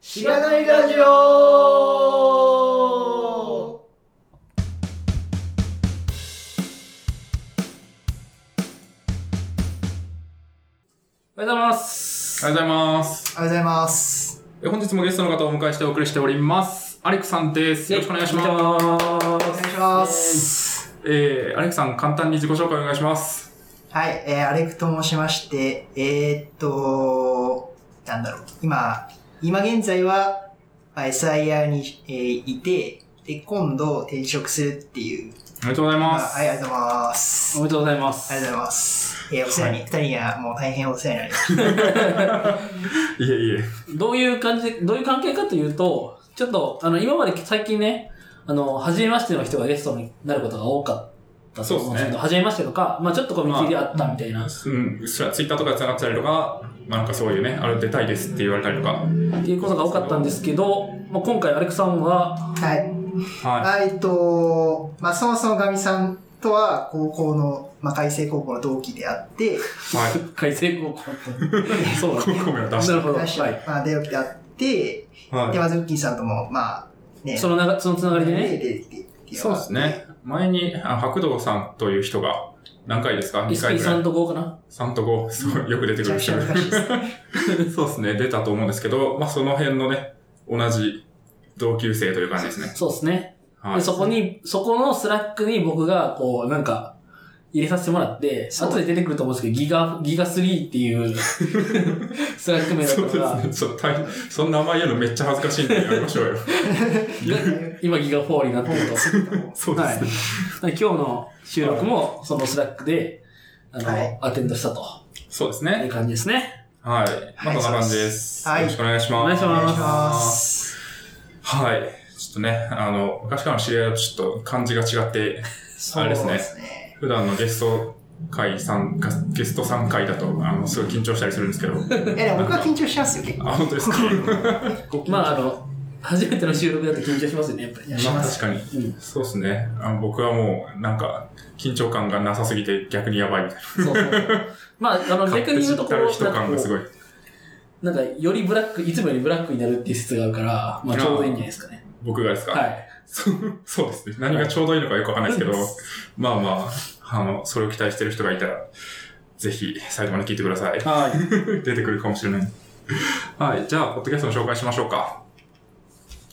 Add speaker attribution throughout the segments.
Speaker 1: しがないラジオ
Speaker 2: おはようございます。
Speaker 3: おはようございます。
Speaker 1: おはようございます。
Speaker 3: え本日もゲストの方をお迎えしてお送りしております。アレクさんです。よろしくお願いし
Speaker 2: お
Speaker 3: ます。
Speaker 2: 願
Speaker 1: お願いします。
Speaker 3: えー、アレクさん、簡単に自己紹介お願いします。
Speaker 1: はい、えー、アレクと申しまして、えー、っと、なんだろう、今、今現在は、まあ SIR に、えーいて、で、今度転職するっていう。
Speaker 3: おめでとうござい
Speaker 1: まあ、
Speaker 3: ます。
Speaker 1: はい、ありがとうございます。
Speaker 2: おめでとうございます。
Speaker 1: ありがとうございます。えー、お世話に、二、人にはもう大変お世話になりまし
Speaker 3: いえいえ。
Speaker 2: どういう感じで、どういう関係かというと、ちょっと、あの、今まで最近ね、あの、初めましての人がゲストになることが多かったと思うんですけど、
Speaker 3: そうですね
Speaker 2: 初めましてとか、まあちょっとこう見切りあったみたいな、
Speaker 3: うん、うっすらツイッターとかで繋がってたりとか、まあなんかそういうね、あれ出たいですって言われたりとか。
Speaker 2: っていうことが多かったんですけど、まあ今回アレクさんは、
Speaker 1: た。はい。
Speaker 3: は
Speaker 1: はい、えっと、まあ、そもそもガミさんとは高校の、まあ、海星高校の同期であって、
Speaker 3: い。はい。
Speaker 2: 改正高校と。そうだね。
Speaker 3: ごめん、出し
Speaker 2: なるほど。は。
Speaker 1: 私はいまあ、同期であって、
Speaker 3: た。は
Speaker 1: で、
Speaker 3: い。
Speaker 1: まずウッキーさんとも、まあ、ね、
Speaker 2: そのなが、そのつながりで
Speaker 1: で
Speaker 2: ね、
Speaker 1: ででで
Speaker 3: そうですね。前に、あ白道さんという人が、何回ですか ?2 回
Speaker 2: SP
Speaker 3: ぐら
Speaker 2: さ
Speaker 3: い
Speaker 2: ん。とこうかな。
Speaker 3: 3と5、そう、よく出て
Speaker 1: め
Speaker 3: く
Speaker 1: ちゃ
Speaker 3: る
Speaker 1: くちゃ。
Speaker 3: 人
Speaker 1: 難しいですね。
Speaker 3: そうですね、出たと思うんですけど、まあその辺のね、同じ同級生という感じですね。
Speaker 2: そうですね。
Speaker 3: は
Speaker 2: で、
Speaker 3: い。
Speaker 2: そこに、そこのスラックに僕が、こう、なんか、入れさせてもらって、
Speaker 1: そう
Speaker 2: 後で出てくると思うんですけど、ギガ、ギガ3っていう、 スラック名だっ
Speaker 3: そう
Speaker 2: た
Speaker 3: で
Speaker 2: から、
Speaker 3: すね。ちょっと大変、その名前言うのめっちゃ恥ずかしいんでやめましょうよ。
Speaker 2: 今ギガ4になってると。
Speaker 3: そうで
Speaker 2: はい。
Speaker 3: すね。
Speaker 2: 今日の収録も、そのスラックで、あの、
Speaker 1: はい
Speaker 2: アテンドしたと
Speaker 3: そうです
Speaker 2: いう
Speaker 3: ね。
Speaker 2: 感じですね。
Speaker 3: はい。まあ、そんな感じです。
Speaker 1: はい
Speaker 3: よろしくお願いします。
Speaker 2: お願いし
Speaker 1: お
Speaker 2: ま
Speaker 1: 願いし
Speaker 2: あ
Speaker 1: ます。
Speaker 3: はい。ちょっとね、あの、昔からの知り合いはちょっと漢字が違って、
Speaker 1: そう
Speaker 3: あれ
Speaker 1: で
Speaker 3: ですすね
Speaker 1: ね。
Speaker 3: 普段のゲスト会参加、ゲスト3回だと、あの、すごい緊張したりするんですけど。
Speaker 1: いや、でも僕は緊張しますよ、結構。
Speaker 3: あ、本当で すか。
Speaker 2: まあ、あの、初めての収録だと緊張しますよね、やっぱり。
Speaker 1: いやし
Speaker 3: ま
Speaker 1: ま
Speaker 3: あ、
Speaker 1: す
Speaker 3: 確かに。
Speaker 2: うん。
Speaker 3: そうですね。あの僕はもう、なんか、緊張感がなさすぎて逆にやばいみたいな。
Speaker 2: そうそうそう。まあ、あの、
Speaker 3: 勝
Speaker 2: 逆
Speaker 3: 手
Speaker 2: に言
Speaker 3: 知
Speaker 2: うと
Speaker 3: っ
Speaker 2: こ
Speaker 3: たる
Speaker 2: ろ、
Speaker 3: 人感がすごい。
Speaker 2: なんか、よりブラック、いつもよりブラックになるっていう説があるから、まあ、ちょうどいいんじゃないですかね。
Speaker 3: 僕がですか
Speaker 2: はい。
Speaker 3: そう そうですね。何がちょうどいいのかよくわかんないですけど、まあまあ、あの、それを期待してる人がいたら、ぜひ、最後まで聞いてください。
Speaker 2: はい。
Speaker 3: 出てくるかもしれない。はい。じゃあ、ポッドキャストの紹介しましょうか。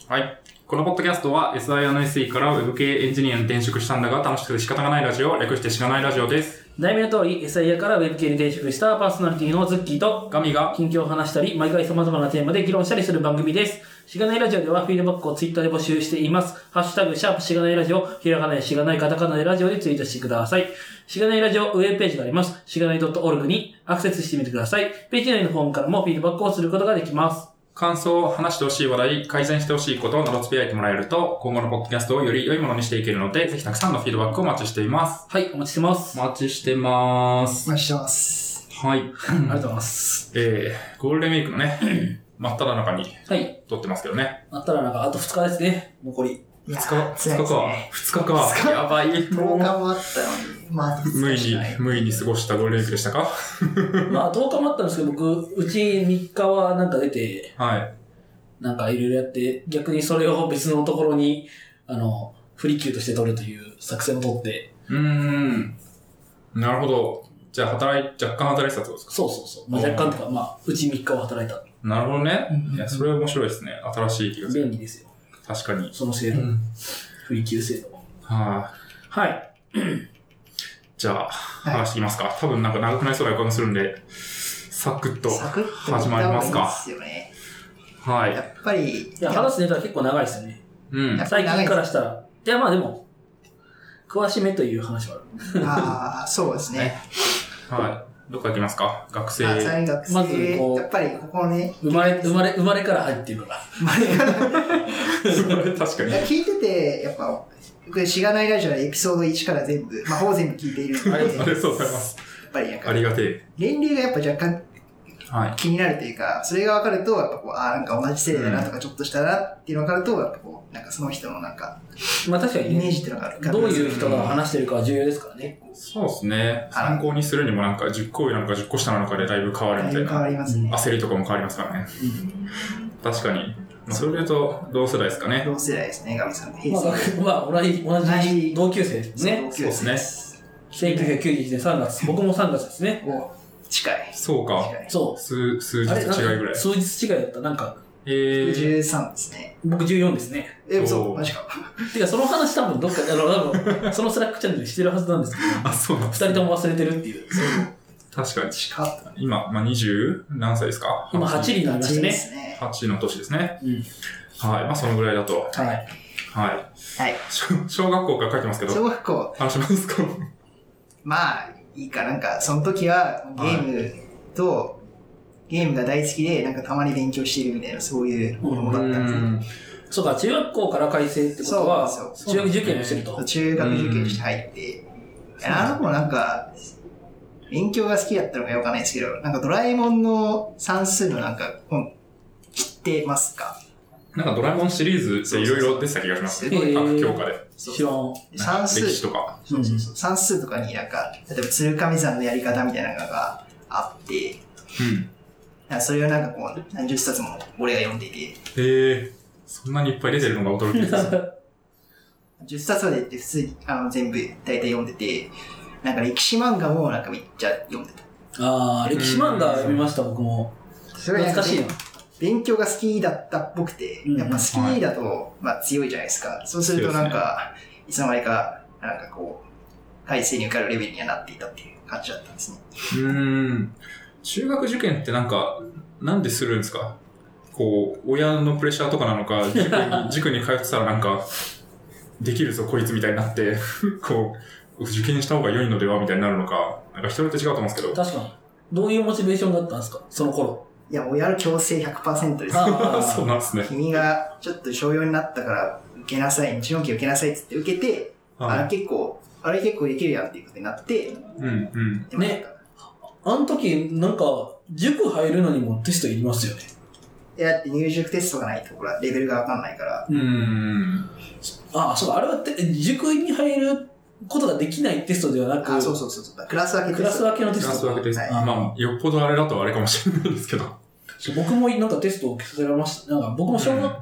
Speaker 3: はい。このポッドキャストは SINSE から Web 系エンジニアに転職したんだが楽しくて仕方がないラジオ、略してしがないラジオです。
Speaker 2: 題名の通り、SIA からウェブ系に転職したパーソナリティのズッキーと、
Speaker 3: ガミが、
Speaker 2: 近況を話したり、毎回様々なテーマで議論したりする番組です。しがないラジオではフィードバックをツイッターで募集しています。ハッシュタグ、シャープしがないラジオ、ひらがないしがないカタカナでラジオでツイートしてください。しがないラジオウェブページがあります。しがない .org にアクセスしてみてください。ページ内のフォームからもフィードバックをすることができます。
Speaker 3: 感想を話してほしい話題、改善してほしいことなどつぶやいてもらえると、今後のポッドキャストをより良いものにしていけるので、ぜひたくさんのフィードバックをお待ちしています。
Speaker 2: はい、お待ちしてます。
Speaker 3: お待ちしてます
Speaker 1: お。待ちしてます。
Speaker 3: はい。
Speaker 2: ありがとうございます。
Speaker 3: えー、ゴールデンウィークの ね、真っ只中に
Speaker 2: はい。
Speaker 3: 撮ってますけどね。
Speaker 2: あったらなんか、あと2日ですね。残り。
Speaker 1: 2
Speaker 3: 2日、
Speaker 1: 辛
Speaker 3: 2
Speaker 1: いです
Speaker 3: 日か
Speaker 1: ね。。
Speaker 3: 2日か。
Speaker 1: 二日
Speaker 3: やばい。
Speaker 1: 10日
Speaker 3: も
Speaker 1: もあったのに、まあ、
Speaker 3: う、無意に、無意に過ごしたゴールデンウィークでしたか
Speaker 2: まあ、10日もあったんですけど、僕、うち3日はなんか出て、
Speaker 3: はい。
Speaker 2: なんかいろいろやって、逆にそれを別のところに、あの、不利休として取るという作戦を取って、
Speaker 3: うーん。なるほど。じゃあ、働い、若干働いてたってことですか
Speaker 2: そうそうそう。まあ、若干とか、まあ、うち3日は働いた。
Speaker 3: なるほどね
Speaker 1: うん。
Speaker 3: いや、それ面白いですね。新しい気がする。
Speaker 2: 便利ですよ。
Speaker 3: 確かに。
Speaker 2: その制
Speaker 3: う
Speaker 2: 度、
Speaker 3: ん。
Speaker 2: 不利休制度。
Speaker 3: はい。
Speaker 2: はい。
Speaker 3: じゃあ、話していきますか。多分なんか長くなりそうな予感がするんで、サクッと。
Speaker 1: サクッと
Speaker 3: 始まりますか
Speaker 1: 行った方がいいですよね。
Speaker 3: は
Speaker 1: や
Speaker 3: い。
Speaker 1: っぱり、
Speaker 2: いや、話すネタは結構長いですよね。
Speaker 3: うん。
Speaker 2: 最近からしたら。いや、まあでも、詳しめという話はある。
Speaker 1: ああ、そうですね。
Speaker 3: はい。どっか行きますか学生。
Speaker 1: あ大学生、
Speaker 2: まずこう
Speaker 1: やっぱりここね、
Speaker 2: 生まれ、生まれ、生まれから入ってるから。
Speaker 1: まあいや
Speaker 3: 確かに。
Speaker 1: 聞いてて、やっぱ、僕、しがないラジオのエピソード1から全部、まあ、ほぼ全部聞いているので、
Speaker 2: ありがとう
Speaker 3: ありがとうございます。
Speaker 1: やっぱりなん
Speaker 3: あ
Speaker 1: か、
Speaker 3: りがてえ。
Speaker 1: 年齢がやっぱ若干
Speaker 3: はい。
Speaker 1: 気になるというか、それが分かると、やっぱこう、ああ、なんか同じ世代だなとか、ちょっとしたなっていうのが分かると、やっぱこう、なんかその人のなんか、
Speaker 2: まあ確か
Speaker 1: イ
Speaker 2: に
Speaker 1: メー
Speaker 2: ね、
Speaker 1: ジっていうのがあるから、
Speaker 2: どういう人が話してるかは重要ですからね。
Speaker 3: そうですね。参考にするにもなんか10個上なのか10個下なのかでだいぶ変わる
Speaker 1: だ
Speaker 3: み
Speaker 1: い
Speaker 3: たい
Speaker 1: ぶ変わ
Speaker 3: な。
Speaker 1: りますね。
Speaker 3: 焦りとかも変わりますからね。確かに。まあ、それで言うと、同世代ですかね。
Speaker 1: 同世代ですね、ガミさん。平
Speaker 2: まあ、
Speaker 1: 成。
Speaker 2: 学まあ、同じ、同
Speaker 1: 同
Speaker 2: じ
Speaker 1: じ
Speaker 2: 同級生ですね
Speaker 1: 同。級生です。
Speaker 2: 1991年3月。 僕も3月ですね。
Speaker 1: お近い。
Speaker 3: そうか。
Speaker 1: 近い。
Speaker 2: そ
Speaker 3: 数、数
Speaker 2: う。
Speaker 3: 日
Speaker 2: あれなんか
Speaker 3: 違いぐらい。
Speaker 2: 数日違いだった。なんか、
Speaker 3: えー、
Speaker 1: 13ですね。
Speaker 2: 僕14ですね。
Speaker 1: え、そう、
Speaker 3: おー
Speaker 1: マジか。
Speaker 2: てか、その話多分どっか、あの、多 分、そのスラックチャンネルしてるはずなんですけど、
Speaker 3: あ、そうなんで
Speaker 2: 二
Speaker 3: すね
Speaker 2: 人とも忘れてるっていう。
Speaker 3: 確か に。
Speaker 1: 近っ
Speaker 3: 今、まあ、20何歳ですか
Speaker 2: 今8になりました
Speaker 1: で
Speaker 2: ね。
Speaker 1: すね。
Speaker 3: 8の年ですね。
Speaker 2: うん。
Speaker 3: はい。まあ、そのぐらいだと。
Speaker 1: はい。
Speaker 3: はい。
Speaker 1: はい。
Speaker 3: 小小学校から書いてますけど、
Speaker 1: 小学校、
Speaker 3: 話しますか
Speaker 1: まあ、いいかなんか、その時はゲームと、ゲームが大好きで、なんかたまに勉強してるみたいな、そういう子供だったんですね。
Speaker 2: そうか、中学校から改正ってことは
Speaker 1: そうなん、です
Speaker 2: 中学受験をしてると。
Speaker 1: 中学受験して入って、あの子なんか、勉強が好きだったのかよくわかんないですけど、なんかドラえもんの算数のなんか本、知ってますか
Speaker 3: なんかドラえもんシリーズでいろいろ出てた気がします
Speaker 1: す
Speaker 3: ね。
Speaker 1: ごい。
Speaker 2: へー
Speaker 3: 各教科で。
Speaker 1: そう
Speaker 2: 知らん。
Speaker 3: なん
Speaker 1: 算
Speaker 3: か歴史
Speaker 1: 数、
Speaker 3: とか。
Speaker 1: そうそうそう算数とかになんか、例えば鶴亀山のやり方みたいなのがあって、
Speaker 3: うん。
Speaker 1: なんかそれをなんかこう、何十冊も俺が読んでいて、
Speaker 3: へえー、そんなにいっぱい出てるのが驚きです。
Speaker 1: 10冊までって普通にあの全部大体読んでて、なんか歴史漫画もなんかめっちゃ読んでた。
Speaker 2: あー、歴史漫画読みました、僕も。
Speaker 1: そ
Speaker 2: 懐かしいな。
Speaker 1: 勉強が好きだったっぽくて、
Speaker 2: うん
Speaker 1: やっぱ好きだと、まあ強いじゃないですか。そうするとなんか、いつの間にか、なんかこう、改正に受かるレベルにはなっていたっていう感じだったんですね。
Speaker 3: うーん。中学受験ってなんか、なんでするんですかこう、親のプレッシャーとかなのか、塾に塾に通ってたらなんか、できるぞ、こいつみたいになって、 こう、受験した方が良いのではみたいになるのか、なんか人によって違うと思うんですけど。
Speaker 2: 確かに。どういうモチベーションだったんですかその頃。
Speaker 1: いや、親の強制100%です。
Speaker 2: あ
Speaker 3: そう
Speaker 2: ー
Speaker 3: なんですね。
Speaker 1: 君がちょっと小4になったから受けなさい、日論期受けなさいって言って受けて、あ
Speaker 3: は
Speaker 1: 結構、あれ結構できるやんっていうことになって、
Speaker 3: い。うん、うん。
Speaker 1: でもなんか
Speaker 2: ねあの時、なんか、塾入るのにもテストいりますよね。
Speaker 1: いや、だって入塾テストがないと、ほら、レベルがわかんないから、
Speaker 3: うーん。
Speaker 2: ああ、そうか、あれはて塾に入ることができないテストではなく、
Speaker 1: あ、そうそうそうそう、クラス分け
Speaker 2: ク
Speaker 1: テ
Speaker 2: ラ
Speaker 1: ス
Speaker 2: ス
Speaker 1: ト。
Speaker 2: 分けのテ
Speaker 3: クラ
Speaker 2: ス
Speaker 3: ス分
Speaker 2: ト
Speaker 3: けです。
Speaker 1: はい
Speaker 3: まあ、よっぽどあれだとあれかもしれないですけど。
Speaker 2: 僕もなんかテストを受けさせられました。なんか僕も小学校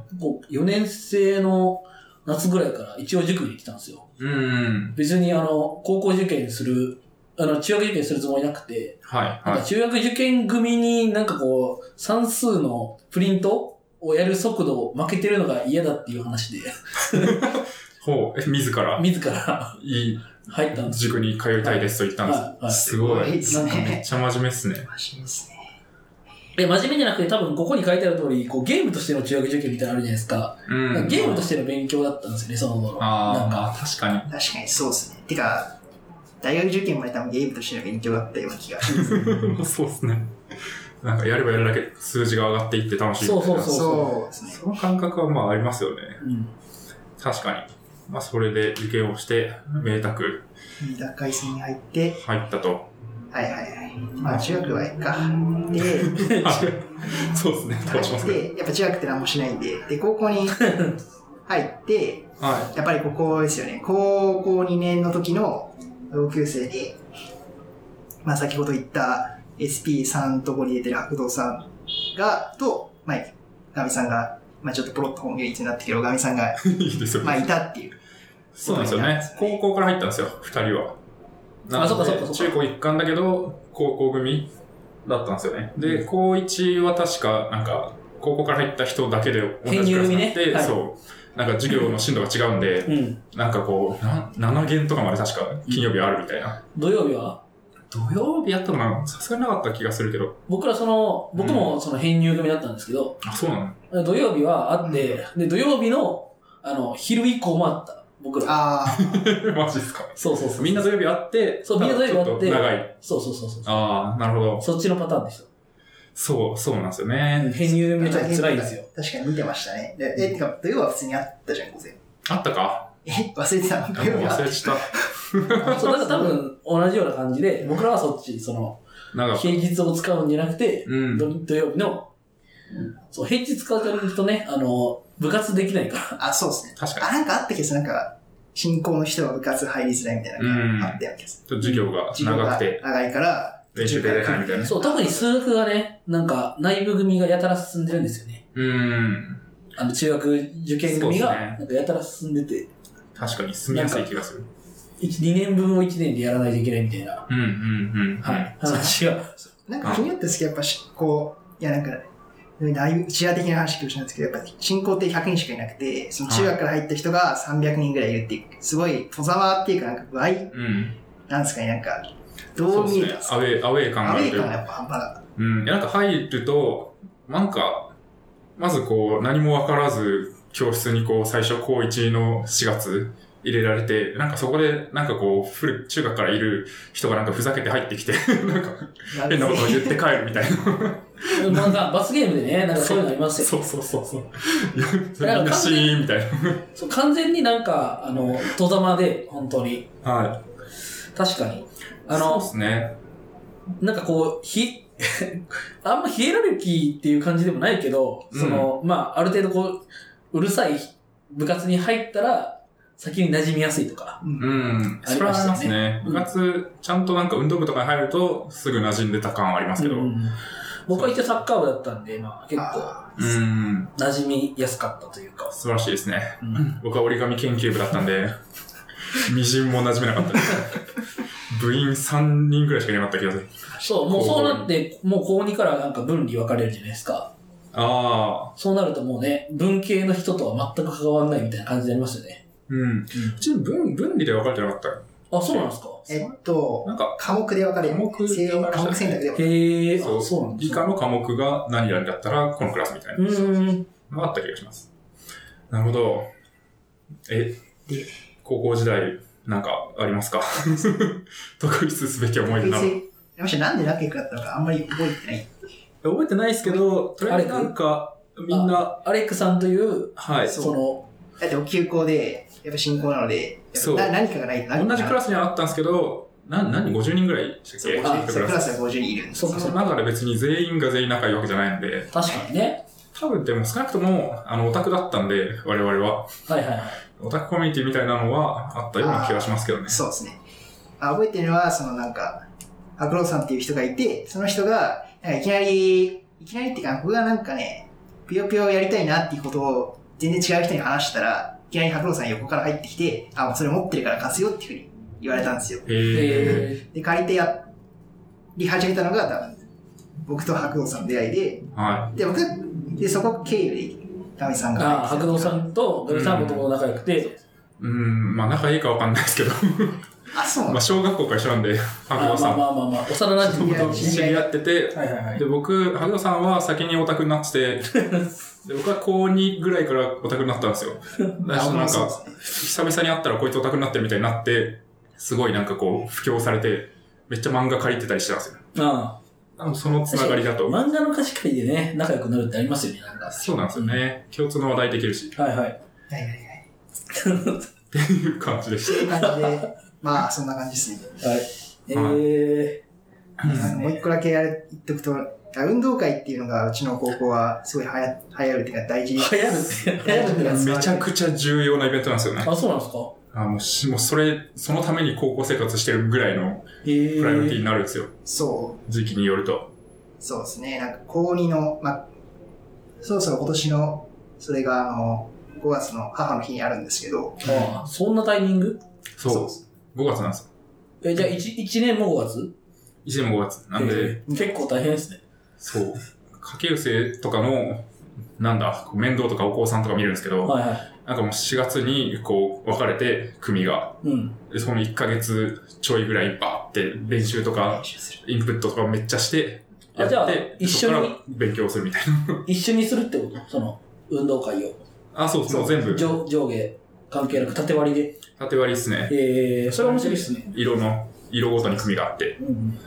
Speaker 2: 4年生の夏ぐらいから一応塾に行ってたんですよ。
Speaker 3: うん。
Speaker 2: 別にあの、高校受験する、あの、中学受験するつもりなくて、
Speaker 3: はい、
Speaker 2: なん
Speaker 3: は
Speaker 2: か中学受験組になんかこう、算数のプリントをやる速度を負けてるのが嫌だっていう話で、
Speaker 3: い。ほう、え、自ら、
Speaker 2: 自ら
Speaker 3: いい
Speaker 2: 入ったんですよ。
Speaker 3: 塾に通いたいですと言ったんです。
Speaker 2: はい、はい。
Speaker 3: すごい。
Speaker 1: いです
Speaker 2: なんか
Speaker 3: めっ
Speaker 1: ね。
Speaker 3: ちゃ真面目っすね。
Speaker 1: 真面目ですね。
Speaker 2: え、真面目じゃなくて多分ここに書いてある通り、こうゲームとしての中学受験みたいなのあるじゃないですか。
Speaker 3: うん。
Speaker 2: ゲームとしての勉強だったんですよね、その頃。
Speaker 3: あ
Speaker 2: な
Speaker 3: あ、
Speaker 2: んか。
Speaker 3: まあ確かに。
Speaker 1: 確かにそうですね。てか、大学受験まで多分ゲームとしての勉強だったような気がします。
Speaker 3: そうですね。なんかやればやるだけ数字が上がっていって楽しいみたいな。
Speaker 2: そうそう
Speaker 1: そうですね。
Speaker 3: その感覚はまあありますよね。
Speaker 2: うん。
Speaker 3: 確かに。まあそれで受験をして、明卓
Speaker 1: 二段階戦に入って、
Speaker 3: 入ったと。
Speaker 1: はいはいはい。まあ、中学はいいか。で、
Speaker 3: はいそうですね。倒しますけ
Speaker 1: で、やっぱ中学って何もしないんで、で、高校に入って、
Speaker 3: ど。は
Speaker 1: やっぱりここですよね。高校2年の時の同級生に、まあ先ほど言った SP さんとこに出てる白道さんが、と、まあ、ガミさんが、まあちょっとポロッと本業一になったけど、ガミさんが、
Speaker 3: い。いいですよ。
Speaker 1: まあいたっていう。
Speaker 3: そうなんですよね。高校から入ったんですよ、二人は。なので
Speaker 2: あそっかそっかそっか
Speaker 3: 中高一貫だけど、高校組だったんですよね。で、高1は確か、なんか、高校から入った人だけで同じクラ
Speaker 2: 編
Speaker 3: スになっ
Speaker 2: 入組ね
Speaker 3: て、
Speaker 2: はい
Speaker 3: そう。なんか授業の進度が違うんで、
Speaker 2: うん。
Speaker 3: なんかこう、な7限とかまで確か金曜日あるみたいな。
Speaker 2: 土曜日は
Speaker 3: 土曜日やったのかなさすがになかった気がするけど。
Speaker 2: 僕らその、僕もその編入組だったんですけど、
Speaker 3: あ、そうなの
Speaker 2: 土曜日はあって、で、土曜日の、あの、昼以降もあった。僕ら。
Speaker 1: ああ、
Speaker 3: マジですか。
Speaker 2: そうそうそう。
Speaker 3: みんな土曜日あって、
Speaker 2: そうみんな土曜日あって
Speaker 3: ちょっと長い。
Speaker 2: そうそうそうそう。
Speaker 3: ああ、なるほど。
Speaker 2: そっちのパターンでし
Speaker 3: そう、そうなんですよ
Speaker 2: た。
Speaker 3: ね。
Speaker 2: 編入組めちゃ辛いんです よ。
Speaker 1: 確かに見てましたね。でえ、てか、土曜は普通にあったじゃん、午前。
Speaker 3: あったか
Speaker 1: え、忘れてたの
Speaker 3: あ
Speaker 1: 土曜日あっ
Speaker 3: 忘
Speaker 1: た
Speaker 3: れてた。
Speaker 2: そう、だから多分同じような感じで、僕らはそっち、その、
Speaker 3: 長かった
Speaker 2: 平日を使うんじゃなくて、
Speaker 3: うん。
Speaker 2: 土土曜日の、そう、平日使うとね、あの、部活できないから。
Speaker 1: あ、そうですね。
Speaker 3: 確かに
Speaker 1: あ、。なんかあったけど、なんか、進行の人は部活入りづらいみたいなのがあったような気がする。
Speaker 3: ちょっと授業が
Speaker 1: 授業
Speaker 3: 長
Speaker 1: が
Speaker 3: くて、
Speaker 1: 長いから、
Speaker 3: 練習できないみたいな。
Speaker 2: そう、特に数学がね、なんか、内部組がやたら進んでるんですよね。
Speaker 3: ううーん。
Speaker 2: あの、中学受験組
Speaker 3: そう
Speaker 2: が
Speaker 3: っすね、
Speaker 2: なんかやたら進んでて、
Speaker 3: 確かに住みやすい気がする。
Speaker 2: 一2年分を1年でやらないといけないみたいな、
Speaker 3: うんうんうん。
Speaker 2: はい、話が。
Speaker 1: なんか気になったんですけど、やっぱし、こう、いやなんか、だいぶシェア的な話かもしれないですけど、やっぱ進行って100人しかいなくて、その中学から入った人が300人ぐらいいるっていう、すごい、戸様っていうか、なんか倍、
Speaker 3: うん。
Speaker 1: なんですかね、なんか、
Speaker 3: そ
Speaker 1: ど
Speaker 3: う
Speaker 1: う
Speaker 3: で
Speaker 1: 見え
Speaker 3: すね
Speaker 1: たんです。か
Speaker 3: アウェー、アウェー感が
Speaker 1: ア
Speaker 3: あ
Speaker 1: ウ
Speaker 3: る
Speaker 1: ェイ
Speaker 3: という
Speaker 1: 感が
Speaker 3: か
Speaker 1: やっぱ半端な
Speaker 3: うん。いや、なんか入ると、なんか、まずこう、何もわからず、教室にこう、最初、高1の4月入れられて、なんかそこで、なんかこう、古い中学からいる人がなんかふざけて入ってきて、 なんか
Speaker 1: い。
Speaker 3: 変なことを言って帰るみたい な。
Speaker 2: なんか、罰ゲームでね、なんかそういうのありますよ。
Speaker 3: そうそ うそうそう。いやみんなシーンみたい
Speaker 2: そう完全になんか、あの、戸ざまで、本当に。
Speaker 3: な。はい。
Speaker 2: 確かに。あ
Speaker 3: そう
Speaker 2: の
Speaker 3: で、すね。
Speaker 2: なんかこう、ひ、 あんまヒエラルキーっていう感じでもないけど、その、まあ、ある程度こう、うるさい部活に入ったら、先に馴染みやすいとか。
Speaker 3: うん。
Speaker 2: ありましたね
Speaker 3: それはあります
Speaker 2: う
Speaker 3: ね。
Speaker 2: ん
Speaker 3: 部活、ちゃんとなんか運動部とかに入ると、すぐ馴染んでた感はありますけど。
Speaker 2: う
Speaker 3: うん。
Speaker 2: ん僕は一応サッカー部だったんで、まあ、結構、
Speaker 1: あ
Speaker 2: 馴染みやすかったというか。
Speaker 3: 素晴らしいですね。
Speaker 2: うん
Speaker 3: 僕は折り紙研究部だった んで、みじんも馴染めなかったです。部員3人くらいしかいなかった気がする。
Speaker 2: そう、もうそうなって、もう高2からなんか分離分かれるじゃないですか。
Speaker 3: ああ。
Speaker 2: そうなるともうね、文系の人とは全く関わらないみたいな感じになりますよね。
Speaker 3: うん。うち分、分離で分かれてなかったよ
Speaker 2: あ、そうなんですか
Speaker 1: えっと
Speaker 3: な、んか、
Speaker 1: 科目で分かれる。
Speaker 3: 科目で分かれ
Speaker 1: 科
Speaker 3: ましたね
Speaker 1: 目選択で分かれる。
Speaker 2: へえ、あ、
Speaker 3: そう
Speaker 2: そうなんで
Speaker 3: 理
Speaker 2: すか
Speaker 3: 科の科目が何々だったら、このクラスみたいうな
Speaker 2: ーん。
Speaker 3: のがあった気がします。なるほど。え、高校時代、なんかありますか特筆すべき思い出など
Speaker 1: 別に山下なんでラッキーだったのかあんまり覚えてない。
Speaker 3: 覚えてないですけど、とりあえずなんか、みんな、
Speaker 2: アレックさんという、
Speaker 3: はい。
Speaker 1: そう
Speaker 2: その、
Speaker 1: だって、休校で、やっぱ進行なので、やっぱ
Speaker 3: そう
Speaker 1: な何かがないと
Speaker 3: 同じクラ
Speaker 1: ス
Speaker 3: スにはあったんですけど、な、何 ?50 人ぐらいでしたっけ
Speaker 1: そ
Speaker 2: あ
Speaker 1: う、そうクラ
Speaker 3: ス。
Speaker 1: スは50人いるんです
Speaker 2: そうか
Speaker 3: その中で別に全員が全員仲いいわけじゃないんで、
Speaker 2: 確かにね。
Speaker 3: 多分でも少なくとも、あの、オタクだったんで、我々は。
Speaker 2: はいはいはい。
Speaker 3: オタクコミュニティみたいなのはあったような気がしますけどね。
Speaker 1: そうですね。あ覚えてるのは、そのなんか、アクロさんっていう人がいて、その人が、なんかいきなり、いきなりっていうか、僕がなんかね、ぷよぷよやりたいなっていうことを全然違う人に話したら、いきなり白ロさん横から入ってきて、あ、もうそれ持ってるから貸すよっていうふうに言われたんですよ。
Speaker 3: えー、
Speaker 2: え
Speaker 1: で、借りてやり始めたのが多分、僕と白ロさんの出会いで、
Speaker 3: は
Speaker 1: で、僕、で、そこ経由で、ガミさん
Speaker 2: ー、
Speaker 1: が
Speaker 2: ああ、
Speaker 1: 入ってきた
Speaker 2: 白道さんとグルさんもともと仲良くて、
Speaker 3: い。うん、まあ仲いいかわかんないですけど、
Speaker 1: あ、そうなん
Speaker 3: ま
Speaker 1: だ。
Speaker 3: あ小学校から一緒なんで、白
Speaker 2: あ
Speaker 3: 鵬
Speaker 2: ー
Speaker 3: さ
Speaker 2: まあ
Speaker 3: ん。
Speaker 2: まあまあまあ、幼馴染み
Speaker 1: まあまあ
Speaker 3: 知り合ってて、
Speaker 2: はいはいはい
Speaker 3: で、。僕、萩野さんは先にオタクになってて、で僕は高2ぐらいからオタクになったんですよ。だし
Speaker 1: あ
Speaker 3: なん
Speaker 1: そうで
Speaker 3: か、久々に会ったらこいつオタクになってるみたいになって、すごいなんかこう、布教されて、めっちゃ漫画借りてたりしてたんですよ。
Speaker 2: あ
Speaker 3: あのその
Speaker 2: あ。
Speaker 3: つながりだと。
Speaker 2: 漫画の貸し借りでね、仲良くなるってありますよね、なんか。
Speaker 3: そうなんですよね。共通の話題できるし、
Speaker 2: はいはい。
Speaker 1: はいはいはい。
Speaker 3: っていう感じでし
Speaker 1: という感じで、まあ、そんな感じです
Speaker 2: はい。
Speaker 1: ね。
Speaker 2: え
Speaker 3: た。
Speaker 1: あのもう一個だけやる言っとくと、あ運動会っていうのがうちの高校はすごいはや流行るっていうか大事
Speaker 2: ー、流行るって、流行るってやつ。
Speaker 3: めちゃくちゃ重要なイベントなんですよね。
Speaker 2: あ、そうなんですか
Speaker 3: あもうし、もうそれ、そのために高校生活してるぐらいの
Speaker 2: ええ
Speaker 3: プライオリティになるんですよ。
Speaker 1: そう、
Speaker 3: 時期によると。
Speaker 1: そうですね。なんか高2の、まあ、そろそろ今年の、それがあの、5月の母の日にあるんですけど、
Speaker 2: ああ、そんなタイミング
Speaker 3: そう。5月なんですよ。
Speaker 2: え、じゃあ一一年も5月
Speaker 3: 1年も5月。なんで、
Speaker 2: えー結構大変ですね。
Speaker 3: そう。家計生とかの、なんだ、こう面倒とかお子さんとか見るんですけど、
Speaker 2: はいはい。
Speaker 3: なんかもう4月にこう分かれて、組が。
Speaker 2: うん。
Speaker 3: で、その1ヶ月ちょいぐらいバーって練習とか
Speaker 1: 練、習する。
Speaker 3: インプットとかめっちゃして、
Speaker 2: あ
Speaker 3: や
Speaker 2: じゃ
Speaker 3: っ
Speaker 2: あ
Speaker 3: て、
Speaker 2: 一緒
Speaker 3: そ
Speaker 2: に
Speaker 3: こから勉強するみたいな。
Speaker 2: 一緒にするってことその、運動会を。
Speaker 3: あ、そうそう、全部。
Speaker 2: 上上下関係なく縦割りで。
Speaker 3: 縦割りですね。
Speaker 2: ええー、それは面白いですね。
Speaker 3: 色の、色ごとに組があって、
Speaker 2: うん。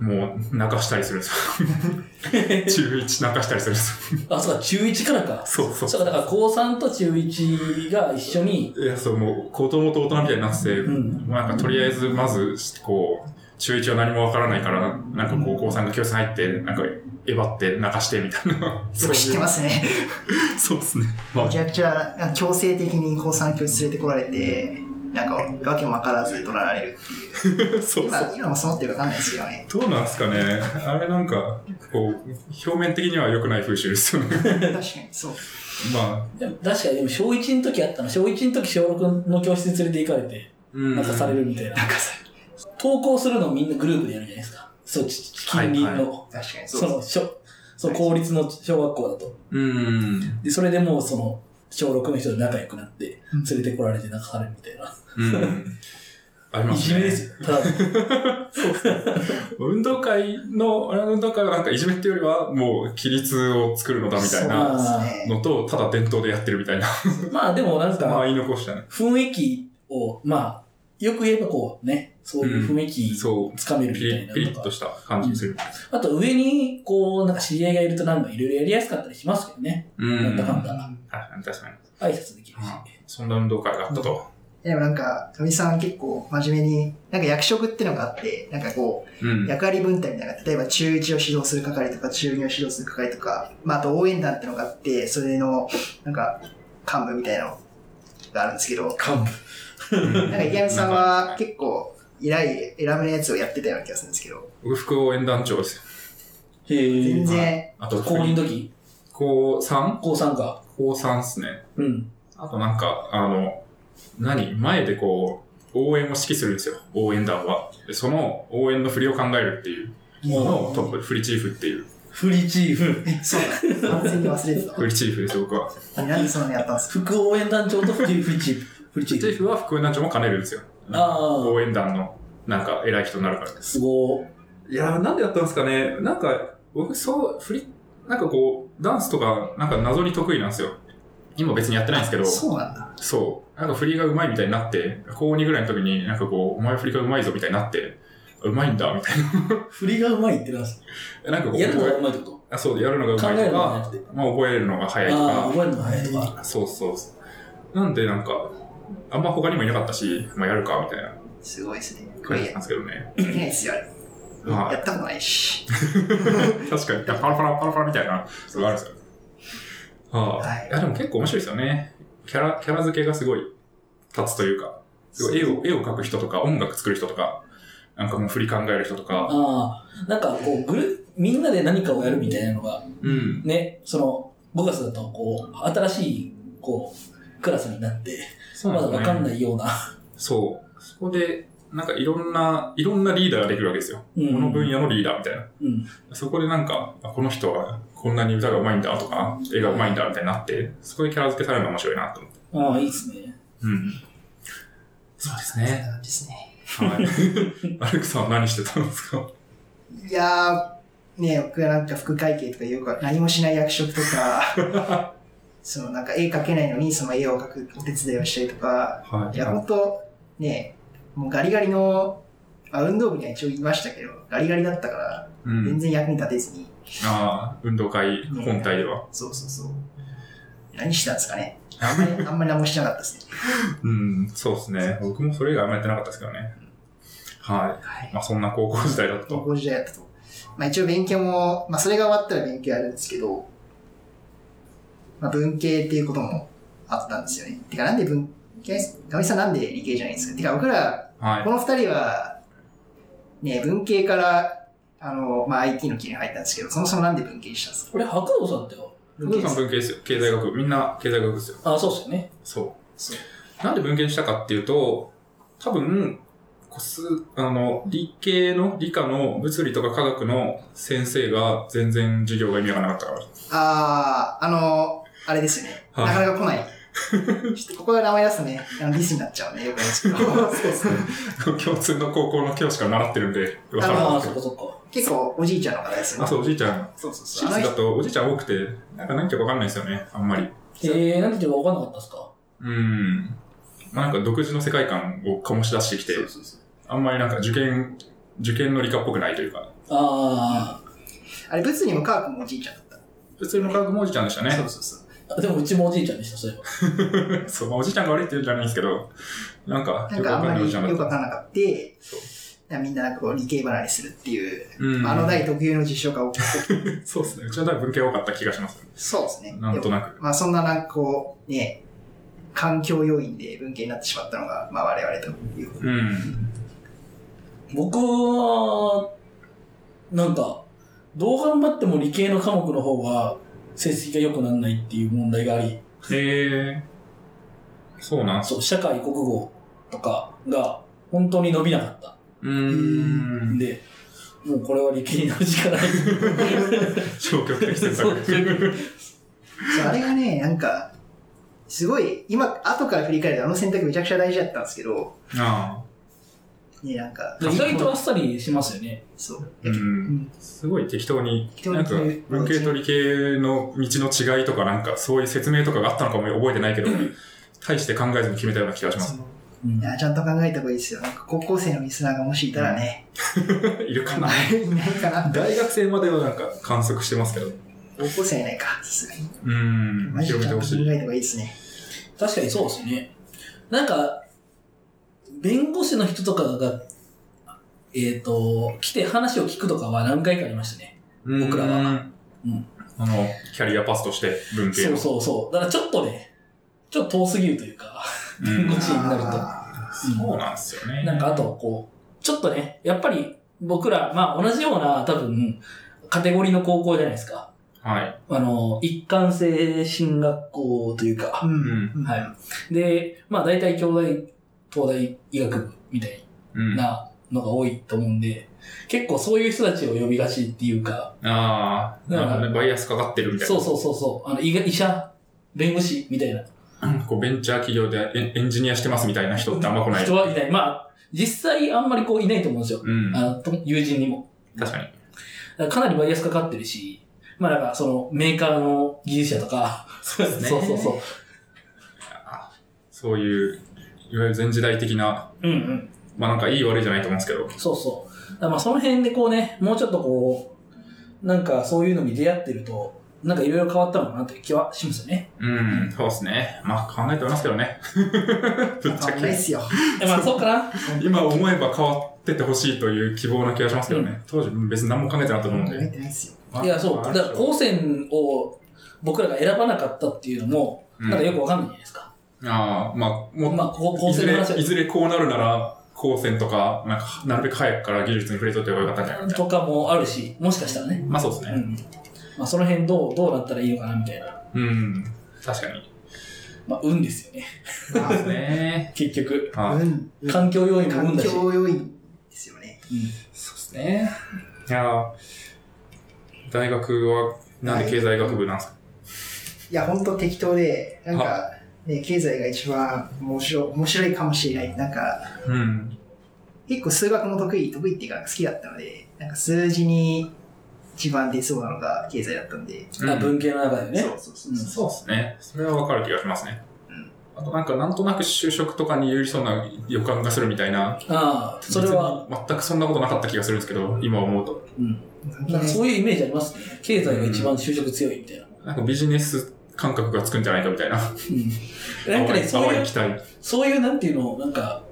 Speaker 3: もう泣かしたりするんです よ。中1泣かしたりするんですよ。
Speaker 2: あ、そうか、中1からか。
Speaker 3: そうそう。
Speaker 2: そうか、だから高3と中1が一緒に、
Speaker 3: いや、そう、もう、子供と大人みたいになってて、
Speaker 2: ん
Speaker 3: もうなんか、とりあえず、まず、こう、中1は何もわからないから、なんか、高校さんが教室入って、なんか、えばって、泣かして、みたい な。。
Speaker 1: よく知ってますすね。
Speaker 3: そうですね。まあ
Speaker 1: めちゃくちゃ強制的に高3教室連れてこられて、なんか、わけもわからず取られるっていう。
Speaker 3: そう
Speaker 1: 今
Speaker 3: そう。、
Speaker 1: 今もそのってわかんないですよね。
Speaker 3: どうなんすかねあれなんか、こう、表面的には良くない風習ですよ ね。
Speaker 1: 確かに、そう。
Speaker 3: まあ、
Speaker 2: でも確かに、でも小1の時あったな。小1の時小6の教室に連れて行かれて、
Speaker 3: うん
Speaker 2: なんかされるみたいな。
Speaker 1: なんかさ、
Speaker 2: 投稿するのをみんなグループでやるじゃないですか。そう、ち近隣の、
Speaker 3: はい
Speaker 1: 確かに、
Speaker 2: そ
Speaker 1: そう。
Speaker 2: の、小、その公立の小学校だと。
Speaker 3: うん。
Speaker 2: で、それでもうその、小6の人と仲良くなって、
Speaker 1: うん
Speaker 2: 連れてこられてなんかされるみたいな。
Speaker 3: うん。ありま
Speaker 2: い
Speaker 3: す
Speaker 2: じ
Speaker 3: ね。
Speaker 2: めですよ。ただ、
Speaker 3: 運動会の、あれの運動会はなんかいじめっていうよりは、もう規律を作るのだみたいな
Speaker 1: そうですね。
Speaker 3: のと、ただ伝統でやってるみたいな。
Speaker 2: まあでもなん
Speaker 3: まあ
Speaker 2: か、
Speaker 3: 言い残したね。
Speaker 2: 雰囲気を、まあ、よく言えばこうね、そういう雰囲気
Speaker 3: そう。
Speaker 2: つかめる
Speaker 3: ピ
Speaker 2: みた
Speaker 3: リ
Speaker 2: い
Speaker 3: ッ、
Speaker 2: な
Speaker 3: ピリ
Speaker 2: の
Speaker 3: ッ
Speaker 2: と
Speaker 3: と
Speaker 2: か。
Speaker 3: した感じにする。
Speaker 2: あと上に、こう、なんか知り合いがいるとなんかいろいろやりやすかったりしますけどね。
Speaker 3: う
Speaker 2: なん
Speaker 3: ん。
Speaker 2: だかん
Speaker 3: 確
Speaker 2: だ。
Speaker 3: かに確かに。
Speaker 2: 挨拶できるし。
Speaker 3: まあそんな運動会があったと。
Speaker 1: でもなんか、富さん結構真面目に、なんか役職ってのがあって、なんかこう、
Speaker 3: うん。
Speaker 1: 役割分担みたいな、例えば中1を指導する係とか、中2を指導する係とか、まああと応援団ってのがあって、それの、なんか、幹部みたいなのがあるんですけど、
Speaker 2: 幹部。
Speaker 3: な
Speaker 1: なんか池上さんは結構、偉い、偉めのやつをやってたような気がするんですけど、
Speaker 3: 僕副応援団長ですよ。
Speaker 2: へえ
Speaker 1: 全。然、
Speaker 3: あと、
Speaker 2: 高2の時
Speaker 3: 高 3?
Speaker 2: 高3か。
Speaker 3: 高3っすね。
Speaker 2: うん。
Speaker 3: あとなんか、あの、何前でこう、応援を指揮するんですよ。応援団は。でその応援の振りを考えるっていうのをトップ、フリチーフっていう。
Speaker 2: フリチーフ。
Speaker 1: そうだ、完全に忘れてた
Speaker 3: フリチーフです、僕は。
Speaker 1: え。なんでそんなのやったんですか
Speaker 2: 副応援団長とフリフリチーフ。フリチ
Speaker 3: フリ
Speaker 2: ー
Speaker 3: チーフは副応援団長も兼ねるんですよ。
Speaker 2: あー
Speaker 3: 応援団の、なんか偉い人になるから。
Speaker 2: フ。すごー。
Speaker 3: いやー、なんでやったんですかね。なんか、僕、そう、振り、なんかこう、ダンスとか、なんか謎に得意なんですよ。今別にやってないんですけど。
Speaker 1: そうなんだ。
Speaker 3: そう。なんか振りが上手いみたいになって、高2ぐらいの時に、なんかこう、お前振りが上手いぞみたいになって、上手いんだ、みたい
Speaker 2: 振りがうまいってなんす
Speaker 3: な。 なんかこう、
Speaker 2: やるのが
Speaker 3: 覚
Speaker 2: うまいってこ
Speaker 3: えあそう、やるのが
Speaker 2: と考
Speaker 3: 上
Speaker 2: え
Speaker 3: 手い
Speaker 2: る
Speaker 3: と
Speaker 2: のが
Speaker 3: か、
Speaker 2: 早くて。
Speaker 3: まあ覚えるのが早いと
Speaker 2: ああ、
Speaker 3: か、
Speaker 2: 覚えるのが早いとか。
Speaker 3: そうそうそう。なんでなんか、あんま他にもいなかったし、まあやるか、みたいな
Speaker 1: すごいですね。こ
Speaker 3: 感じ
Speaker 1: れ
Speaker 3: なんですけどね。
Speaker 1: できないですよ、あれ。
Speaker 3: はい
Speaker 1: やったことないし。
Speaker 3: 確かに、パラパラパラパラみたいな、それがあるんですよ。は
Speaker 1: はい
Speaker 3: い、いや、でも結構面白いですよね。キャラ、キャラ付けがすごい立つというか、すごい絵を、絵を描く人とか、音楽作る人とか、なんかもう振り考える人とか、
Speaker 2: ああ、なんかこう、グルーみんなで何かをやるみたいなのが、
Speaker 3: うん、
Speaker 2: ね、その、5月だと、こう、新しい、こう、クラスになって、
Speaker 3: そう
Speaker 2: ま
Speaker 3: な
Speaker 2: だ
Speaker 3: んですよ
Speaker 2: わ
Speaker 3: ね
Speaker 2: かんないような。
Speaker 3: そう。そこで、なんかいろんな、いろんなリーダーができるわけですよ。
Speaker 2: うん
Speaker 3: この分野のリーダーみたいな。
Speaker 2: うん。
Speaker 3: そこでなんか、あこの人はこんなに歌が上手いんだとか、絵が上手いんだみたいになって、そこでキャラ付けされるの面白いなと思って。
Speaker 2: ああ、いいですね。
Speaker 3: うん。そうです
Speaker 1: そんな
Speaker 3: ね。
Speaker 1: 感じですね。
Speaker 3: はい。アレクさんは何してたんですか
Speaker 1: いやー、ね僕はなんか副会計とかよく何もしない役職とか、 そのなんか絵描けないのにその絵を描くお手伝いをしたりとか、
Speaker 3: はい
Speaker 1: いや、ほんと、ねもうガリガリの、まあ、運動部には一応いましたけど、ガリガリだったから、
Speaker 3: う
Speaker 1: 全
Speaker 3: ん。
Speaker 1: 然役に立てずに、
Speaker 3: ああ、運動会本体では。
Speaker 1: そうそうそう。何してたんですか ねあんまり、あんまり何もしてなかったですね。
Speaker 3: うん、そうですね。僕もそれ以外あんまやってなかったですけどね。は
Speaker 1: はい
Speaker 3: い。まあそんな高校時代だった
Speaker 1: 高
Speaker 3: と。
Speaker 1: 校時代だったと。まあ一応勉強も、まあそれが終わったら勉強やるんですけど、まあ文系っていうこともあったんですよね。てかなんで文系、ガミさんなんで理系じゃないんですかてか僕ら、
Speaker 3: はい
Speaker 1: こ。の二人は、ね、文系から、あの、まあ IT の系に入ったんですけど、そもそもなんで文系にしたんですか
Speaker 2: これ、白道さんってよ。
Speaker 3: お父さん文系ですよ。経済学部。みんな経済学部ですよ。
Speaker 2: ああ、そうっすよね。
Speaker 3: そう。
Speaker 1: そう
Speaker 3: なんで文献したかっていうと、多分、こす、あの、理系の、理科の物理とか科学の先生が全然授業が意味わからなかったから。
Speaker 1: あー、あの、あれですよね。
Speaker 3: はい
Speaker 1: なかなか来ない。ちょっとここで名前出すとね、あのディスになっちゃうんで、よくないですけ ど。
Speaker 3: 共通の高校の教師から習ってるんで、わから
Speaker 2: あ
Speaker 3: な
Speaker 2: あ、
Speaker 3: く。
Speaker 2: そってかそっか。
Speaker 1: 結構おじいちゃんの方ですよ
Speaker 3: あ、
Speaker 1: ね。
Speaker 3: そう、おじいちゃん。
Speaker 1: そうそうそう。
Speaker 3: 私
Speaker 1: あの
Speaker 3: 立
Speaker 1: 人
Speaker 3: だとおじいちゃん多くて、なんか何ていうかわかんないですよね、あんまり。
Speaker 2: ええ、なんていうか分かんなかったっすか
Speaker 3: うん。まあ、なんか独自の世界観を醸し出してきて、
Speaker 1: そうそう
Speaker 3: あんまりなんか受験、受験の理科っぽくないというか、
Speaker 2: あ
Speaker 1: あれ、物理も科学もおじいちゃんだった。
Speaker 3: 普通の科学もおじいちゃんでしたね。
Speaker 1: そうそうそう。
Speaker 2: あ。でも、うちもおじいちゃんでした、そういえば。
Speaker 3: そう、まあ、おじいちゃんが悪いって言うんじゃないんですけど、なんか、
Speaker 1: な
Speaker 3: よ
Speaker 1: ん
Speaker 3: く
Speaker 1: か
Speaker 3: わ
Speaker 1: あん
Speaker 3: か
Speaker 1: ま
Speaker 3: んないお
Speaker 1: り
Speaker 3: じいちゃんだ
Speaker 1: よ
Speaker 3: っ
Speaker 1: くわか
Speaker 3: た。
Speaker 1: らなかって
Speaker 3: そう、
Speaker 1: みんななんかこう理系離れするっていう、
Speaker 3: うん。
Speaker 1: まあ、あの代特有の事象が起こる。
Speaker 3: そうですね。うちの代文系多かった気がします。
Speaker 1: そうですね。
Speaker 3: なんとな
Speaker 1: でもまあそんななんかこう、ね、環境要因で文系になってしまったのが、まあ我々ということ。
Speaker 3: うん。
Speaker 2: 僕は、なんか、どう頑張っても理系の科目の方は成績が良くならないっていう問題があり、
Speaker 3: えー、そうなんす。
Speaker 2: そう、社会、国語とかが本当に伸びなかった。
Speaker 3: うーん。
Speaker 2: で、もうこれは理系になるし かない。
Speaker 3: 消極的 選
Speaker 2: そう
Speaker 3: 択。
Speaker 1: そう、あれがね、なんか、すごい、今、後から振り返るとあの選択めちゃくちゃ大事だったんですけど、
Speaker 3: あ
Speaker 1: ね、なんか、
Speaker 2: 意外とあっさりしますよね。
Speaker 1: そう。
Speaker 3: あ。う。
Speaker 1: うんん
Speaker 3: すごい適当に、
Speaker 1: 適当に
Speaker 3: なんか、文系と理系の道の違いとか、なんか、そういう説明とかがあったのかも覚えてないけど、大して考えずに決めたような気がします。
Speaker 2: うん
Speaker 1: いや、ちゃんと考えた方がいいですよ。なんか高校生のリスナーがもしいたらね、
Speaker 3: いるかな
Speaker 1: いないかな。
Speaker 3: 大学生まではなんか観測してますけど。
Speaker 1: 高校生いないか、さすがに。
Speaker 3: うん。
Speaker 1: マジ
Speaker 3: 広
Speaker 1: で
Speaker 3: め
Speaker 1: ち
Speaker 3: て
Speaker 1: ゃんと考え
Speaker 3: ほしい。
Speaker 1: た方がいいですね。
Speaker 2: 確かにそうですね。なんか、弁護士の人とかが、えっ、と、来て話を聞くとかは何回かありましたね。僕らはうん。
Speaker 3: あの、キャリアパスとして文系
Speaker 2: そ
Speaker 3: の。
Speaker 2: うそうそう。だからちょっとね、ちょっと遠すぎるというか、
Speaker 3: うん
Speaker 2: 弁護士になると
Speaker 1: あ
Speaker 3: そうなんですよね。
Speaker 2: なんかあと、こう、ちょっとね、やっぱり僕ら、まあ同じような多分、カテゴリーの高校じゃないですか。
Speaker 3: はい。
Speaker 2: あの、一貫性進学校という
Speaker 1: ー
Speaker 2: か、
Speaker 1: うん。
Speaker 3: う
Speaker 1: うん
Speaker 2: はい。で、まあ大体京大、東大医学部みたいな
Speaker 3: うん。あ
Speaker 2: なのが多いと思うんで、結構そういう人たちを呼びがちっていうか、
Speaker 3: あー、なるほどね。バイアスかかってるみたいな。
Speaker 2: そうそうそうそう、あの医学医者、弁護士みたいな
Speaker 3: こうベンチャー企業でエンエンジニアしてますみたいな人ってあんま来ない。
Speaker 2: 人はいない。まあ、実際あんまりこういないと思うんですよ。
Speaker 3: うん。
Speaker 2: あのと友人にも。
Speaker 3: 確かに。
Speaker 2: だからかなりバイアスかかってるし、まあなんかそのメーカーの技術者とか、そう
Speaker 3: ですね
Speaker 2: そうそうそう。
Speaker 3: そういう、いわゆる前時代的な、
Speaker 2: うんうん。
Speaker 3: まあなんかいい悪いじゃないと思うんですけど。
Speaker 2: そうそう。だからまあその辺でこうね、もうちょっとこう、なんかそういうのに出会ってると、なんかいろいろ変わったのかなという気はしますよね。
Speaker 3: うん、そうですね。まあ考えておりますけどね。 ぶっちゃ
Speaker 1: 変わんないっ
Speaker 3: け。
Speaker 1: すよ。
Speaker 2: えまあそうかな。
Speaker 3: 今思えば変わっててほしいという希望な気がしますけどね。当時別に何も考えてなかったと思うん
Speaker 1: 考え
Speaker 3: で。
Speaker 1: てないっすよ。
Speaker 2: いや、そう。だから、高専を僕らが選ばなかったっていうのも、
Speaker 3: うん
Speaker 2: なんかよくわかんないじゃないですか。
Speaker 3: ああ、まあ、も
Speaker 2: まあ、こ高
Speaker 3: いず
Speaker 2: 専の
Speaker 3: れ
Speaker 2: 話、
Speaker 3: いずれこうなるなら、高専とか、なんか、なるべく早くから技術に触れといた方がよかったんじゃないかみたい
Speaker 2: とかもあるし、もしかしたらね。
Speaker 3: な。まあそうです
Speaker 2: う
Speaker 3: ね。
Speaker 2: ん。まあ、その辺どう、どうなったらいいのかなみたいな。
Speaker 3: うん。確かに。
Speaker 2: まあ、運ですよね。
Speaker 3: ですね。
Speaker 2: 結局。
Speaker 1: まあ
Speaker 3: あ
Speaker 1: う
Speaker 3: ー
Speaker 1: ん。うん
Speaker 2: 環境要因も運
Speaker 1: 環
Speaker 2: だし。
Speaker 1: 境要因ですよね。
Speaker 3: そうですね。いやー大学は、なんで経済学部なんですか
Speaker 1: いや、ほんと適当で、なんか、ね、経済が一番面白面白いかもしれない。なんか、
Speaker 3: うん。
Speaker 1: 結構数学も得意、得意っていうか好きだったので、なんか数字に一番出そうなのが経済だったんで。
Speaker 2: うん。まあ、文系の中でね。
Speaker 1: そうそうそう。
Speaker 3: そうですね。それはわかる気がしますね
Speaker 1: うん。
Speaker 3: あとなんか、なんとなく就職とかに有利そうな予感がするみたいな。
Speaker 2: ああ、それは、
Speaker 3: 別に全くそんなことなかった気がするんですけど、今思うと。
Speaker 2: うん。
Speaker 1: 関係
Speaker 2: なん
Speaker 1: な
Speaker 2: か
Speaker 1: い
Speaker 2: そういうイメージありますね。経済が一番就職強いみたいな。
Speaker 3: なんかビジネス感覚がつくんじゃないかみたいな。
Speaker 2: うん。なんかね、そう
Speaker 3: 淡
Speaker 2: い、
Speaker 3: いう期待。
Speaker 2: そういうなんていうの、なんか、
Speaker 3: は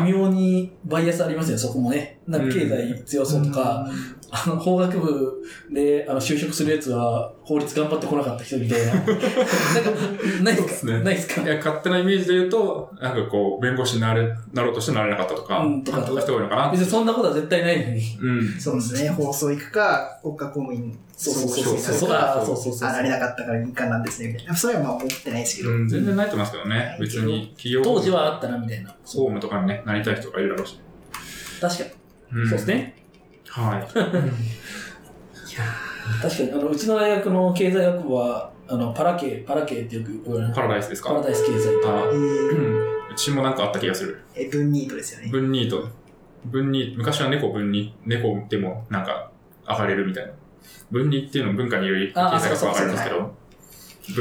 Speaker 3: い
Speaker 2: 微妙にバイアスありますよ、そこもね。なんか経済強そうとか、あの、法学部で、あの、就職するやつは、法律頑張ってこなかった人みた いな。なんか、ないっ
Speaker 3: そうっ
Speaker 2: す
Speaker 3: す
Speaker 2: か
Speaker 3: ね
Speaker 2: ないっすか
Speaker 3: いや、勝手なイメージで言うと、なんかこう、弁護士になれ、なろうとしてなれなかったとか、
Speaker 2: うんとか
Speaker 3: そういう人が多いのかな。
Speaker 2: 別にそんなことは絶対ないのに。
Speaker 3: うん。
Speaker 1: そうですね、放送行くか、国家公務員、
Speaker 2: そうそうそうそう。そ
Speaker 1: 総
Speaker 2: う
Speaker 1: 合
Speaker 2: あー
Speaker 1: 政
Speaker 2: そうそう
Speaker 1: 策
Speaker 2: そう
Speaker 1: かあ、なれなかったから民間なんですね、みたいな。それはまあ思ってないですけど。
Speaker 3: うん、全然ないと思いますけどね。別に、企業
Speaker 2: 当時はあったな、みたいな。
Speaker 3: ホームとかにね、なりたい人がいるだろうし。
Speaker 2: 確かに。
Speaker 3: ん
Speaker 2: そうです。ね。
Speaker 3: はい。
Speaker 2: 確かに、あの、うちの大学の経済学部は、あの、パラ系、パラ系ってよく言われる。
Speaker 3: パラダイスです
Speaker 2: パラ
Speaker 3: か
Speaker 2: ダイス経済とか。
Speaker 3: あ
Speaker 1: え
Speaker 3: う
Speaker 1: ー
Speaker 3: ん。うちもなんかあった気がする。
Speaker 1: え、分ニートですよね。
Speaker 3: 分ニート。分ニー昔は猫分ニ猫でもなんか、上がれるみたいな。分ニっていうの文化により、経
Speaker 2: あ
Speaker 3: 済学が上がるんですけ
Speaker 1: そ
Speaker 3: ど、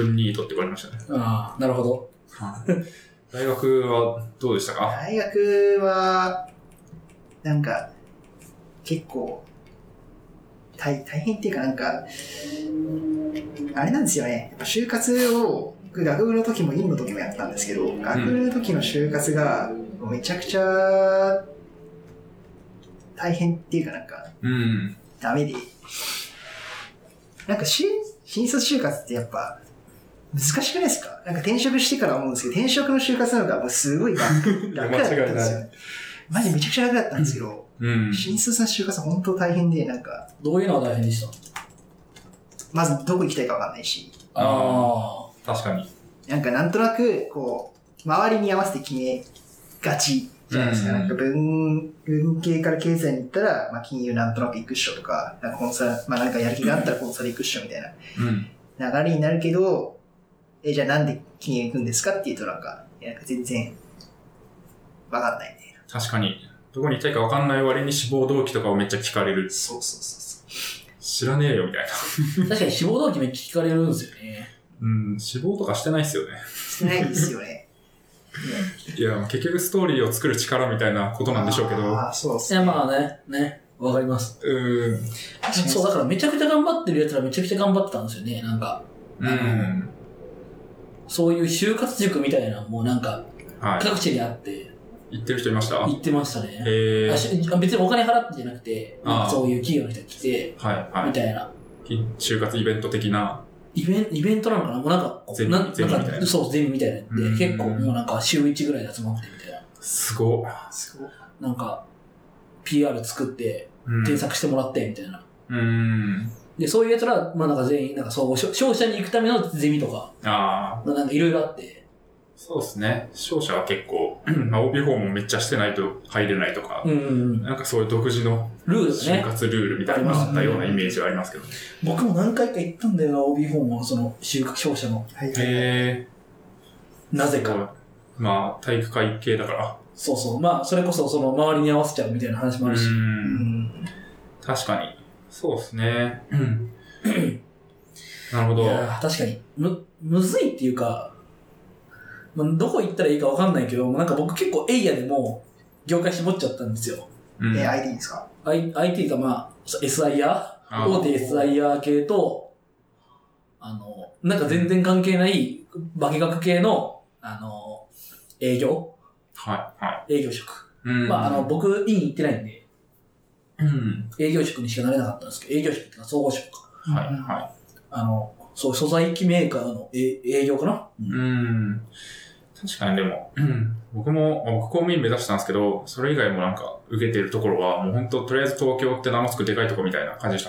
Speaker 3: 分ニートって言われましたね。
Speaker 2: ああ、なるほど。
Speaker 3: 大学はどうでしたか
Speaker 1: 大学は、なんか、結構、大大変っていうかなんか、あれなんですよね。やっぱ就活を、僕学部の時も院の時もやったんですけど、学部の時の就活が、もうめちゃくちゃ、大変っていうかなんか、
Speaker 3: うん。
Speaker 1: ダメで。なんかし、新卒就活ってやっぱ、難しくないですかなんか転職してから思うんですけど、転職の就活なのがもうすごい 楽楽だったんですよね。マジめちゃくちゃ楽だったんですけど、
Speaker 3: うん。
Speaker 1: 新卒の就活は本当大変で、なんか、
Speaker 2: どういうのが大変でした
Speaker 1: まずどこ行きたいかわかんないし、
Speaker 2: ああ。
Speaker 3: 確かに。
Speaker 1: なんかなんとなく、こう、周りに合わせて決めがちじゃないですか。
Speaker 3: うん
Speaker 1: なんか文、文系から経済に行ったら、まあ金融なんとなく行くっしょとか、なんかコンサル、まあなんかやる気があったらコンサル行くっしょみたいな。
Speaker 3: うん。
Speaker 1: 流れになるけど、え、じゃあなんで金融行くんですかっていうとなんか、いやなんか全然、わかんないね。
Speaker 3: 確かに。どこに行きたいか分かんない割に志望動機とかをめっちゃ聞かれる。
Speaker 1: そうそうそうそ
Speaker 3: 知らねえよ、みたいな。
Speaker 2: 確かに志望動機めっちゃ聞かれるんですよね。
Speaker 3: うん、志望とかしてないっすよね。
Speaker 1: う。してないですよ ね。ね
Speaker 3: いや、結局ストーリーを作る力みたいなことなんでしょうけど、
Speaker 1: あーそうっ
Speaker 2: い
Speaker 1: す
Speaker 2: や、
Speaker 1: ね。
Speaker 2: まあね、ね、わかります。
Speaker 3: うーん、
Speaker 1: 確かに
Speaker 2: そう、だからめちゃくちゃ頑張ってる奴らめちゃくちゃ頑張ってたんですよね。なんか、
Speaker 3: うん、
Speaker 2: そういう就活塾みたいなのもなんか、
Speaker 3: は
Speaker 2: 各地にあって、
Speaker 3: い。言ってる人いました
Speaker 2: 行ってました
Speaker 3: え
Speaker 2: ね。
Speaker 3: ー、
Speaker 2: あし別にお金払ってじゃなくて、
Speaker 3: あー
Speaker 2: なんかそういう企業の人が来て、
Speaker 3: はい、は
Speaker 2: み
Speaker 3: い。
Speaker 2: たいな。
Speaker 3: 就活イベント的な、
Speaker 2: イベンイベントなのかなもうなんか、こう
Speaker 3: ゼミ
Speaker 2: な
Speaker 3: ゼミみたいな
Speaker 2: なんかそう、ゼミみたいなの
Speaker 3: うん
Speaker 2: で、結構もうなんか週1ぐらいで集まってみたい
Speaker 3: すごっ。
Speaker 1: すごい。
Speaker 2: な。なんか、PR 作って、
Speaker 3: うん。
Speaker 2: 添削してもらって、みたいな。
Speaker 3: うん。
Speaker 2: で、そういう奴ら、まあなんか全員、なんかそう、商商社に行くためのゼミとか、
Speaker 3: ああ、
Speaker 2: まあなんかいろいろあって、
Speaker 3: そうですね。勝者は結構、 まあ、OB 訪問めっちゃしてないと入れないとか、
Speaker 2: うんうんうん、
Speaker 3: なんかそういう独自の
Speaker 2: ルールだ
Speaker 3: 就
Speaker 2: ね。
Speaker 3: 活ルールみたいなのがあったようなイメージはありますけどね。
Speaker 2: 僕も何回か行ったんだよな、OB 訪問、その、就活商社の。
Speaker 1: はいはい。
Speaker 3: へえー。
Speaker 2: なぜ
Speaker 3: すごい
Speaker 2: か。。
Speaker 3: まあ、体育会系だから。
Speaker 2: そうそう。まあ、それこそ、その、周りに合わせちゃうみたいな話もあるし。
Speaker 1: う
Speaker 3: うん
Speaker 1: ん。
Speaker 3: 確かに。そうですね。うん。なるほ
Speaker 2: い
Speaker 3: ど。
Speaker 2: やー確かに、む、むずいっていうか、まあ、どこ行ったらいいかわかんないけど、もうなんか僕結構エイヤでもう、業界絞っちゃったんですよ。
Speaker 3: うん
Speaker 1: え、ID ですか
Speaker 2: I、IT がまあ、SIR?
Speaker 3: あ
Speaker 2: 大手 SIR 系と、あの、なんか全然関係ない、化学系の、あの、営業
Speaker 3: はい、は
Speaker 2: 営業職。
Speaker 3: い。うん
Speaker 2: まあ、あの、、僕、院行ってないんで、
Speaker 3: うん。
Speaker 2: 営業職にしかなれなかったんですけど、営業職っていうか総合職か。
Speaker 3: はい、
Speaker 1: うん
Speaker 3: は
Speaker 2: あの、そう、素材機メーカーの営営業かな、
Speaker 3: い。うん。確かにでも、うん僕も、まあ僕公務員目指したんですけど、それ以外もなんか受けてるところは、もう本当とりあえず東京って名の付くでかいとこみたいな感じでし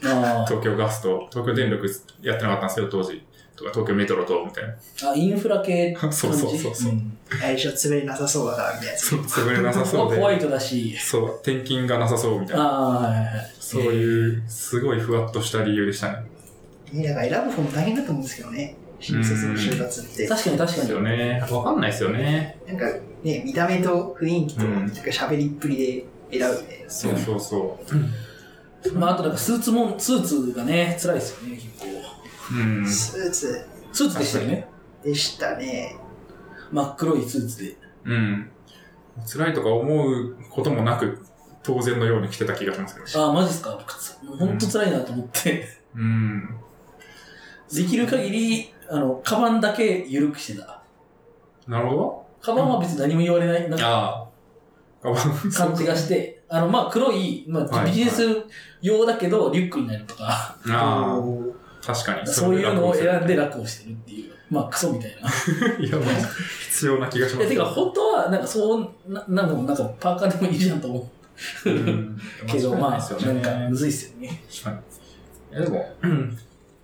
Speaker 3: たもん。
Speaker 2: あ
Speaker 3: 東京ガスと、東京電力やってなかったんですけど、当時。とか、東京メトロと、みたいな。
Speaker 2: ーあ、インフラ系って感じ。
Speaker 3: そうそうそうそうん
Speaker 1: 最初潰れなさそうだからみたいなやつ。
Speaker 3: そう、潰れなさそう
Speaker 2: ホワ
Speaker 3: で。
Speaker 2: イトだし、
Speaker 3: そう、転勤がなさそうみたいな。
Speaker 2: ああ、はいはいはい。
Speaker 3: そういう、すごいふわっとした理由でしたね。
Speaker 1: ね、だから選ぶ方も大変だと思うんですけどね。新卒の就活っ
Speaker 2: えー
Speaker 1: て。
Speaker 2: 確かに確か
Speaker 3: で
Speaker 2: に
Speaker 3: す。よね。わかんないですよね。
Speaker 1: なんかね、見た目と雰囲気と、
Speaker 3: うん
Speaker 1: なんか喋りっぷりで選ぶみたいな。
Speaker 3: そうそうそう。
Speaker 2: まあ、あとなんかスーツもん、スーツがね、辛いですよね、結構。
Speaker 3: うん。
Speaker 1: スーツ
Speaker 2: スーツでしたよね。
Speaker 1: でしたね。
Speaker 2: 真っ黒いスーツで。
Speaker 3: うん。辛いとか思うこともなく、当然のように来てた気がしますけど。
Speaker 2: ああ、マジっすか。僕つもうほんと辛いなと思って。
Speaker 3: うん。
Speaker 2: できる限り、あの、カバンだけ緩くしてた。
Speaker 3: なるほ
Speaker 2: カバンは別に何も言われない、なん
Speaker 3: ど。
Speaker 2: か
Speaker 3: ああ。我慢
Speaker 2: 感じがして、あの、まあ、黒い、まあ、
Speaker 3: はい
Speaker 2: ビジネス用だけど、リュックになるとか、
Speaker 3: ああ。
Speaker 1: おー
Speaker 3: 確か に。
Speaker 2: そういうのを選んで
Speaker 3: る。
Speaker 2: 楽をしてるっていう、まあ、クソみたいな。
Speaker 3: いや、まあ、必要な気がし
Speaker 2: い
Speaker 3: ま
Speaker 2: や、
Speaker 3: す
Speaker 2: て
Speaker 3: けど。
Speaker 2: か、本当は、なんか、そう、ななんかもう、なんか、パーカーでもいいじゃんと思
Speaker 3: う
Speaker 2: う。
Speaker 3: ん
Speaker 2: けど、まあ、ないん
Speaker 3: 間違いですよ
Speaker 2: か、
Speaker 3: ね
Speaker 2: むずいっすよね。
Speaker 3: 確かに。えでも、うん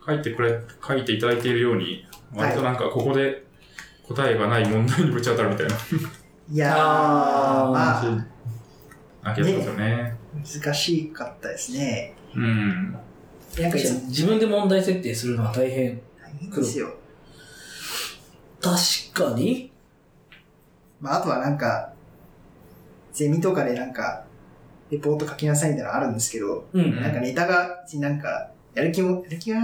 Speaker 3: 書いてくれ、書いていただいているように、割となんかここで答えがない問題にぶち当たるみたいな。
Speaker 1: いやー、
Speaker 2: あー
Speaker 1: まあ、
Speaker 3: 感じな気がしますよね。
Speaker 1: 難しかったですね。
Speaker 3: うん。
Speaker 1: なんか、
Speaker 2: 確かに自分で問題設定するのは大変。
Speaker 1: 大変ですよ。
Speaker 2: 確かに。
Speaker 1: まあ、あとはなんか、ゼミとかでなんか、レポート書きなさいみたいなのあるんですけど、
Speaker 2: うん。
Speaker 1: なんかネタが、別になんか、やる気も、やる気は、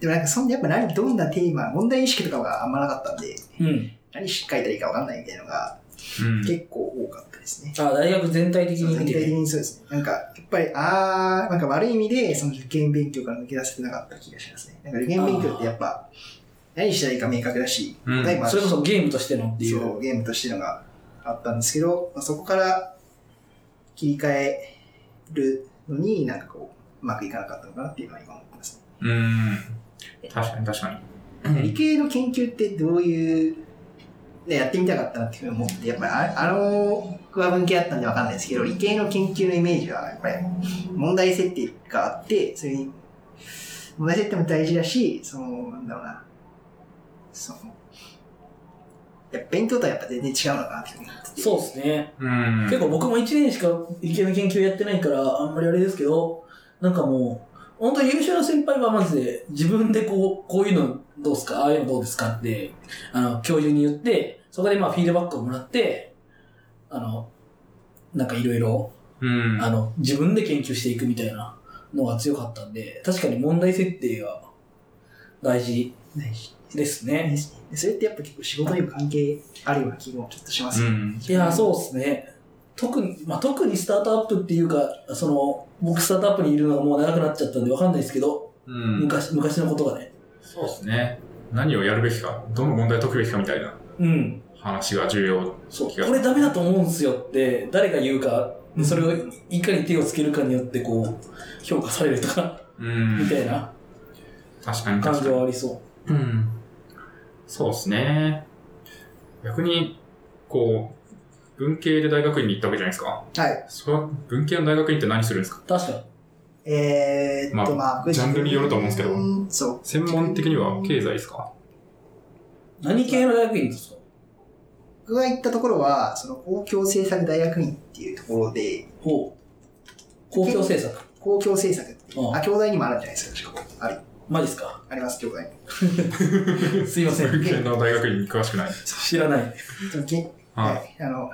Speaker 1: でもなんか、そんやっぱ何、どんなテーマ、問題意識とかがあんまなかったんで、
Speaker 2: うん。
Speaker 1: 何しっかり書いたらいいかわかんないみたいなのが
Speaker 3: うん。
Speaker 1: 結構多かったですね。
Speaker 2: あ、大学全体的
Speaker 1: 全
Speaker 2: に
Speaker 1: 体
Speaker 2: 見
Speaker 1: 的
Speaker 2: て。
Speaker 1: にそうですね。なんか、やっぱり、あー、なんか悪い意味で、その受験勉強から抜け出せてなかった気がしますね。なんか受験勉強ってやっぱ、何したらいいか明確だし、
Speaker 3: うん
Speaker 1: 答えもあ
Speaker 2: そ
Speaker 1: る
Speaker 2: れ
Speaker 1: し
Speaker 2: こそゲームとしてのってい。
Speaker 1: そうう、ゲームとしてのがあったんですけど、まあ、そこから切り替えるのになんかこう、うまくいかなかったのかなっていうのは今思ってますね。
Speaker 3: うん。確かに確かに。
Speaker 1: 理系の研究ってどういう、ねやってみたかったなっていうふうに思って、やっぱりああの、僕は文系だったんでわかんないですけど、理系の研究のイメージは、やっぱり問題設定があって、それに、問題設定も大事だし、その、なんだろうな、その、やっぱ勉強とはやっぱ全然違うのかなっていうふうに思ってて
Speaker 2: そうですね。
Speaker 3: うん。
Speaker 2: 結構僕も1年しか理系の研究やってないから、あんまりあれですけど、なんかもう、本当に優秀な先輩はマジで、自分でこう、こういうのどうですかああいうのどうですかって、あの、教授に言って、そこでまあフィードバックをもらって、あの、なんかいろいろ
Speaker 3: うん。
Speaker 2: あの、自分で研究していくみたいなのが強かったんで、確かに問題設定が大事
Speaker 1: ないし
Speaker 2: です
Speaker 1: で
Speaker 2: ね。
Speaker 1: すねそれってやっぱ結構仕事にも関係あるような気もちょっとします
Speaker 3: う
Speaker 1: ね。
Speaker 3: ん。
Speaker 2: いや、そうですね。特に、まあ、特にスタートアップっていうか、その、僕スタートアップにいるのがもう長くなっちゃったんでわかんないですけど、
Speaker 3: うん。
Speaker 2: 昔、昔のことがね。
Speaker 3: そうですね。何をやるべきか、どの問題を解くべきかみたいな
Speaker 2: うん。
Speaker 3: 話が重要。
Speaker 2: そう
Speaker 3: 気が。す
Speaker 2: こ
Speaker 3: る
Speaker 2: れダメだと思うんですよって、誰が言うか、それをいかに手をつけるかによってこう、評価されるとか、
Speaker 3: うん。
Speaker 2: みたいな
Speaker 3: 確かに
Speaker 2: 感
Speaker 3: 確か
Speaker 2: じ
Speaker 3: に。
Speaker 2: はありそ
Speaker 3: うん。そうですね。逆に、こう、文系で大学院に行ったわけじゃないですか。
Speaker 1: はい。
Speaker 3: そう、文系の大学院って何するんですか
Speaker 2: う。確かに。
Speaker 1: えー、っと、
Speaker 3: まあ
Speaker 1: まあ、これ
Speaker 3: ジャンルによると思うんですけど
Speaker 1: うんそう。
Speaker 3: 専門的には経済ですか
Speaker 2: 何系の大学院ですか
Speaker 1: 僕が行ったところは、その公共政策大学院っていうところで、
Speaker 2: ほう。公共政策。
Speaker 1: 公共政策っていう、
Speaker 2: ああ
Speaker 1: あ、兄弟にもあるんじゃないですか、確か。ある
Speaker 2: マジっすか
Speaker 1: あります、兄弟に。
Speaker 2: すいません。
Speaker 3: 文系の大学院に詳しくない。
Speaker 2: 知らない。
Speaker 1: そのけは
Speaker 3: はい。
Speaker 1: い。あの、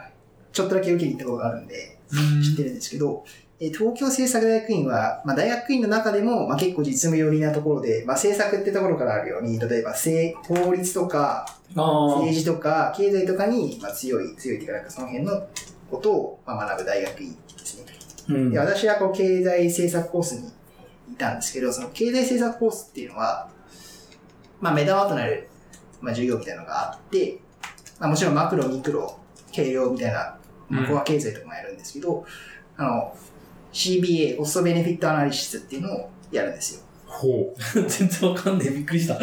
Speaker 1: ちょっとだけ受けに行ったことがあるんで、
Speaker 3: うん
Speaker 1: 知ってるんですけど、えー東京政策大学院は、まあ、大学院の中でも、まあ、結構実務寄りなところで、まあ、政策ってところからあるように、例えば政、法律とか、
Speaker 2: あ
Speaker 1: 政治とか経済とかに、まあ、強い、強いというか、なんかその辺のことを、まあ、学ぶ大学院ですね。
Speaker 2: うん
Speaker 1: で、。私はこう、経済政策コースにいたんですけど、その経済政策コースっていうのは、まあ、目玉となる、まあ、授業みたいなのがあって、まあ、もちろんマクロ、ミクロ、軽量みたいな、ま
Speaker 3: う
Speaker 1: あ、
Speaker 3: ん
Speaker 1: コア経済とかもやるんですけど、あの、CBA、コストベネフィットアナリシスっていうのをやるんですよ。
Speaker 3: ほう。
Speaker 2: 全然わかんねえ。びっくりした。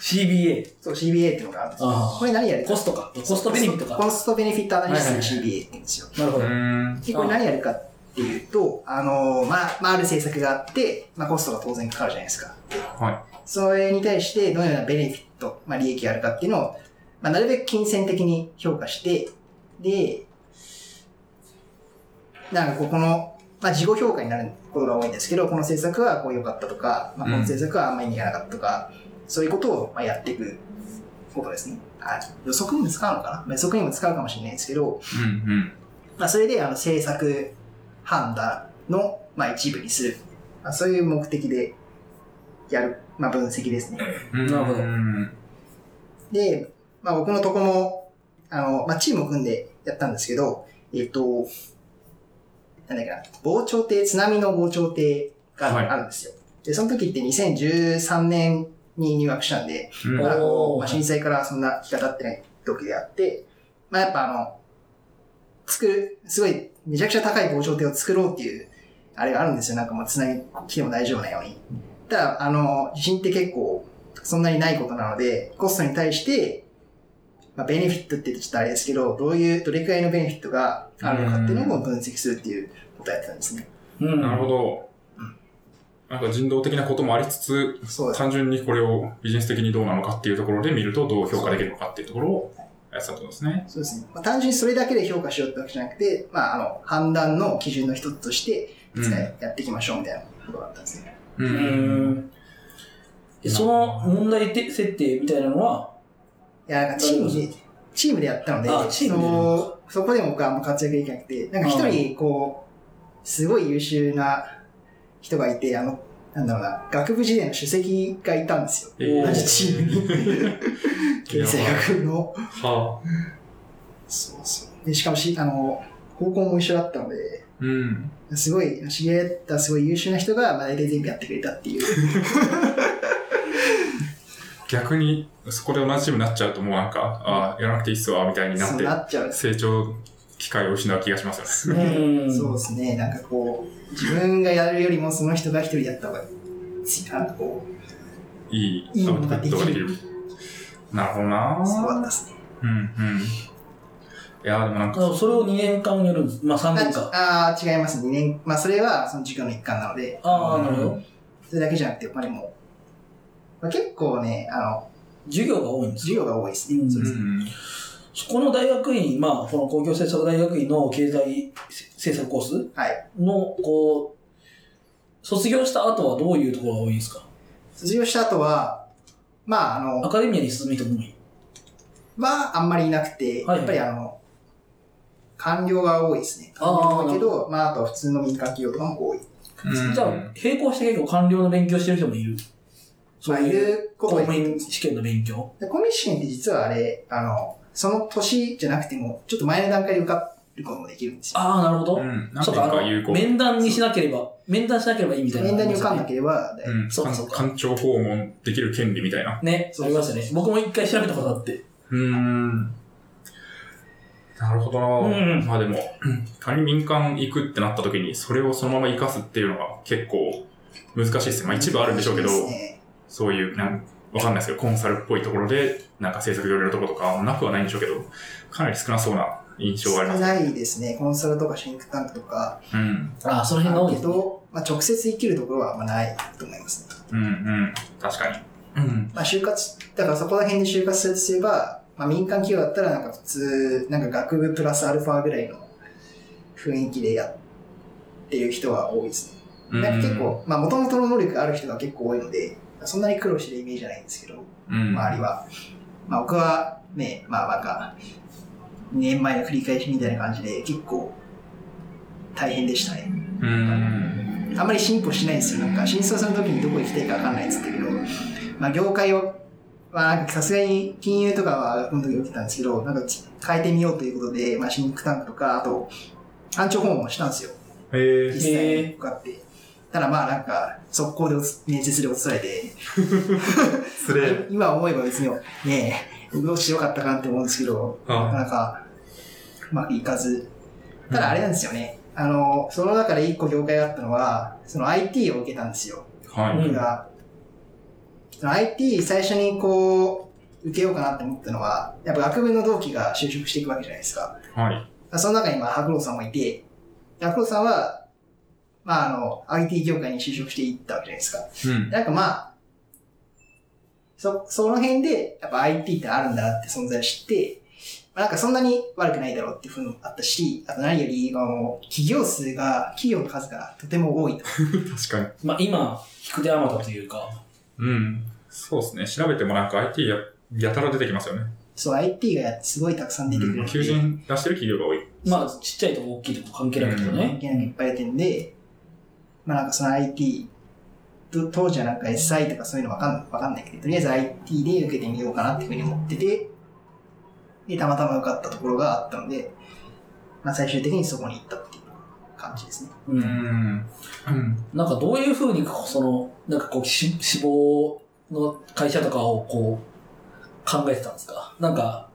Speaker 2: CBA。
Speaker 1: そう、CBA っていうのがあるんですよ。
Speaker 2: あ
Speaker 1: これ何やるか
Speaker 2: コストか。コストベネフィットか
Speaker 1: コ。ストベネフィットアナリシス
Speaker 2: はいはい
Speaker 1: CBA って言うんですよ。
Speaker 2: なるほ
Speaker 3: う
Speaker 2: ど。
Speaker 3: ん。
Speaker 1: で、これ何やるかっていうと、あのーまあ、まあ、ある政策があって、まあ、コストが当然かかるじゃないですか。
Speaker 3: は
Speaker 1: それに対して、どのようなベネフィット、まあ、利益があるかっていうのを、まあ、なるべく金銭的に評価して、で、なんかここの、まあ、自己評価になることが多いんですけど、この政策はこう良かったとか、まあ、この政策はあんまり意味がなかったとか、そういうことをまあやっていくことですね。あ予測にも使うのかなまあ予測にも使うかもしれないですけど、
Speaker 3: い。うんうん。
Speaker 1: まあ、それであの政策判断の、まあ、一部にする、まあ、そういう目的でやる、まあ、分析ですね。
Speaker 3: うん
Speaker 2: なるほど
Speaker 3: うん
Speaker 1: で、まあ、僕のとこもあの、まあ、チームを組んでやったんですけど、えっ、と、なんだっけな、防潮堤、津波の防潮堤
Speaker 3: はい
Speaker 1: があるんですよ。で、その時って2013年に入学したんで、
Speaker 3: うん
Speaker 1: まだこ
Speaker 2: お
Speaker 1: う、
Speaker 2: ー
Speaker 1: まあ、震災からそんな日が経ってない時であって、まあやっぱあの、作る、すごい、めちゃくちゃ高い防潮堤を作ろうっていう、あれがあるんですよ。なんかもう津波来ても大丈夫なように。ただ、あの、地震って結構、そんなにないことなので、コストに対して、まあ、ベネフィットって言うとちょっとあれですけど、どういう、どれくらいのベネフィットがあるのかっていうのを分析するっていうことをやってたんですね。
Speaker 2: うん。
Speaker 3: なるほど。なんか人道的なこともありつつ、
Speaker 1: そうです。
Speaker 3: 単純にこれをビジネス的にどうなのかっていうところで見るとどう評価できるのかっていうところをやってたってことですね。
Speaker 1: そうですね。まあ、単純にそれだけで評価しようってわけじゃなくて、まあ、あの、判断の基準の一つとして、
Speaker 3: うん。
Speaker 1: やっていきましょうみたいなことだったんですね。
Speaker 3: う。
Speaker 2: うんん。えその問題て設定みたいなのは、
Speaker 1: いや、なんかチームで、チームでやったので、
Speaker 2: あチームで
Speaker 1: そそこでも僕はあんま活躍できなくて、なんか一人、こう、すごい優秀な人がいて、あの、なんだろうな、学部時代の首席がいたんですよ。
Speaker 3: えー
Speaker 2: 同
Speaker 1: 同じチーム に。経済学部の。
Speaker 3: はあ。
Speaker 1: そうそう。で、しかもし、あの、高校も一緒だったので、
Speaker 3: うん。
Speaker 1: すごい、知り合ったすごい優秀な人が、まあ、大体全部やってくれたっていう。
Speaker 3: 逆に、そこで同じチームになっちゃうともうなんか、ああ、やらなくていいっすわ、みたいにな
Speaker 1: そう
Speaker 3: っ
Speaker 1: なっちゃうんで
Speaker 3: て、
Speaker 1: す
Speaker 3: 成長機会を失う気がしますよね。
Speaker 1: ね。
Speaker 2: うん
Speaker 1: そうですね、なんかこう、自分がやるよりもその人が一人やった方が、ついなんかこう、
Speaker 3: い
Speaker 1: い
Speaker 3: い
Speaker 1: い
Speaker 3: ア
Speaker 1: も
Speaker 3: ウ
Speaker 1: の
Speaker 3: トプ
Speaker 1: がで
Speaker 3: ッ
Speaker 1: き
Speaker 3: ト
Speaker 1: る
Speaker 3: ができる。なるほどな
Speaker 1: すごかったですね。
Speaker 3: うんうん。いやーでもなんか、
Speaker 2: あそれを2年間やるんです。まあ3年間。
Speaker 1: ああー、違います。2年、まあそれはその授業の一環なので、
Speaker 2: ああ、なるほど。
Speaker 1: それだけじゃなくて、やっぱりもう、まあ、結構ね、あの、
Speaker 2: 授業が多いんですよ。
Speaker 1: 授業が多いですね。
Speaker 2: うん
Speaker 1: そう
Speaker 3: う
Speaker 1: ですね
Speaker 3: ん。
Speaker 2: そこの大学院、まあ、この公共政策大学院の経済政策コース
Speaker 1: はい。
Speaker 2: の、こう、卒業した後はどういうところが多いんですか
Speaker 1: 卒業した後は、まああの
Speaker 2: ア、カデミアに進む人も多い。
Speaker 1: はあんまりいなくて、
Speaker 2: はい
Speaker 1: やっぱりあの、官僚が多いですね。官
Speaker 2: あー
Speaker 1: 僚だけど、まああとは普通の民間企業とかも多い。
Speaker 3: うん
Speaker 2: じゃあ、並行して結構官僚の勉強してる人もいる。
Speaker 1: まあい
Speaker 2: いう
Speaker 1: るこ
Speaker 2: 公
Speaker 1: と
Speaker 2: 務
Speaker 1: に
Speaker 2: 員試験の勉強。
Speaker 1: でコミッションって実はあれ、あの、その年じゃなくても、ちょっと前の段階で受かることもできるんですよ。
Speaker 2: ああ、なるほど。
Speaker 3: うん。なん
Speaker 2: そうか、あ
Speaker 3: か有
Speaker 2: の、
Speaker 3: 効。
Speaker 2: 面談にしなければ、面談しなければいいみたいな。
Speaker 1: 年代に受かんなければ、だい
Speaker 3: うん。
Speaker 2: そうかそうか
Speaker 3: 官官庁訪問できる権利みたいな。
Speaker 2: ね、
Speaker 1: そう
Speaker 2: ありましたね。僕も一回調べたことあって。
Speaker 3: うーん。なるほどな、
Speaker 2: うん
Speaker 3: まあでも、仮に民間行くってなった時に、それをそのまま生かすっていうのが結構難しいですね。まあ一部あるんでしょうけど、
Speaker 1: そうですね
Speaker 3: そういう、なんわかんないですけど、コンサルっぽいところで、なんか制作上のところとか、なくはないんでしょうけど、かなり少なそうな印象がありま
Speaker 1: 少
Speaker 3: す。
Speaker 1: ないですね。コンサルとかシンクタンクとか、
Speaker 3: うん。
Speaker 2: ああ、その
Speaker 1: ある
Speaker 2: 辺が多い
Speaker 1: け
Speaker 2: ですね。
Speaker 1: ど、まあ、直接生きるところはあんまないと思いますね。
Speaker 3: うんうん。確かに。うん。
Speaker 1: まあ、就活、だからそこら辺で就活するとすれば、まあ、民間企業だったらなんか普通、なんか学部プラスアルファぐらいの雰囲気でやってる人は多いですね。なんか結構、まあ、元々の能力がある人が結構多いので、そんなに苦労してるイメージじゃないんですけど、
Speaker 3: うん、うん、
Speaker 1: 周りは。まあ、僕はね、まあ、なんか、2年前の繰り返しみたいな感じで、結構、大変でしたね。
Speaker 3: うん。
Speaker 1: あんまり進歩しないんですよ。なんか、新卒の時にどこ行きたいか分かんないっつったけど、まあ、業界を、まあ、なんかさすがに金融とかは、この時起きてたんですけど、なんか、変えてみようということで、まあ、シンクタンクとか、あと、官庁訪問をしたんですよ。
Speaker 3: えー、
Speaker 1: 実際に向かって。ただまあなんか、速攻でおつ面接で落とされて、
Speaker 3: 失礼。
Speaker 1: 今思えば別にねえ、どうしてよかったかなって思うんですけど、
Speaker 3: うん
Speaker 1: なかなかうまくいかず。ただあれなんですよね。あの、その中で一個業界があったのは、その IT を受けたんですよ。
Speaker 3: はい。
Speaker 1: 僕が。その IT 最初にこう、受けようかなって思ったのは、やっぱ学部の同期が就職していくわけじゃないですか。
Speaker 3: はい。
Speaker 1: その中に、まあ、白老さんもいて、白老さんは、まあ、あの、IT 業界に就職していったわけじゃないですか。
Speaker 3: うん。
Speaker 1: なんかまあ、そ、その辺で、やっぱ IT ってあるんだなって存在を知って、まあ、なんかそんなに悪くないだろうっていうふうにもあったし、あと何より、あの、企業数が、企業の数がとても多いと。
Speaker 3: 確かに。
Speaker 2: まあ今、引く手あまたというか、
Speaker 3: うん。そうですね。調べてもなんか IT ややたら出てきますよね。
Speaker 1: そう、IT がやすごいたくさん出てくる
Speaker 3: うん
Speaker 1: ので、
Speaker 3: 求人出してる企業が多い。
Speaker 2: まあちっちゃいとこ大きいとこ関係ないけど
Speaker 1: 関
Speaker 2: ね。
Speaker 1: 係ないのがいっぱい出てるんで、まあなんかその IT、と当時はなんか SI とかそういうのわかんわかんないけど、とりあえず IT で受けてみようかなっていうふうに思ってて、で、たまたま受かったところがあったので、まあ最終的にそこに行ったっていう感じですね。
Speaker 2: う。
Speaker 3: うんん。うん。
Speaker 2: なんかどういうふうに、その、なんかこう、し志望の会社とかをこう、考えてたんですかなんか、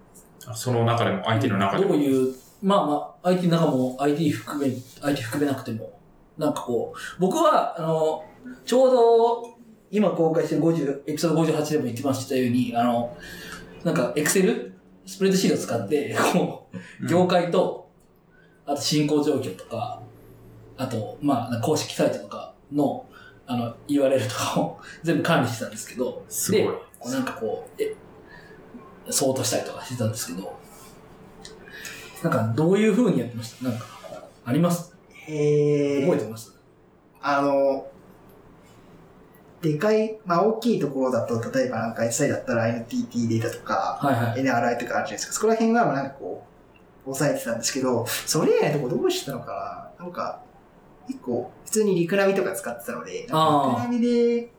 Speaker 3: その中でも、IT の中で
Speaker 2: ど
Speaker 3: も。
Speaker 2: ういう、まあまあ、IT の中も IT 含め、IT 含めなくても、なんかこう、僕は、あの、ちょうど、今公開してる50、エピソード58でも言ってましたように、あの、なんか、エクセルスプレッドシートを使って、こ
Speaker 3: う
Speaker 2: う、
Speaker 3: ん
Speaker 2: 業界と、あと進行状況とか、あと、まあ、公式サイトとかの、あの、URL とかを全部管理してたんですけど、
Speaker 3: すごい
Speaker 2: で。こうなんかこう、え、そうとしたりとかしてたんですけど、なんかどういう風にやってましたなんか、あります
Speaker 1: え
Speaker 2: 覚え
Speaker 1: ー、
Speaker 2: てます
Speaker 1: あの、でかい、まあ大きいところだと、例えばなんか SI だったら NTT データとか、
Speaker 2: はいはい。
Speaker 1: NRI とかあるじゃないですか。そこら辺はまあなんかこう、抑えてたんですけど、それ以外のとこどうしてたのかななんか、結構、普通にリクラミとか使ってたので、なんかリク
Speaker 2: あ
Speaker 1: ラミで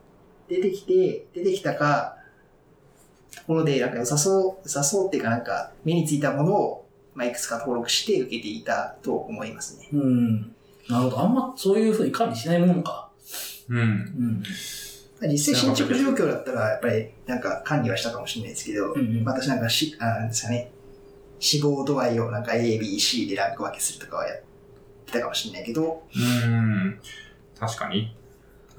Speaker 1: 出てきて、出てきたか、ところで、なんか良さそう、良さそうっていうかなんか、目についたものを、まあ、いくつか登録して受けていたと思いますね。
Speaker 2: うん。なるほど。あんまそういう風に管理しないものか。
Speaker 3: うん。
Speaker 2: うん。
Speaker 1: 実際進捗状況だったら、やっぱりなんか管理はしたかもしれないですけど
Speaker 2: う、ん、
Speaker 1: 私なんかし、あなんですかね、死亡度合いをなんか A、B、C でランク分けするとかはやってたかもしれないけど、
Speaker 3: うん。確かに。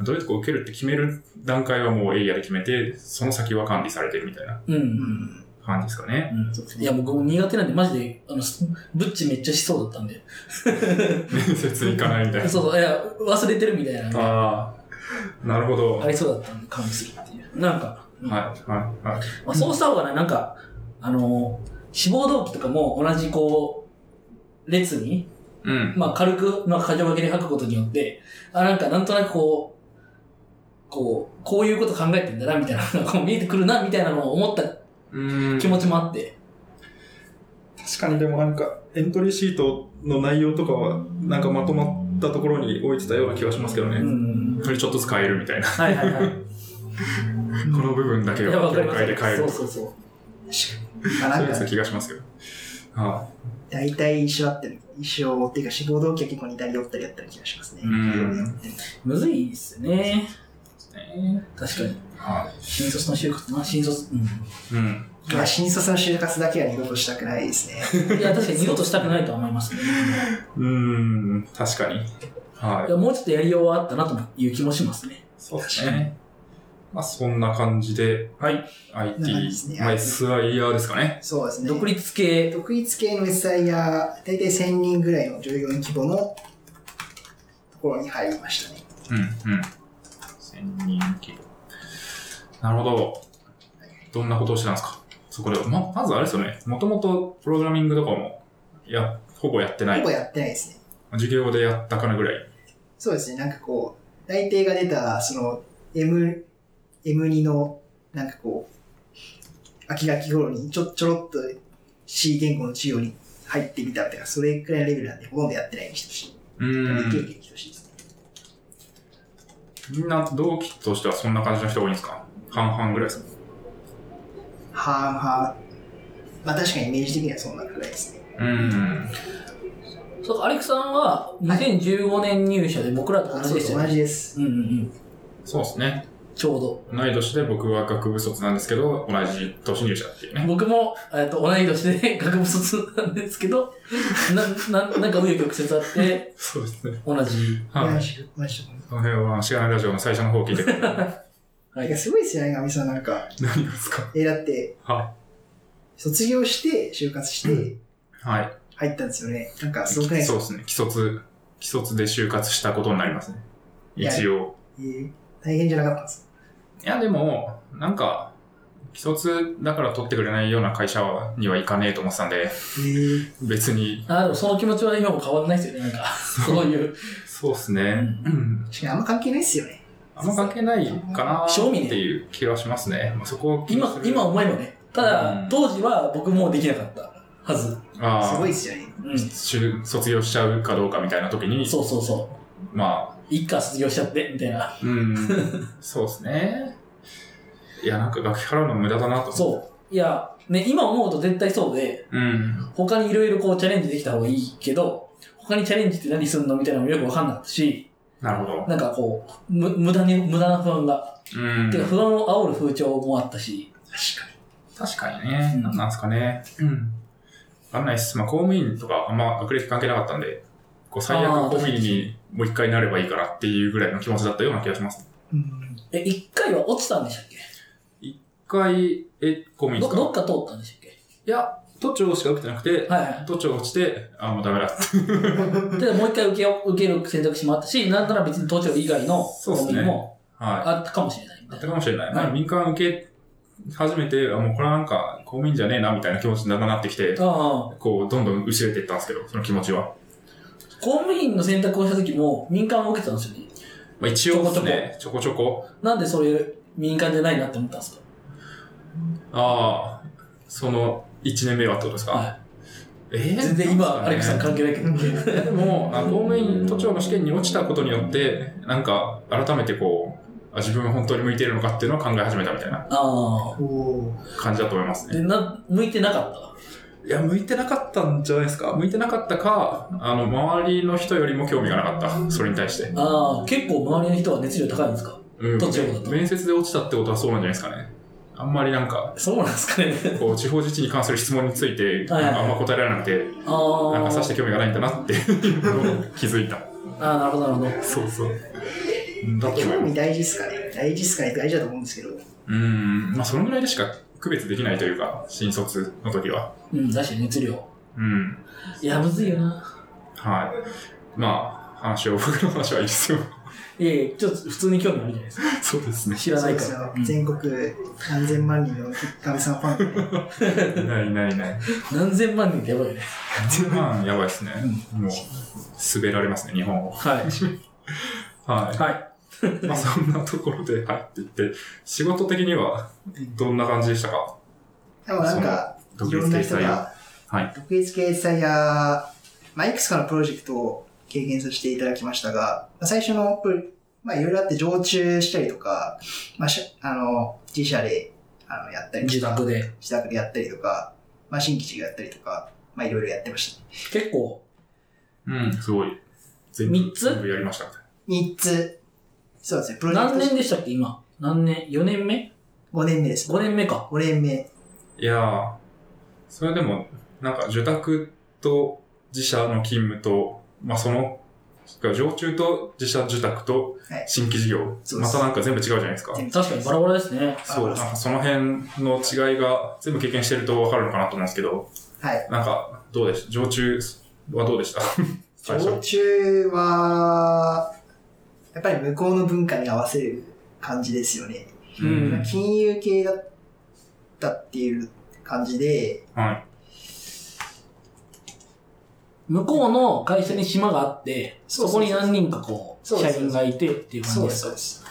Speaker 3: どういうとこ受けるって決める段階はもうエリアで決めて、その先は管理されてるみたいな
Speaker 2: うん。
Speaker 1: う。
Speaker 2: うん
Speaker 3: 感じですか ね。
Speaker 2: ん
Speaker 1: そうです
Speaker 2: い
Speaker 1: ね
Speaker 2: や、僕も苦手なんで、マジで、あの、すブッチめっちゃしそうだったんで。
Speaker 3: 面接行かないみたいな。
Speaker 2: そうそう、いや、忘れてるみたいな。
Speaker 3: ああ、なるほど。
Speaker 2: ありそうだったんで、勘弁するっていう。なんか、うん
Speaker 3: はい、はい、はい。
Speaker 2: まあ、そうした方がね、なんか、あのー志望動機とかも同じこう、列に、
Speaker 3: うん。
Speaker 2: まあ軽く、まあ箇条書きで書くことによって、あ、なんかなんとなくこう、こう、こういうこと考えてんだな、みたいな、こう見えてくるな、みたいなのを思った
Speaker 3: うん
Speaker 2: 気持ちもあって、
Speaker 3: 確かにでもなんか、エントリーシートの内容とかは、なんかまとまったところに置いてたような気はしますけど
Speaker 2: う
Speaker 3: ね。
Speaker 2: ん。
Speaker 3: それちょっとずつ変えるみたいな。
Speaker 2: はいはいはい。
Speaker 3: この部分だ け
Speaker 2: いや、
Speaker 3: は
Speaker 2: わかり
Speaker 3: 業
Speaker 2: ま
Speaker 3: 界で変え
Speaker 2: す。
Speaker 3: る
Speaker 2: そう。そうそう。
Speaker 1: まあ
Speaker 3: そう
Speaker 1: ないん
Speaker 3: うやつ
Speaker 1: か
Speaker 3: な、気がしますよ。は
Speaker 1: 大体一緒だったり、一緒っていうか志望動機は結構似たり寄ったりやったり気がしますね。
Speaker 3: うん
Speaker 2: むずいっすね。
Speaker 3: い。
Speaker 2: 確かに。
Speaker 3: は
Speaker 2: 新卒の就活な、新卒。う
Speaker 3: い。うん。
Speaker 1: まあ、新卒の就活だけは二度としたくないですね。
Speaker 2: ん。いや、確かに二度としたくないとは思いますね。
Speaker 3: うん、確かに。はい
Speaker 2: や、もうちょっとやりようはあったなという気もしますね
Speaker 3: い。。そうですね。まあ、そんな感じで、はい。IT
Speaker 1: そんな感じですね、
Speaker 3: まあ、SIR ですかね。
Speaker 1: そうですね。
Speaker 2: 独立系、
Speaker 1: 独立系の SI や大体1000人ぐらいの従業員規模のところに入りましたね。
Speaker 3: うん、うん。千人規模。なるほど。どんなことをしてたんですかそこで、ま、まずあれですよね。もともとプログラミングとかも、や、ほぼやってな
Speaker 1: ほ
Speaker 3: い
Speaker 1: ぼ。やってないですね。
Speaker 3: 授業でやったかなぐらい。
Speaker 1: そうですね。なんかこう、内定が出た、その、M、M2 の、なんかこう、秋学期頃にちょ、ちょろっと C 言語の授業に入ってみたみたいな、それくらいのレベルなんで、ほとんどやってないに等しい。
Speaker 3: う
Speaker 1: 未経
Speaker 3: ん。
Speaker 1: 験に等しいですね。
Speaker 3: みんな同期としてはそんな感じの人が多いんですか半々ぐらいですか
Speaker 1: 半々。まあ確かにイメージ的にはそんなくらいですね。
Speaker 3: うん。
Speaker 2: そうか、アレクさんは2015年入社で僕らと
Speaker 1: あ
Speaker 2: 同じ
Speaker 1: そう
Speaker 2: で
Speaker 1: で
Speaker 2: した
Speaker 1: す
Speaker 2: よ
Speaker 1: 同
Speaker 2: ね。
Speaker 1: じです。
Speaker 2: うんうんうん。
Speaker 3: そうですね。
Speaker 2: ちょうど。
Speaker 3: 同い年で僕は学部卒なんですけど、同じ年入社っていうね。
Speaker 2: 僕も、えっと、同い年で 学部卒なんですけど、な、な、なんか紆余曲折あって、
Speaker 3: そうですね。
Speaker 2: 同じ。
Speaker 3: は
Speaker 1: 同
Speaker 3: い。
Speaker 1: じ同じ
Speaker 3: この辺は、シガナラジオの最初の方を聞いてくれて
Speaker 2: は
Speaker 1: ないんか。すごいですよね、ガミさんなんか。
Speaker 3: 何がですか
Speaker 1: え、だって、
Speaker 3: は
Speaker 1: 卒業して、就活して、
Speaker 3: はい。
Speaker 1: 入ったんですよね。なんか、すごくないですか
Speaker 3: そうですね。既卒、既卒で就活したことになりますね。
Speaker 1: いや
Speaker 3: 一応。
Speaker 1: えー大変じゃなかったんです
Speaker 3: いや、でも、なんか、既卒だから取ってくれないような会社には行かねえと思ってたんで、
Speaker 1: かえー
Speaker 3: 別に。
Speaker 2: あ、でもその気持ちは今も変わらないですよね、なんか。そういう。
Speaker 3: そうっすね。
Speaker 2: う
Speaker 3: うん
Speaker 1: 確かにあんま関係ないっすよね。
Speaker 3: あんま関係ないかな
Speaker 2: 正
Speaker 3: ー
Speaker 2: 味ね
Speaker 3: っていう気はしますね。まあ、そこを気に
Speaker 2: 今
Speaker 3: す、る
Speaker 2: 今思えばね。た
Speaker 3: うん
Speaker 2: だ、当時は僕もできなかったはず。
Speaker 3: あ
Speaker 1: す
Speaker 3: あ
Speaker 1: ごいっすよね。
Speaker 2: うん。
Speaker 3: 就卒業しちゃうかどうかみたいな時に、
Speaker 2: そうそうそ
Speaker 3: ま
Speaker 2: う。一家卒業しちゃって、みたいな。
Speaker 3: あ、 うん、そうっすね。いや、なんか学費払うの無駄だなと思って。
Speaker 2: そう。いや、ね、今思うと絶対そうで、
Speaker 3: うん。
Speaker 2: 他にいろいろこうチャレンジできた方がいいけど、他にチャレンジって何するのみたいなのもよくわかんなかったし、
Speaker 3: なるほど。
Speaker 2: なんかこう、む無駄に、無駄な不安が。
Speaker 3: うん。
Speaker 2: てか不安を煽る風潮もあったし、
Speaker 1: 確か
Speaker 3: 確かにね。
Speaker 2: うん
Speaker 3: なんなんですかね。うん。わかんないっす。まあ、公務員とかあんま学歴関係なかったんで、こう最悪
Speaker 2: あー
Speaker 3: 公務員にもう一回なればいいからっていうぐらいの気持ちだったような気がします。
Speaker 1: に。うん。
Speaker 2: え、一回は落ちたんでしたっけ
Speaker 3: 一回、え、公務員
Speaker 2: ど、
Speaker 3: ですか
Speaker 2: どっか通ったんでしたっ
Speaker 3: いや、都庁しか受けてなくて、
Speaker 2: けはいは
Speaker 3: 都庁落ちて、あ、もうダメだって。
Speaker 2: い。で、もう一回受けよう、受ける選択肢もあったし、なんなら別に都庁以外の
Speaker 3: そうっすね
Speaker 2: コンビニも
Speaker 3: はい。
Speaker 2: あったかもしれないみ
Speaker 3: あ
Speaker 2: た
Speaker 3: っ
Speaker 2: い
Speaker 3: た
Speaker 2: な。
Speaker 3: かもしれない。
Speaker 2: はい
Speaker 3: まあ、民間受け始めて、あ、もうこれはなんか公務員じゃねえなみたいな気持ちになってきて、
Speaker 2: ああ、
Speaker 3: こう、どんどん薄れていったんですけど、その気持ちは。
Speaker 2: 公務員の選択をした時も民間を受けてたんですよね。
Speaker 3: まあ、一応ですね、ちょこちょこ、
Speaker 2: なんでそれ民間じゃないなって思ったんですか
Speaker 3: ああ、その1年目はってことですか、
Speaker 2: は
Speaker 3: え
Speaker 2: い。
Speaker 3: ー
Speaker 2: 全然今、アレクさん
Speaker 3: なん
Speaker 2: 関係ないけど。
Speaker 3: すかねでも、あの公務員都庁の試験に落ちたことによって、なんか、改めてこう、あ自分は本当に向いているのかっていうのを考え始めたみたいな
Speaker 2: あ
Speaker 1: おー
Speaker 3: 感じだと思います
Speaker 2: あ。
Speaker 3: ね。
Speaker 2: で、な、向いてなかった
Speaker 3: いや、向いてなかったんじゃないですか。向いてなかったか、あの、周りの人よりも興味がなかった。それに対して。
Speaker 2: ああ、結構周りの人は熱量高いんですか
Speaker 3: うん
Speaker 2: どっちのことだと
Speaker 3: 面接で落ちたってことはそうなんじゃないですかね。あんまりなんか、
Speaker 2: そうなんですかね。
Speaker 3: こう、地方自治に関する質問について、
Speaker 2: はいはい
Speaker 3: あんま答えられなくて、
Speaker 2: あ
Speaker 3: なん
Speaker 2: あ
Speaker 3: かさして興味がないんだなって気づいた。
Speaker 2: ああ、なるほど、なるほど。
Speaker 3: そうそう。うんだって
Speaker 1: 興味大事っすかね大事っすかね大事だと思うんですけど。
Speaker 3: うん、まあ、そのぐらいでしか区別できないというか、新卒の時は。
Speaker 2: うん、だし熱量。
Speaker 3: うん。
Speaker 2: いや、むずいよな。
Speaker 3: はい。まあ、話を、僕の話はいいですよ。
Speaker 2: いやいや、ちょっと普通に興味あるじゃないですか。
Speaker 3: そうですね。
Speaker 2: 知らないから。
Speaker 1: そうですよ全国何千万人のガミさんフ ァンがね
Speaker 3: いないいないいない。
Speaker 2: うん何千万人ってやばいよね。
Speaker 3: まあ、やばいですね。もう、滑られますね、日本を。
Speaker 2: はい。
Speaker 3: はい。
Speaker 2: はい。
Speaker 3: まあそんなところで入っていって、仕事的にはどんな感じでしたか
Speaker 1: でもなんか、
Speaker 3: 独
Speaker 1: いろ
Speaker 3: 立
Speaker 1: んな
Speaker 3: 掲
Speaker 1: 人
Speaker 3: 載や。
Speaker 1: が、
Speaker 3: はい。
Speaker 1: 独立掲載や、まあ、いくつかのプロジェクトを経験させていただきましたが、まあ、最初のプロ、まあ、いろいろあって常駐したりとか、まあ、しあの、自社で、あの、やったりとか
Speaker 2: 自宅で。
Speaker 1: 自宅でやったりとか、まあ、新基地がやったりとか、まあ、いろいろやってました。
Speaker 2: 結構、
Speaker 3: うん、すごい。全部
Speaker 2: 三つ
Speaker 3: 全部やりましたみたい
Speaker 1: 3つ、そうですね、プロジェ
Speaker 2: 何
Speaker 1: クト
Speaker 2: 年でしたっけ、今。何年 ?4 年目
Speaker 1: 5年目です。
Speaker 2: ?5 年目か。
Speaker 1: 5年目。
Speaker 3: な。いやー、それでも、なんか受託と自社の勤務と、まあその、常駐と自社受託と
Speaker 1: はい
Speaker 3: 新規事業、
Speaker 1: そうで
Speaker 3: ますたなんか全部違うじゃないですか。
Speaker 1: 全部
Speaker 2: 確かにバラバラですね。
Speaker 3: そう、なんかその辺の違いが全部経験してるとわかるのかなと思うんですけど、
Speaker 1: はい。
Speaker 3: なんかどうでした常駐はどうでした最初
Speaker 1: 常。駐は、やっぱり向こうの文化に合わせる感じですよね。
Speaker 3: う
Speaker 2: うん
Speaker 3: ん。
Speaker 1: 金融系だったっていう感じで、
Speaker 3: はい。
Speaker 2: 向こうの会社に島があって、
Speaker 1: そ
Speaker 2: そう
Speaker 1: そう
Speaker 2: こ
Speaker 1: そう
Speaker 2: に何人かこう、
Speaker 1: そうで
Speaker 2: 社
Speaker 1: す
Speaker 2: 員がいてっていう感じですか。
Speaker 1: す。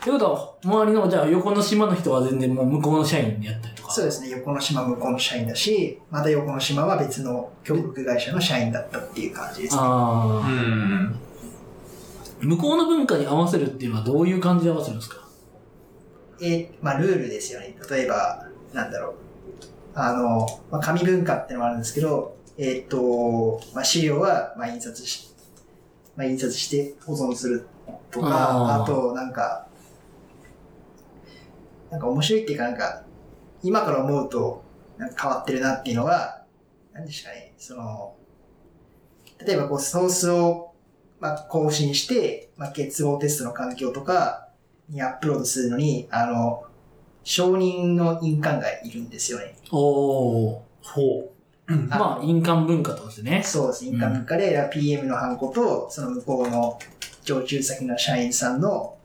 Speaker 2: ってことは、周りの、じゃあ横の島の人は全然もう向こうの社員でやったりとか。
Speaker 1: そうですね。横の島向こうの社員だし、また横の島は別の協力会社の社員だったっていう感じです。
Speaker 3: う
Speaker 2: ああ、
Speaker 3: ん。
Speaker 2: 向こうの文化に合わせるっていうのはどういう感じで合わせるんですか
Speaker 1: え、まあルールですよね。例えば、なんだろう。あの、まあ、紙文化ってのもあるんですけど、えっと、まあ資料は、まあ印刷し、まあ印刷して保存するとか、
Speaker 2: あー
Speaker 1: あと、なんか、なんか面白いっていうか、なんか、今から思うと、なんか変わってるなっていうのは、何ですかね、その、例えばこうソースを、まあ、更新して、まあ、結合テストの環境とかにアップロードするのに、あの、承認の印鑑がいるんですよね。
Speaker 2: おお
Speaker 3: ほ
Speaker 2: ー。まあ、印鑑文化とかですね。
Speaker 1: そうです。印鑑文化で、だから PM のハンコと、その向こうの常駐先の社員さんの、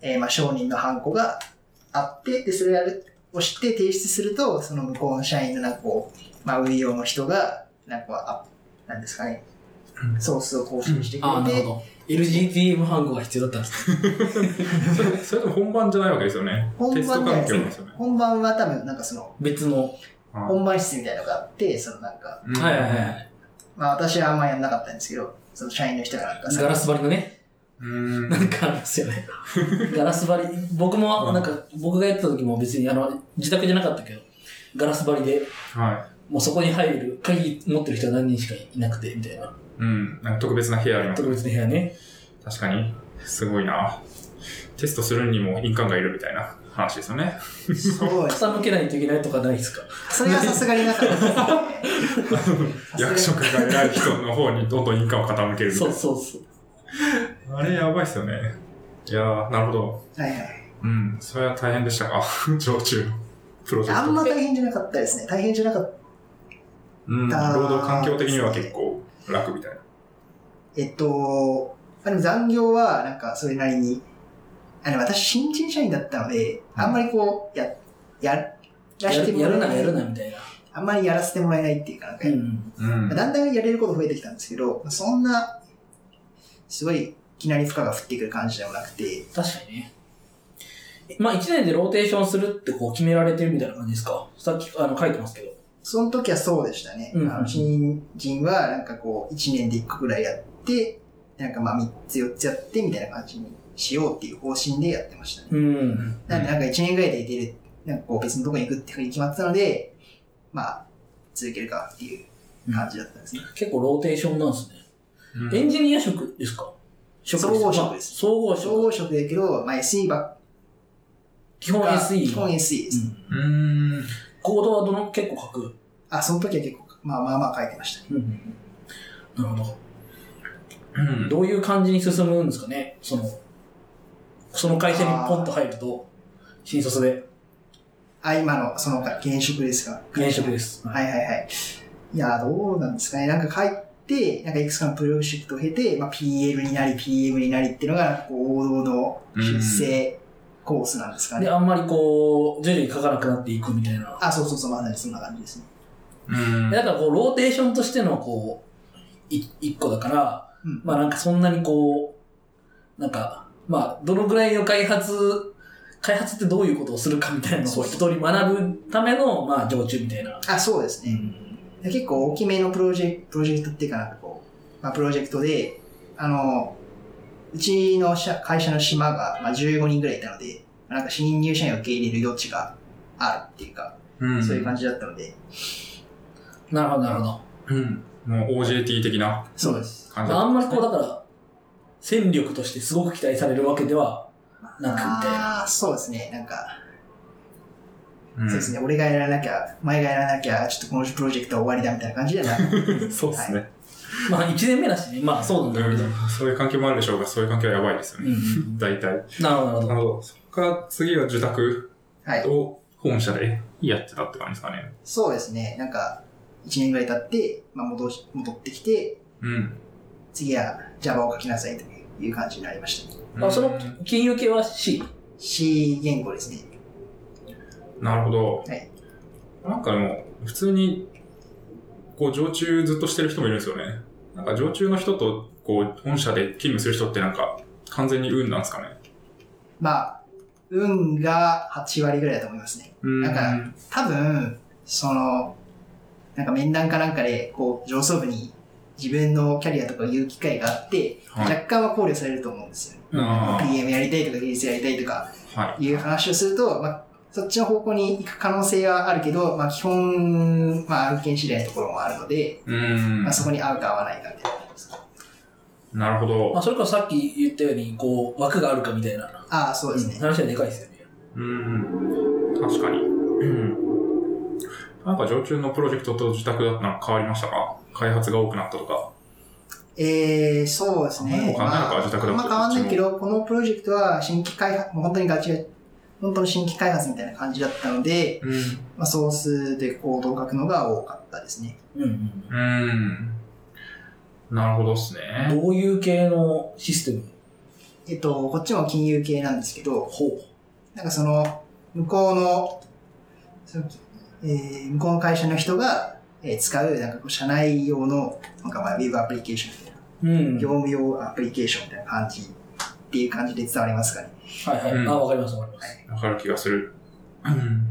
Speaker 1: えーまあ、承認のハンコがあって、で、それをやる押して提出すると、その向こうの社員のなんかこう、まあ、運用の人が、なんかこう、あ、なんですかね
Speaker 3: う、
Speaker 1: ソースを更新してく
Speaker 2: ああ、な
Speaker 1: れ
Speaker 2: る
Speaker 1: て、
Speaker 2: ほど。LGTM ハンコが必要だったんですね
Speaker 3: う。それそれでも本番じゃないわけですよね。
Speaker 1: 本
Speaker 3: テスト
Speaker 1: 番じゃないですね
Speaker 3: 環境なんですよね。
Speaker 1: 本番は多分、なんかその、
Speaker 2: 別の。
Speaker 3: は
Speaker 1: 本番室みたいなのがあって、そのなんか、
Speaker 3: い
Speaker 2: はいはいはい。
Speaker 1: まあ私はあんまやんなかったんですけど、その社員の人がなんかさ
Speaker 2: ガラス張りのね、
Speaker 3: うん。
Speaker 2: なんかあるんですよ ね。ガラス張り。僕も、なんか、僕がやってた時も別に、あの、自宅じゃなかったけど、ガラス張りで、
Speaker 3: はい。
Speaker 2: もうそこに入る、鍵持ってる人は何人しかいなくて、みたいな。
Speaker 3: うん。なんか特別な部屋あります。
Speaker 2: 特別な部屋ね。
Speaker 3: 確かに。すごいな。テストするにも印鑑がいるみたいな話です よね。
Speaker 1: そうです。
Speaker 2: 傾けないといけないとかないですか
Speaker 1: それはさすがになかったですね。
Speaker 3: 役職が偉い人の方にどんどん印鑑を傾けるみた
Speaker 2: そう
Speaker 3: い
Speaker 2: そうそう。
Speaker 3: な。あれやばいっすよね。いやー、なるほど。
Speaker 1: はいはい。
Speaker 3: うん。それは大変でしたか。 常駐プロジェクト。
Speaker 1: あんま大変じゃなかったですね。大変じゃなかった。
Speaker 3: うん。
Speaker 1: あー
Speaker 3: 労働環境的には結構楽みたいな。
Speaker 1: えっと、まあ、でも残業は、なんか、それなりに、あの、私、新人社員だったので、あんまりこう、や、や
Speaker 2: や
Speaker 1: らせても
Speaker 2: や
Speaker 1: ら
Speaker 2: る
Speaker 1: え
Speaker 2: な、
Speaker 1: ない。
Speaker 2: やるな、みたいな。
Speaker 1: あんまりやらせてもらえないっていうか、なんか、
Speaker 2: ん。
Speaker 3: うん。
Speaker 1: だんだんやれること増えてきたんですけど、そんな、すごい、いきなり負荷が降ってくる感じでもなくて、
Speaker 2: 確かにね。まあ、1年でローテーションするってこう決められてるみたいな感じですかさっきあの書いてますけど。
Speaker 1: その時はそうでしたね。
Speaker 2: うん
Speaker 1: あの新人は、なんかこう、1年で1個ぐらいやって、なんかまあ3つ4つやってみたいな感じにしようっていう方針でやってましたね。
Speaker 2: うん。
Speaker 1: なんでなんか1年ぐらいで出る、なんかこう別のとこに行くってふうに決まってたので、まあ、続けるかっていう感じだったんですね。
Speaker 2: 結構ローテーションなんですね。
Speaker 3: うん
Speaker 2: エンジニア職ですか職
Speaker 1: 総合職です
Speaker 2: 総合
Speaker 1: 総
Speaker 2: 職。
Speaker 1: 合職だけど、まあ SE ばっ
Speaker 2: 基本
Speaker 1: か、
Speaker 2: SE。
Speaker 1: 基本 SE です。
Speaker 2: うん
Speaker 3: うん。
Speaker 2: コードはどの結構書く。
Speaker 1: あ、その時は結構、まあまあまあ書いてましたね。
Speaker 2: うん。なるほど。
Speaker 3: うん
Speaker 2: どういう感じに進むんですかねその、その会社にポンと入ると、新卒で、
Speaker 1: あ、今の、その、現職ですか
Speaker 2: 現職です。
Speaker 1: はいはいはい。いや、どうなんですかね。なんか帰って、なんかいくつかのプロジェクトを経て、まあ、PL になり、PM になりっていうのが、こう王道の出世コースなんですかね。
Speaker 2: で、あんまりこう、徐々に書かなくなっていくみたいな。
Speaker 1: あ、そうそうそう、まさにそんな感じですね。
Speaker 3: うん。
Speaker 2: だからこう、ローテーションとしてのこう、い一個だから、
Speaker 1: うん。
Speaker 2: まあなんかそんなにこう、なんか、まあ、どのぐらいの開発、開発ってどういうことをするかみたいなのを一通り学ぶための、まあ、常駐みたいな。
Speaker 1: あ、そうですね。で結構大きめのプロジェプロジェクトっていうかなんかこう、まあ、プロジェクトで、あの、うちの社会社の島が、まあ、15人ぐらいいたので、まあなんか新入社員を受け入れる余地があるっていうか、
Speaker 3: うん。
Speaker 1: そういう感じだったので、
Speaker 2: なるほど、なるほど。
Speaker 3: うん。もう OJT 的な
Speaker 1: そうです。
Speaker 3: 感じ
Speaker 2: まあ、
Speaker 3: だ
Speaker 2: あんまりこう、だから、戦力としてすごく期待されるわけではなくみたいな。
Speaker 1: ああー、そうですね。なんか、
Speaker 3: うん
Speaker 1: そうですね。俺がやらなきゃ、前がやらなきゃ、ちょっとこのプロジェクトは終わりだみたいな感じではな く
Speaker 3: そうですね。
Speaker 2: まあ、1年目だしね。まあ、そうなんだろうけど。うん
Speaker 3: うんそういう関係もあるでしょうが、そういう関係はやばいですよ
Speaker 2: う
Speaker 3: ね。
Speaker 2: ん。
Speaker 3: 大体。
Speaker 2: なるほど、なるほ
Speaker 3: な
Speaker 2: ど。
Speaker 3: るほど。そっから次は受託
Speaker 1: はい。
Speaker 3: を本社でやってたって感じですかね。
Speaker 1: そうですね。なんか、1年ぐらい経って、まあ、戻し戻ってきて、
Speaker 3: うん。
Speaker 1: 次は Java を書きなさいという感じになりました、ね。
Speaker 2: あ、その
Speaker 3: うん
Speaker 2: 金融系は C。
Speaker 1: C 言語ですね。
Speaker 3: なるほど。
Speaker 1: はい
Speaker 3: なんかでも、普通に、こう、常駐ずっとしてる人もいるんですよね。なんか常駐の人と、こう、本社で勤務する人ってなんか、完全に運なんですかね。
Speaker 1: まあ、運が8割ぐらいだと思いますね。
Speaker 3: うん
Speaker 1: なんか多分、その、なんか面談かなんかで、こう、上層部に自分のキャリアとかいう機会があって、
Speaker 3: はい
Speaker 1: 若干は考慮されると思うんですよ。
Speaker 3: あー
Speaker 1: PM やりたいとか、技術やりたいとか
Speaker 3: はい。
Speaker 1: いう話をすると、まあ、そっちの方向に行く可能性はあるけど、まあ、基本、まあ、案件次第のところもあるので、
Speaker 3: うん
Speaker 1: まあ、。そこに合うか合わないかみたいな感じです。
Speaker 3: なるほ
Speaker 2: まあ、
Speaker 3: ど。
Speaker 2: それこそさっき言ったように、こう、枠があるかみたいな。
Speaker 1: ああ、そうですね。
Speaker 2: 話はでかいですよね。
Speaker 3: うん。確かに。うん。なんか常駐のプロジェクトと自宅だったのは変わりましたか開発が多くなったとか。
Speaker 1: えー、そうです
Speaker 3: あんまり
Speaker 1: ね。
Speaker 3: もう変わんないのか自宅だと
Speaker 1: まあ、あんま変わんないけど、このプロジェクトは新規開発、もう本当にガチガチ、本当の新規開発みたいな感じだったので、
Speaker 3: うん。
Speaker 1: まあ、ソースでコードを書くのが多かったですね。
Speaker 2: うんうん
Speaker 3: うん。なるほどっす
Speaker 2: うん。
Speaker 3: ね。
Speaker 2: どういう系のシステム
Speaker 1: えっと、こっちも金融系なんですけど、
Speaker 2: ほう。
Speaker 1: なんかその、向こうの、そのえー向こうの会社の人が、えー使う、なんかこう、社内用の、なんかまあ、ウェブアプリケーションみたいな、
Speaker 2: うん。
Speaker 1: 業
Speaker 2: はい
Speaker 1: 務用アプリケーションみたいな感じっていう感じで伝わりますかね。
Speaker 2: はい。
Speaker 3: うん
Speaker 2: あ、わかります、わかります。
Speaker 3: わかる気がする。うん。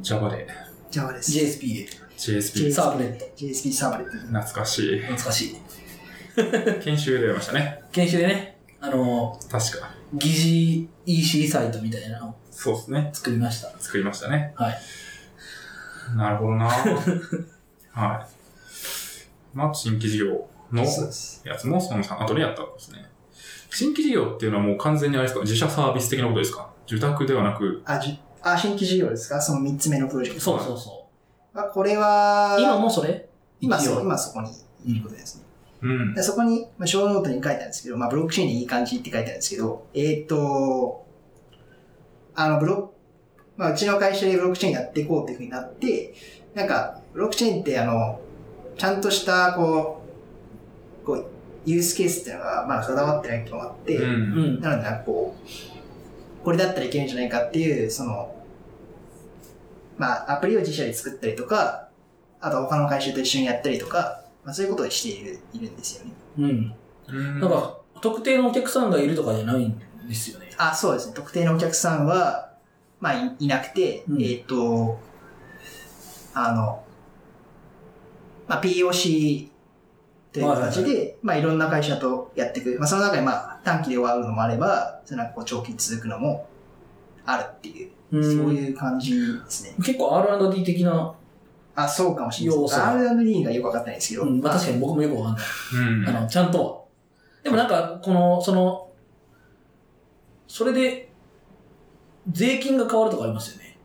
Speaker 3: Java で
Speaker 1: Java です。
Speaker 2: JSP
Speaker 3: JSP。
Speaker 2: サーブレット。
Speaker 1: JSP サーバレット。
Speaker 3: 懐かしい。
Speaker 2: 懐かしい。
Speaker 3: 研修でやりましたね。
Speaker 2: 研修でね、あの、
Speaker 3: 確か。
Speaker 2: 疑似 EC サイトみたいなのを
Speaker 3: そうですね。
Speaker 2: 作りました。
Speaker 3: 作りましたね。
Speaker 2: はい。
Speaker 3: なるほどなはい。まあ、新規事業の
Speaker 1: そうです。
Speaker 3: やつもその後でやったんですね。新規事業っていうのはもう完全にあれですか自社サービス的なことですか受託ではなく、
Speaker 1: あ、じあ新規事業ですかその3つ目のプロジェクト。
Speaker 2: そうそうそ
Speaker 1: あこれは、
Speaker 2: う。今もそれ
Speaker 1: 今そう、
Speaker 2: 今。
Speaker 1: 今そこにいることですね。
Speaker 3: うん。
Speaker 1: でそこに、まあ、小ノートに書いてあるんですけど、まあ、ブロックチェーンでいい感じって書いてあるんですけど、えーっ、と、あの、ブロック、まあ、うちの会社でブロックチェーンやっていこうっていうふうになって、なんか、ブロックチェーンって、あの、ちゃんとした、こう、こう、ユースケースっていうのが、まあ、定まってないこともあって、
Speaker 3: う。
Speaker 2: うんん。
Speaker 1: なので、なんかこう、これだったらいけるんじゃないかっていう、その、まあ、アプリを自社で作ったりとか、あと他の会社と一緒にやったりとか、まあそういうことをしている、いるんですよね。
Speaker 2: うん。
Speaker 3: うん
Speaker 2: なんか、特定のお客さんがいるとかじゃないんですよね。
Speaker 1: あ、そうですね。特定のお客さんは、まあ、いいなくて、
Speaker 2: うん
Speaker 1: えっ、と、あの、まあ、POC という形で、
Speaker 2: は
Speaker 1: まあ、いろんな会社とやっていく。まあ、その中で、まあ、短期で終わるのもあれば、そのなんかこう長期に続くのもあるっていう。
Speaker 2: うん。
Speaker 1: そういう感じですね。
Speaker 2: 結構 R&D 的な、
Speaker 1: あ、そうかもしれないで
Speaker 2: 要
Speaker 1: す。
Speaker 2: 素
Speaker 1: R&D がよくわかってないですけど。
Speaker 2: うん、まあ確かに僕もよくわかんない。
Speaker 3: うん。
Speaker 2: あの、ちゃんとは。でもなんか、この、その、それで、税金が変わるとかありますよね。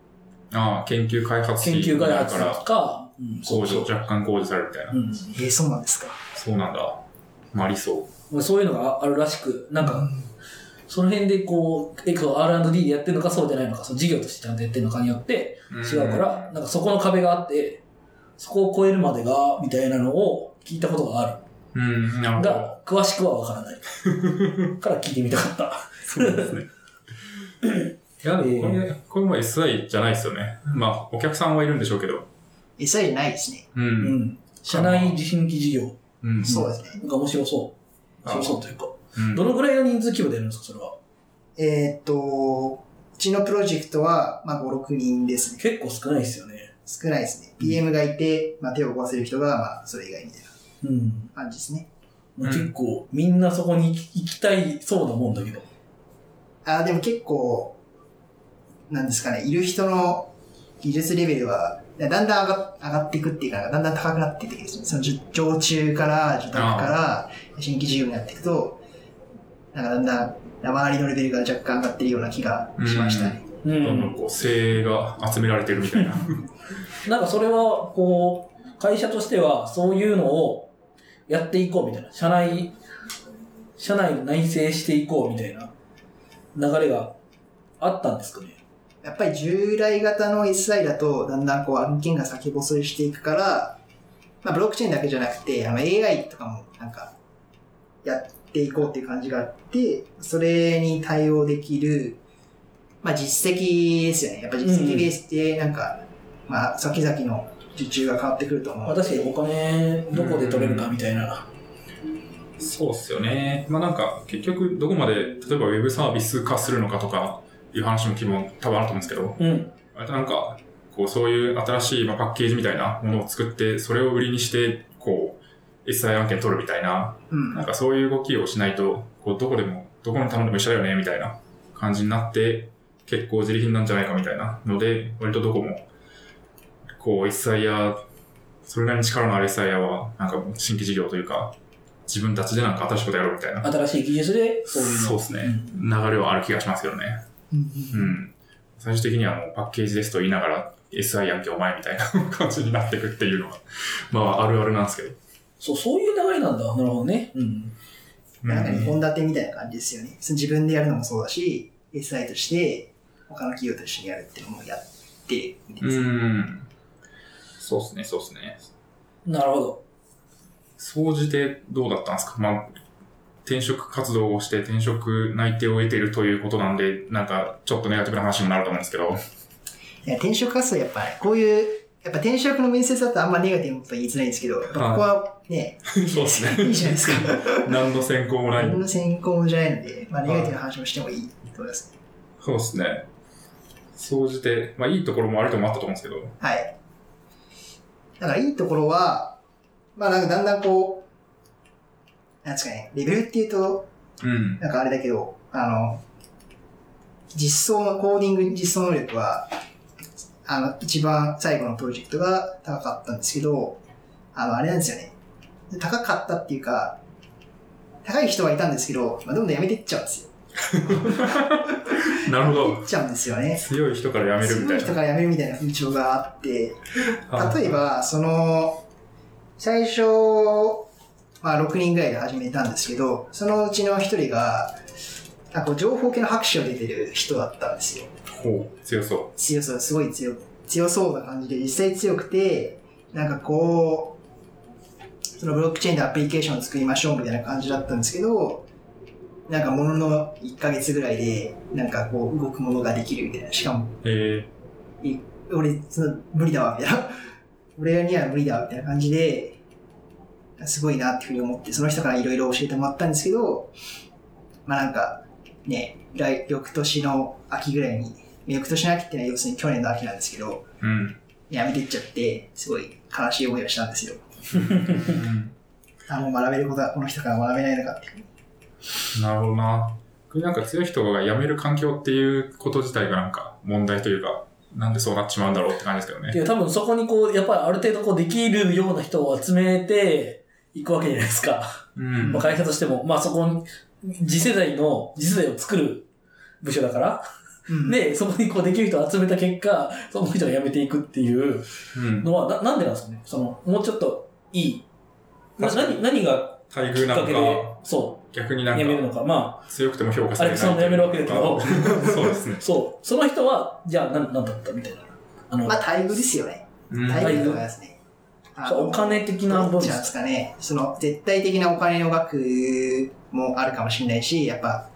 Speaker 3: ああ、研究開発
Speaker 2: 研
Speaker 3: 費
Speaker 2: 究開
Speaker 3: か
Speaker 2: 発
Speaker 3: ら
Speaker 2: とか、うん、
Speaker 3: 控除、
Speaker 2: うう。
Speaker 3: 若干控除されるみたいな。
Speaker 2: うん
Speaker 1: えー、そうなんですか。
Speaker 3: そうなんだ。まあ、ありそう。
Speaker 2: そういうのがあるらしく、なんか、その辺でこう、エクを R&D でやってるのかそうじゃないのか、その事業としてちゃんとやってるのかによって違うから、なんかそこの壁があって、そこを超えるまでが、みたいなのを聞いたことがあ
Speaker 3: うん。うん、なる
Speaker 2: る。
Speaker 3: ほど。
Speaker 2: が、詳しくはわからない。から聞いてみたかった。
Speaker 3: そうです ね。いや、でもこれ、これも SI じゃないですよね。まあ、お客さんはいるんでしょうけど。
Speaker 1: 餌じゃないですね。
Speaker 3: う。
Speaker 2: うんん。社内自信機事業。
Speaker 3: うん。
Speaker 1: そうですね。
Speaker 2: なんか面白そう。
Speaker 3: あ
Speaker 2: 面白そうというか。
Speaker 3: うん
Speaker 2: どのぐらいの人数規模でやるんですか、それは。
Speaker 1: えーっと、うちのプロジェクトは、まあ、5、6人ですね。
Speaker 2: 結構少ないですよね。
Speaker 1: 少ないですね。PM がいて、まあ、手を壊せる人が、まあ、それ以外みたいな
Speaker 2: うん。
Speaker 1: 感じですね。
Speaker 2: まあ
Speaker 3: うん
Speaker 2: 結構、みんなそこに行き行きたいそうなもんだけど。
Speaker 1: あーでも結構、なんですかね、いる人の技術レベルは、だんだん上が上がっていくっていうか、だんだん高くなっていってですね、そのじゅ常駐から、受託から、新規事業になっていくと、なんかだんだん、周りのレベルが若干上がってるような気がしましたね。
Speaker 4: う
Speaker 3: どんどん
Speaker 4: ん。
Speaker 3: こう、精鋭が集められてるみたいな。
Speaker 2: なんかそれは、こう、会社としては、そういうのをやっていこうみたいな。社内、社内に内製していこうみたいな流れがあったんですかね。
Speaker 1: やっぱり従来型の SI だと、だんだんこう案件が先細りしていくから、まあ、ブロックチェーンだけじゃなくて、あの AI とかもなんか、やっていこうっていう感じがあって、それに対応できる、まあ、実績ですよね。やっぱ実績ベースで、なんか、まあ、先々の受注が変わってくると思うので。
Speaker 2: 私、お金どこで取れるかみたいな。
Speaker 3: そうっすよね。まあなんか、結局、どこまで、例えばウェブサービス化するのかとか、いう話も基本多分あると思うんですけど、
Speaker 2: うん。
Speaker 3: あとなんか、こう、そういう新しいまあパッケージみたいなものを作って、それを売りにして、こう、SI 案件取るみたいな、
Speaker 1: うん
Speaker 3: なんかそういう動きをしないと、こう、どこでも、どこの棚でも一緒だよね、みたいな感じになって、結構自利品なんじゃないかみたいなので、割とどこも、こう、一切や、それなりに力のある一切やは、なんかもう新規事業というか、自分たちでなんか新しいことやろうみたいな、
Speaker 2: 新しい技術で、そういうの。
Speaker 3: そうですね、流れはある気がしますけどね。うん。最終的にはもうパッケージですと言いながら、SI 案件お前みたいな感じになってくっていうのは、まあ、あるあるなんですけど。
Speaker 2: そう、そういう流れなんだ。なるほどね。うん。
Speaker 3: うん
Speaker 1: なんかね、本立てみたいな感じですよね。その自分でやるのもそうだし、SI として、他の企業と一緒にやるっていうのもやってみてます、
Speaker 3: うん。そうですね、そうですね。
Speaker 2: なるほど。
Speaker 3: 総じてどうだったんですかまあ、転職活動をして転職内定を得ているということなんで、なんかちょっとネガティブな話にもなると思うんですけど。
Speaker 1: いや転職活動やっぱ、ね、こういう、やっぱ転職の面接だとあんまネガティブなことは言いづらいんですけど、やっぱここはね、
Speaker 3: そうですね。
Speaker 1: いいじゃないですか。
Speaker 3: 何の選考もない
Speaker 1: 自。分の専攻じゃないので、まあ、ネガティブな話もしてもいいと思います。
Speaker 3: そうですね。総じて、まあいいところもあるともあったと思うんですけど。
Speaker 1: はい。だからいいところは、まあなんかだんだんこう、なんですかね、レベルっていうと、
Speaker 3: うん。
Speaker 1: なんかあれだけど、あの、実装の、コーディング実装能力は、あの、一番最後のプロジェクトが高かったんですけど、あの、あれなんですよね。高かったっていうか、高い人はいたんですけど、まあ、どんどん辞めてっちゃうんですよ。
Speaker 3: なるほ
Speaker 1: い
Speaker 3: ど。
Speaker 1: っちゃうんですよね。
Speaker 3: 強い人から辞める
Speaker 1: す
Speaker 3: み
Speaker 1: ご
Speaker 3: た
Speaker 1: い
Speaker 3: い
Speaker 1: 人
Speaker 3: な。
Speaker 1: から辞めるみたいな風潮があって、例え
Speaker 3: ば。
Speaker 1: ば、その、最初、まあ、6人ぐらいで始めたんですけど、そのうちの1人が、なんかこう情報系の拍手を出てる人だったんですよ。
Speaker 3: ほう、強そ
Speaker 1: 強そう、すごい強強そうな感じで、実際強くて、なんかこう、そのブロックチェーンでアプリケーションを作りましょうみたいな感じだったんですけど、なんかものの1ヶ月ぐらいで、なんかこう動くものができるみたいな。しかも、
Speaker 3: う。え
Speaker 1: 俺、その無理だわ、みたいな。 俺には無理だわ、みたいな感じで、すごいなっていうふうに思って、その人からいろいろ教えてもらったんですけど、まあなんか、ね、来、翌年の秋ぐらいに、翌年の秋っていうのは要するに去年の秋なんですけど、
Speaker 3: ー、うん。
Speaker 1: やめてっちゃって、すごい悲しい思いをしたんですよ。
Speaker 3: うん
Speaker 1: あ、もう学べることはこの人から学べないのかっていう。
Speaker 3: なるほどな。これなんか強い人が辞める環境っていうこと自体がなんか問題というか、なんでそうなっちまうんだろうって感じですけどね。
Speaker 2: で、多分そこにこう、やっぱりある程度こう、できるような人を集めて、いくわけじゃないですか。
Speaker 3: うん
Speaker 2: まあ、会社としても、まあそこに、次世代の、次世代を作る部署だから、
Speaker 1: うん
Speaker 2: で、そこにこうできる人を集めた結果、その人が辞めていくっていう
Speaker 3: うん。
Speaker 2: のは、ななんでなんですかねその、もうちょっといい。な
Speaker 3: 確か
Speaker 2: 何、何が
Speaker 3: 待遇
Speaker 2: きっ
Speaker 3: な
Speaker 2: か
Speaker 3: の
Speaker 2: けで
Speaker 3: か、、
Speaker 2: そ
Speaker 3: 逆に
Speaker 2: う、
Speaker 3: な
Speaker 2: やめる
Speaker 3: ん
Speaker 2: の
Speaker 3: か、
Speaker 2: か。ま
Speaker 3: 強くても評価
Speaker 2: あ、
Speaker 3: さ
Speaker 2: ア
Speaker 3: れ
Speaker 2: レ
Speaker 3: な
Speaker 2: ク
Speaker 3: い
Speaker 2: さんのやめるわけだけど、
Speaker 3: そうですね。
Speaker 2: そう、その人は、じゃあ、なんなんだったみたいな。あの
Speaker 1: まあ、、待遇ですよね。
Speaker 3: うん
Speaker 1: 待遇とかですね。あ
Speaker 2: そう
Speaker 1: の
Speaker 2: お金的な
Speaker 1: ど
Speaker 2: 部
Speaker 1: っち
Speaker 2: 分
Speaker 1: なんですかね。その、絶対的なお金の額もあるかもしれないし、やっぱ、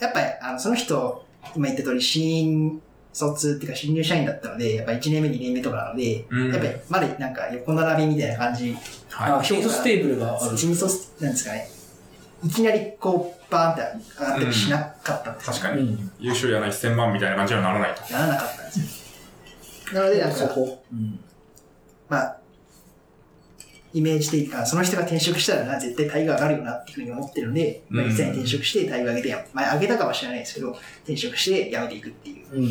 Speaker 1: やっぱり、あの、その人、今言った通り、新卒っていうか新入社員だったので、やっぱ1年目、2年目とかなので、
Speaker 3: うん
Speaker 1: やっぱり、まだなんか横並びみたいな感じ、
Speaker 2: あ、ヒートステーブルがある。
Speaker 1: 新卒なんですかね。いきなりこう、バーンって上がったりしなかったんですよ
Speaker 3: 確か
Speaker 2: う
Speaker 3: に。
Speaker 2: ん。
Speaker 3: 優秀やな1000万みたいな感じにはならないと。
Speaker 1: ならなかったんですよ。なので、なん
Speaker 2: そ
Speaker 1: か、
Speaker 2: こ。うん。
Speaker 1: まあ、イメージ的には、その人が転職したらな、絶対待遇上がるよなっていうふうに思ってるので、まあ、
Speaker 3: うん
Speaker 1: 実際に転職して待遇上げてや、まあ、上げたかは知らないですけど、転職して辞めていくっていう
Speaker 2: うん。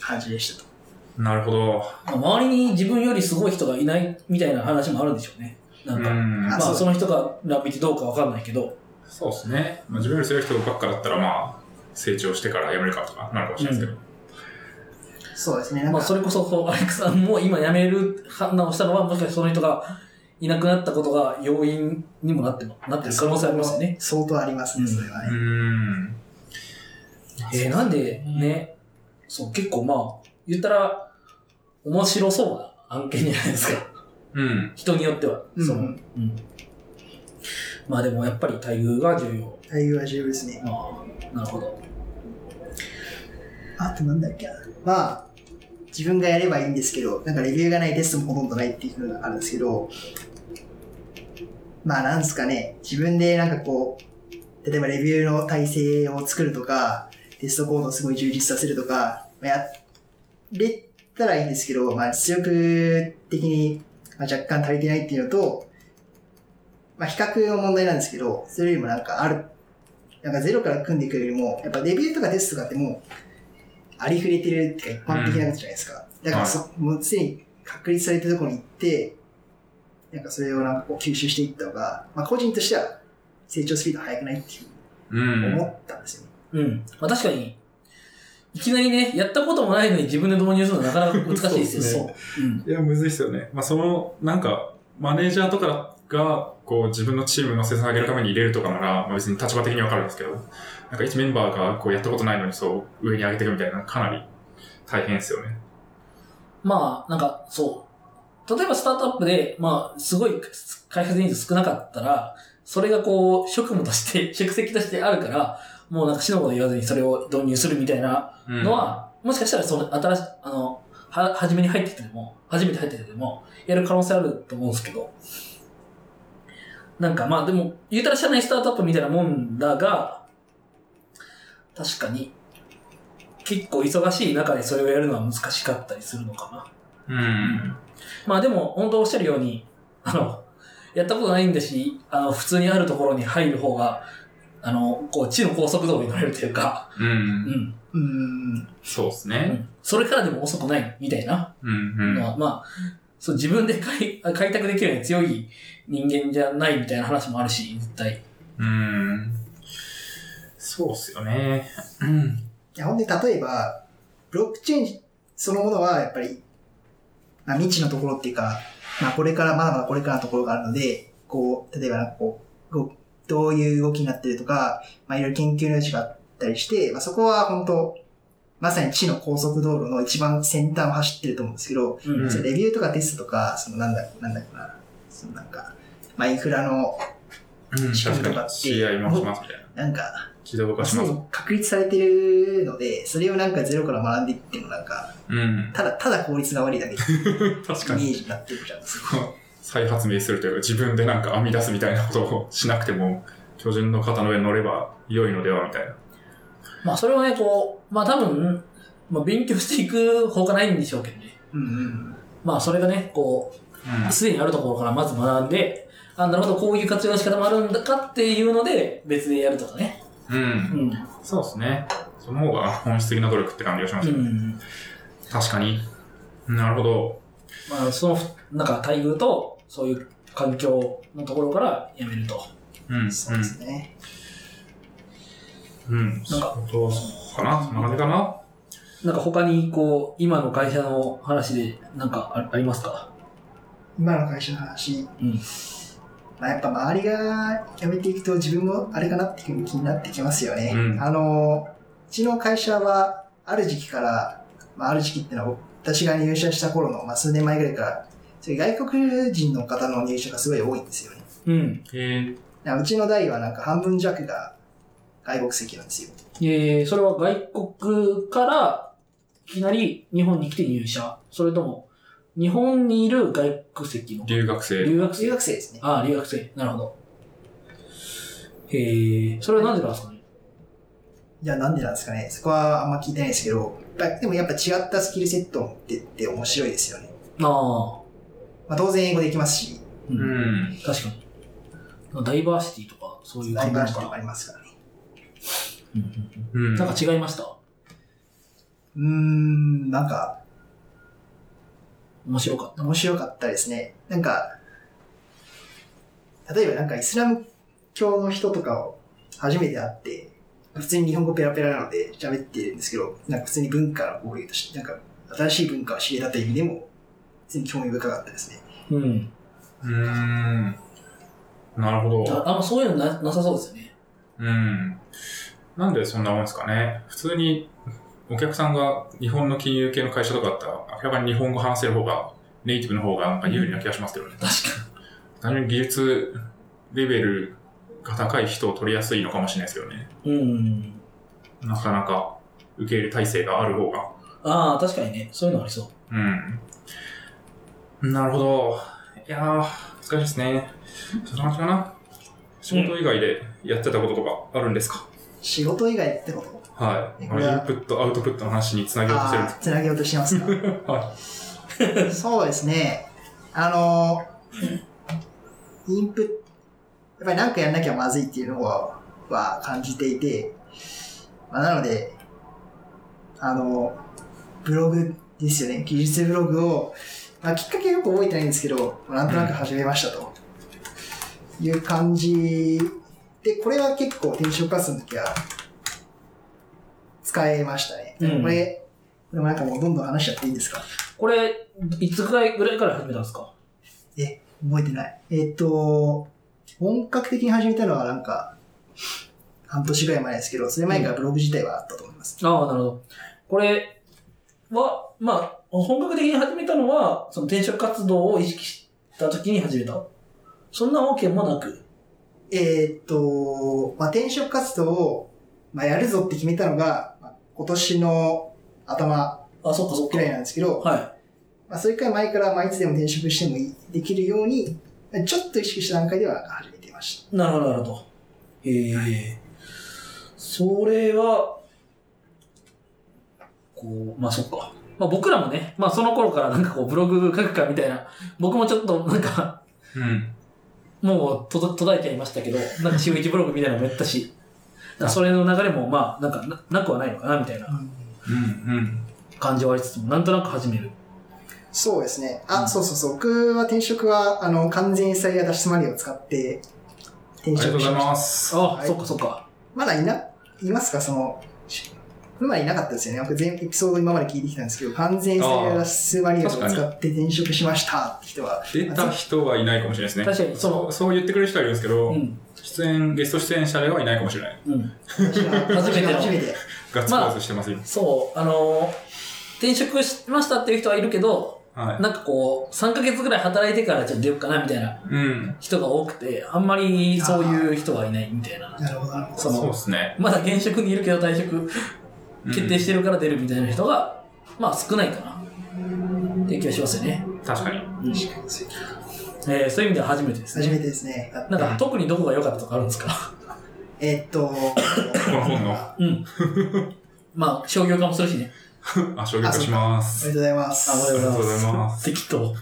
Speaker 1: 感じでしたと。
Speaker 3: なるほど。
Speaker 2: 周りに自分よりすごい人がいないみたいな話もあるんでしょうね。なんか、
Speaker 3: うん
Speaker 2: まあ
Speaker 1: そう
Speaker 2: その人から見てどうかわかんないけど、
Speaker 3: そうですね。まあ、自分より強い人ばっかだったら、まあ、成長してから辞めるかとかなるかもしれないですけど。
Speaker 1: そうですね。なんか、
Speaker 2: まあそれこそこうアレクさんも今辞める判断をしたのは、もしかしてその人がいなくなったことが要因にもなってもなってる可能性ありますよね。
Speaker 1: 相当ありますね、それは
Speaker 3: う
Speaker 1: ね。
Speaker 3: ん。
Speaker 2: えー、なんでね、そう結構まあ、言ったら面白そうな案件じゃないですか。
Speaker 3: うん。
Speaker 2: 人によっては。
Speaker 1: うん
Speaker 2: そのうんまあでもやっぱり待遇が重要。
Speaker 1: 待遇は重要ですね。
Speaker 2: ああ、なるほど。
Speaker 1: あとなんだっけな。まあ、自分がやればいいんですけど、なんかレビューがないテストもほとんどないっていうのがあるんですけど、まあなんですかね、自分でなんかこう、例えばレビューの体制を作るとか、テストコードをすごい充実させるとか、まあやれたらいいんですけど、まあ出力的にまあ若干足りてないっていうのと、まあ比較の問題なんですけど、それよりもなんかある、なんかゼロから組んでいくよりも、やっぱレビューとかテストとかってもうありふれてるっていうか一般的なことじゃないですか。だからそ、もう常に確立されたところに行って、なんかそれをなんかこう吸収していった方が、まあ個人としては成長スピード速くないっていう
Speaker 3: う
Speaker 1: ふうに
Speaker 3: ん。
Speaker 1: 思ったんですよね。
Speaker 2: うん。まあ確かに、いきなりね、やったこともないのに自分で導入するのはなかなか難しいですよ。
Speaker 3: そう
Speaker 2: そう。うん。
Speaker 3: いや、むずいですよね。まあ、その、なんか、マネージャーとかが、こう、自分のチームの生産を上げるために入れるとかなら、まあ、別に立場的にわかるんですけど、なんか一メンバーが、こう、やったことないのに、そう、上に上げていくみたいな、かなり大変ですよね。
Speaker 2: まあ、なんか、そう。例えばスタートアップで、まあ、すごい開発人数少なかったら、それがこう、職務として、蓄積としてあるから、もうなんか死のこと言わずにそれを導入するみたいな
Speaker 3: うん。
Speaker 2: のは、もしかしたらその新しい、あの、は、初めに入ってきてでも、初めて入ってきてでも、やる可能性あると思うんですけど。なんかまあでも、言うたら社内スタートアップみたいなもんだが、確かに、結構忙しい中でそれをやるのは難しかったりするのかな。
Speaker 3: うん。
Speaker 2: まあでも、本当おっしゃるように、あの、やったことないんだし、あの、普通にあるところに入る方が、あの、こう、地の高速道路に乗れるというか、
Speaker 3: う。
Speaker 2: うんん。
Speaker 1: うーん。
Speaker 3: そうで
Speaker 2: う
Speaker 3: すね。
Speaker 2: んそれからでも遅くない、みたいな
Speaker 3: うん。うん
Speaker 2: の。は、まあ、そう、自分で開開拓できるように強い人間じゃないみたいな話もあるし、絶対。
Speaker 3: うーんそうっすよね。うん。
Speaker 1: いや、ほんで例えば、ブロックチェーンそのものはやっぱり、まあ未知のところっていうか、まあこれから、まだまだこれからのところがあるので、こう、例えばなんかこう、ごどういう動きになってるとか、まあいろいろ研究の余地があったりして、まあそこは本当まさに地の高速道路の一番先端を走ってると思うんですけど、
Speaker 2: うんん。
Speaker 1: そうレビューとかテストとか、そのなんだ、なんだっけな、そのなんか、まあインフラの、
Speaker 3: うん、
Speaker 1: 仕組
Speaker 3: 確
Speaker 1: みとか
Speaker 3: か
Speaker 1: っ
Speaker 3: に。
Speaker 1: て
Speaker 3: CI もしますみたいな。
Speaker 1: なんか、
Speaker 3: 自動化し
Speaker 1: 常
Speaker 3: ます。
Speaker 1: に確立されてるので、それをなんかゼロから学んでいってもなんか、
Speaker 3: うん。
Speaker 1: ただ、ただ効率が悪いだけっていう
Speaker 3: 確
Speaker 1: イ
Speaker 3: か
Speaker 1: メ
Speaker 3: に。
Speaker 1: ージになってるじゃないですか。
Speaker 3: 再発明するというか、自分でなんか編み出すみたいなことをしなくても、巨人の肩の上に乗れば良いのではみたいな。
Speaker 2: まあ、それをね、こう、まあ多分、まあ勉強していく方がないんでしょうけどね。
Speaker 1: うんうん。
Speaker 2: まあ、それがね、こう、すでにあるところからまず学んで、あ、なるほど、こういう活用の仕方もあるんだかっていうので、別でやるとかね。
Speaker 3: うん。うん。
Speaker 2: ん。
Speaker 3: そうですね。その方が本質的な努力って感じがしま
Speaker 2: う
Speaker 3: す。
Speaker 2: ん。
Speaker 3: 確かに。なるほど。
Speaker 2: まあ、その、なんか、待遇と、そういう環境のところからやめると。
Speaker 3: うん。
Speaker 1: そうですね。
Speaker 3: うん。うん。
Speaker 2: なんか
Speaker 3: そうかなそんな感じかな
Speaker 2: なんか、他に、こう、今の会社の話で、なんかあ、ありますか
Speaker 1: 今の会社の話。
Speaker 2: うん
Speaker 1: まあ、やっぱ周りが辞めていくと自分もあれかなっていう気になってきますよね。
Speaker 3: うん
Speaker 1: あの、うちの会社はある時期から、まあ、ある時期ってのは私が入社した頃の、まあ、数年前ぐらいから、そういう外国人の方の入社がすごい多いんですよね。
Speaker 4: うん。
Speaker 3: え
Speaker 1: だからうちの代はなんか半分弱が外国籍なんですよ。
Speaker 4: えー、それは外国からいきなり日本に来て入社それとも、日本にいる外国籍の
Speaker 3: ー、留学生。
Speaker 4: 留学
Speaker 1: 留
Speaker 4: 生
Speaker 1: 学生ですね。
Speaker 4: ああ、留学生。なるほど。えー、それはなんでなんですかね
Speaker 1: いや、なんでなんですかね。そこはあんま聞いてないですけど、やっぱでもやっぱ違ったスキルセットを持ってって面白いですよね。
Speaker 4: あ
Speaker 1: まあ、当然英語できますし、
Speaker 4: あ、うん、
Speaker 3: うん。
Speaker 4: 確かに。ダイバーシティとか、そういう
Speaker 1: ライ
Speaker 4: 感じな
Speaker 1: バー
Speaker 4: の
Speaker 1: シテ
Speaker 4: か
Speaker 1: ィも
Speaker 4: な。
Speaker 1: ありますからね。
Speaker 4: うんうん
Speaker 3: うん。
Speaker 4: うんなんか違いました
Speaker 1: うーん、なんか、
Speaker 4: 面白かっ
Speaker 1: 面白かったですね。なんか、例えばなんかイスラム教の人とかを初めて会って、普通に日本語ペラペラなので喋ってるんですけど、なんか普通に文化の交流として、なんか新しい文化を知れたという意味でも、普通に興味深かったですね。
Speaker 4: た。うん。
Speaker 3: うん。なるほ
Speaker 2: あ
Speaker 3: ど。
Speaker 2: あんまそういうのななさそうですよね。
Speaker 3: うん。なんでそんなもんですかね。普通にお客さんが日本の金融系の会社とかだったら、明らかに日本語話せる方が、ネイティブの方がなんか有利な気がしますけどね。
Speaker 2: 確か
Speaker 3: 単純に技術レベルが高い人を取りやすいのかもしれないですよね。
Speaker 2: に。うん。
Speaker 3: なかなか受け入れ体制がある方が。
Speaker 2: ああ、確かにね。そういうのありそう。
Speaker 3: うん。なるほど。いやー、難しいですね。そんな感じかな。仕事以外でやってたこととかあるんですか、
Speaker 1: 仕事以外ってこと
Speaker 3: はい。
Speaker 1: え
Speaker 3: このインプット、アウトプットの話につなげようとしてるんで
Speaker 1: あ
Speaker 3: す
Speaker 1: あ、つなげようとしてますか。
Speaker 3: は
Speaker 1: そうですね。あの、インプやっぱり何かやんなきゃまずいっていうのはは感じていて、まあ、なので、あの、ブログですよね。技術ブログを、まあ、きっかけよく覚えてないんですけど、まあなんとなく始めましたと。いう感じで、これは結構転職活動の時は使えましたね。
Speaker 4: うん
Speaker 1: これ、これもなんかもうどんどん話しちゃっていいんですか
Speaker 4: これ、いつぐらいぐらいから始めたんですか
Speaker 1: 覚えてない。えっと、本格的に始めたのはなんか、半年ぐらい前ですけど、それ前からブログ自体はあったと思います。
Speaker 4: ああ、なるほど。これ、
Speaker 2: は、まあ、本格的に始めたのは、その転職活動を意識した時に始めた。そんなわけもなく。
Speaker 1: えっと、まあ、転職活動を、まあ、やるぞって決めたのが、まあ今年の頭
Speaker 2: あ、そっかそっ
Speaker 1: ぐ
Speaker 2: か。
Speaker 1: らいなんですけど、
Speaker 2: は
Speaker 1: まあ、それくらい前から、まあ、いつでも転職してもいいできるように、ちょっと意識した段階では始めていました。
Speaker 2: い。なるほど、なるほど。ええ。それは、こう、まあそっか。
Speaker 4: まあ僕らもね、まあその頃からなんかこうブログ書くかみたいな、僕もちょっとなんか、
Speaker 3: い。うん。
Speaker 4: もうとど途絶えちゃいましたけど、なんか週一ブログみたいなのもやったし、なんかそれの流れもまあなんかななくはないのかなみたいな
Speaker 3: うん。うん。
Speaker 4: 感じはありつつも、なんとなく始める。
Speaker 1: そうですね。あ、
Speaker 4: うん
Speaker 1: そうそうそう。僕は転職は、あの、完全再や脱出マリを使って、
Speaker 3: あ
Speaker 1: 転
Speaker 3: りがとう
Speaker 1: 職
Speaker 3: ご
Speaker 1: し
Speaker 3: ざい
Speaker 1: ました。
Speaker 3: ます。
Speaker 4: ああ、
Speaker 1: はい
Speaker 4: そっかそっか。
Speaker 1: まだいな、いますかその、これまでいなかったですよね。僕全エピソード今まで聞いてきたんですけど、完全セーラスマリオを使って転職しましたって人は、
Speaker 3: 出た人はいないかもしれないですね。
Speaker 4: 確かにそ
Speaker 3: そうう、そう言ってくれる人はいるんですけど、
Speaker 4: うん。
Speaker 3: 出演、ゲスト出演者ではいないかもしれない。
Speaker 2: うん。
Speaker 1: 私は
Speaker 4: 初めての
Speaker 1: 初めて。
Speaker 3: ガッツポーズしてます、今。
Speaker 2: そう、あのー転職しましたっていう人はいるけど、
Speaker 3: はい。
Speaker 2: なんかこう、3ヶ月ぐらい働いてからちょっと出ようかなみたいな
Speaker 3: うん。
Speaker 2: 人が多くて、あんまりそういう人はいないみたいな。
Speaker 1: なるほど、なるほど。
Speaker 2: そ
Speaker 3: そう
Speaker 2: の
Speaker 3: で、すね。
Speaker 2: まだ現職にいるけど退職
Speaker 3: うん
Speaker 2: 決定してるから出るみたいな人が、まあ少ないかなっていう気がしますよね。
Speaker 3: 確かに。
Speaker 1: 確かにそういう
Speaker 2: えーそういう意味では初めてです
Speaker 1: 初め
Speaker 2: ね。
Speaker 1: てですね。だって
Speaker 2: なんか特にどこが良かったとかあるんですか
Speaker 1: えーっと、
Speaker 3: この本の。あ、
Speaker 2: うん。まあ商業化もするしね。
Speaker 3: 消極します
Speaker 1: お。めでとうございま
Speaker 2: あ、
Speaker 1: す。
Speaker 3: りがとうございます
Speaker 2: 適当。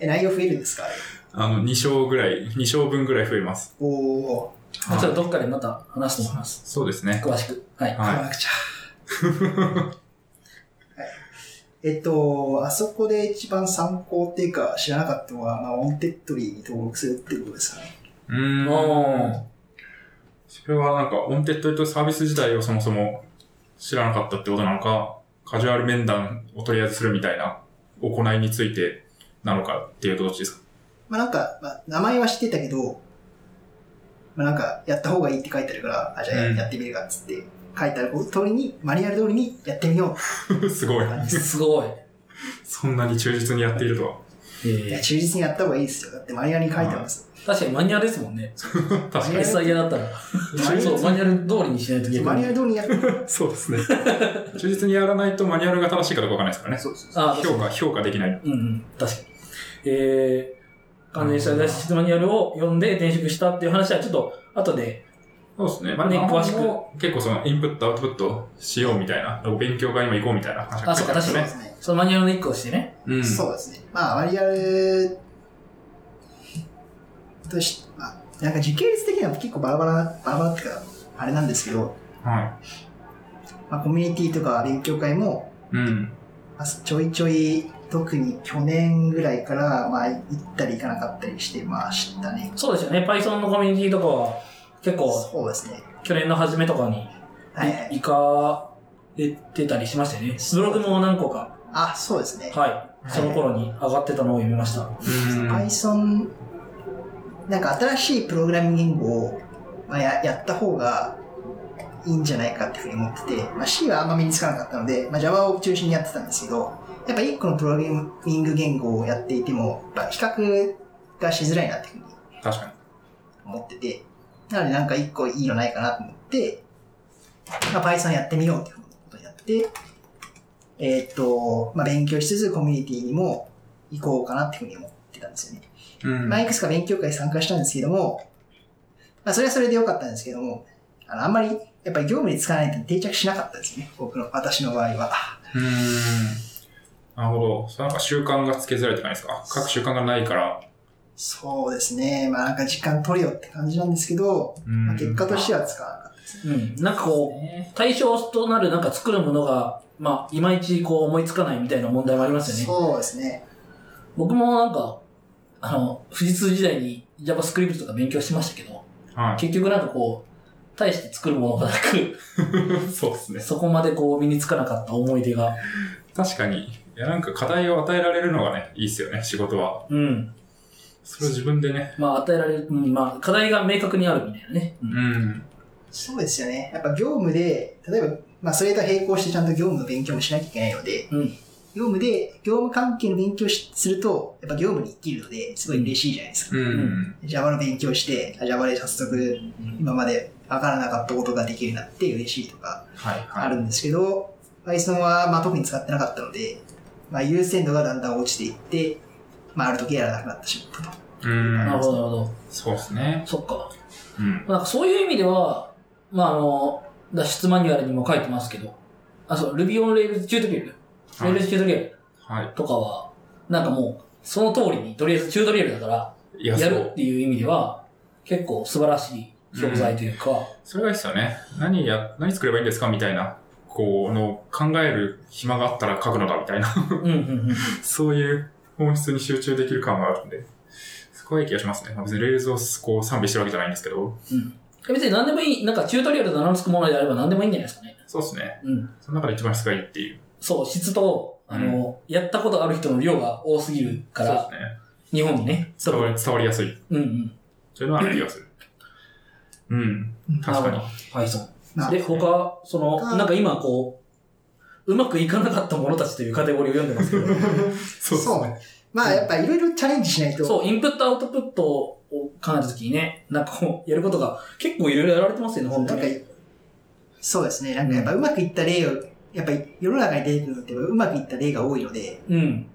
Speaker 1: え、内容増えるんですか
Speaker 3: あの、2章ぐらい、2章分ぐらい増えます。
Speaker 1: おお
Speaker 2: まあちょっとどっかでまた話すと思います。
Speaker 3: そうですね。
Speaker 2: 詳しく。はい。
Speaker 1: ー、買わ
Speaker 3: は
Speaker 1: なく ちゃ。はいえっと、あそこで一番参考っていうか知らなかったのは、まあ、オンテッドリーに登録するっていうことですかね。
Speaker 3: い。うー
Speaker 2: おー
Speaker 3: ん。それはなんか、オンテッドというサービス自体をそもそも知らなかったってことなのか、カジュアル面談をとりあえずするみたいな行いについてなのかっていうとどっちですか
Speaker 1: まあなんか、まあ、名前は知ってたけど、まあ、なんか、やった方がいいって書いてあるから、あ、じゃあや
Speaker 3: うん
Speaker 1: やってみるかっつって、書いてある通りに、マニュアル通りにやってみようっ
Speaker 3: すごい
Speaker 1: て。感じです。
Speaker 2: すごい。
Speaker 3: そんなに忠実にやっているとは。
Speaker 1: い
Speaker 2: え
Speaker 1: や、忠実にやった方がいいですよ。だってマニュアルに書いてます。
Speaker 2: ー確かにマニュアルですもんね。
Speaker 3: 確かに。
Speaker 2: SI だったら。そう、マニュアル通りにしないと
Speaker 1: マニュアル通りにやってみる。
Speaker 3: そうですね。忠実にやらないとマニュアルが正しいかどうかわかんないですからね。
Speaker 1: そうそうそう。
Speaker 2: あ、
Speaker 3: 評価、評価できない。
Speaker 2: うんうん、確かに。えー、関連した脱出マニュアルを読んで転職したっていう話はちょっと後で、
Speaker 3: そうですね。まあ、
Speaker 2: ね
Speaker 3: ね、
Speaker 2: 詳しく
Speaker 3: 結構その、インプット、アウトプットしようみたいな、勉強会にも行こうみたいな話が
Speaker 2: あそうか
Speaker 3: 結
Speaker 1: そ
Speaker 3: 構
Speaker 1: う
Speaker 3: り
Speaker 1: で
Speaker 3: まし
Speaker 1: すね。
Speaker 2: そのマニュアルの一個をしてね。
Speaker 3: たね。うん。
Speaker 1: そうですね。まあ、マニュアルとし、まあ、なんか時系列的には結構バラバラ、バラバラっていうか、あれなんですけど、
Speaker 3: は
Speaker 1: まあ、コミュニティとか勉強会も、
Speaker 3: い。うん。
Speaker 1: まあちょいちょい、特に去年ぐらいから、まあ、行ったり行かなかったりしてましたね。
Speaker 2: そうですよね。Python のコミュニティとかは結構
Speaker 1: そうですね。
Speaker 2: 去年の初めとかに
Speaker 1: はいは
Speaker 2: 行
Speaker 1: い。
Speaker 2: かれてたりしましたよね。ブログも何個か、
Speaker 1: あ、そうですね。
Speaker 2: はい、その頃に上がってたのを読みました。
Speaker 3: うん。
Speaker 1: Python、なんか新しいプログラミング言語を、まあ、ややった方がいいんじゃないかっていうふうに思ってて、まあ、C はあんま身につかなかったので、まあ、Java を中心にやってたんですけど、やっぱ一個のプログラミング言語をやっていても、やっぱ比較がしづらいなっていうふうに
Speaker 3: 確か
Speaker 1: 思ってて、なのでなんか一個いいのないかなと思って、まあ、Python やってみようっていうことをやって、えーっと、まあ、勉強しつつコミュニティにも行こうかなっていうふうに思ってたんですよね。
Speaker 3: に。うん。
Speaker 1: まあ、いくつか勉強会参加したんですけども、まあ、それはそれで良かったんですけども、あの、あんまり、やっぱり業務に使わないと定着しなかったですね。僕の、私の場合は。
Speaker 3: うーん。なるほど。そうなんか習慣がつけづらいって感じですか各習慣がないから。
Speaker 1: そうですね。まあ、なんか時間取れよって感じなんですけど、
Speaker 3: うん
Speaker 1: まあ、結果としては使わなかった。
Speaker 2: うん、なんかこう、対象となるなんか作るものが、まあ、いまいちこう思いつかないみたいな問題もありますよね。
Speaker 1: そうですね。
Speaker 2: 僕もなんか、あの、富士通時代に JavaScript とか勉強しましたけど、
Speaker 3: は
Speaker 2: 結局なんかこう、大して作るものがなく、
Speaker 3: い。 そうですね。
Speaker 2: そこまでこう身につかなかった思い出が。
Speaker 3: 確かに。いや、なんか課題を与えられるのがね、いいですよね、仕事は。
Speaker 2: うん。
Speaker 3: それを自分でね。
Speaker 2: まあ与えられる、うんまあ課題が明確にあるみたいなね。う
Speaker 3: うんん。
Speaker 1: そうですよね。やっぱ業務で、例えば、まあ、それと並行してちゃんと業務の勉強もしなきゃいけないので、
Speaker 2: うん
Speaker 1: 業務で、業務関係の勉強しすると、やっぱ業務に生きるので、すごい嬉しいじゃないですか。
Speaker 3: うん。
Speaker 1: Java の勉強して、あ Java で早速、今まで分からなかったことができるようになって嬉しいとか
Speaker 3: はい、
Speaker 1: あ
Speaker 3: は
Speaker 1: るんですけど、Python はまあ特に使ってなかったので、まあ、優先度がだんだん落ちていって、まあ、ある時やらなくなってしまったと。
Speaker 3: い。う
Speaker 2: なる
Speaker 3: ん。
Speaker 2: ほど、なるほど。
Speaker 3: そうですね。
Speaker 2: そっか。
Speaker 3: うん。
Speaker 2: なんかそういう意味では、まああの、脱出マニュアルにも書いてますけど、あ、そう、Ruby on Rails チュートリアル。
Speaker 3: はい
Speaker 2: Rails チュートリアル
Speaker 3: は
Speaker 2: とかは、なんかもう、その通りに、とりあえずチュートリアルだから、
Speaker 3: い。いや、そ
Speaker 2: やる
Speaker 3: う
Speaker 2: っ。ていう意味では、結構素晴らしい教材というか、
Speaker 3: それがいいですよね。何や、何作ればいいんですかみたいな、こう、の、考える暇があったら書くのだみたいな、
Speaker 2: うんうんうん。
Speaker 3: そういう本質に集中できる感があるんで、すごいい気がしますね。まあ別にレールズをこう賛美してるわけじゃないんですけど、
Speaker 2: 別に何でもいい、なんかチュートリアルと名の付くものであれば何でもいいんじゃないですかね。
Speaker 3: そうですね。
Speaker 2: うん。
Speaker 3: その中で一番質がいいっていう。
Speaker 2: そう、質と、あの、やったことある人の量が多すぎるか
Speaker 3: そう
Speaker 2: ら、
Speaker 3: で
Speaker 2: 日本にね。
Speaker 3: すね。伝わり、伝わりやすい。
Speaker 2: うんうん。
Speaker 3: というのはある気がす る。うん。確かに。
Speaker 2: パイソン。
Speaker 1: まあ
Speaker 2: で、他、その、なんか今こう、うまくいかなかった者たちというカテゴリーを読んでますけど、
Speaker 3: そうですね。
Speaker 1: まあ、やっぱいろいろチャレンジしないと、
Speaker 2: そう、インプットアウトプットを考えたときにね、なんかこう、やることが結構いろいろやられてますよね、本当
Speaker 1: なん
Speaker 2: に
Speaker 1: か。、そうですね。なんかやっぱうまくいった例を、やっぱり世の中に出てくるのってうまくいった例が多いので、
Speaker 2: うん。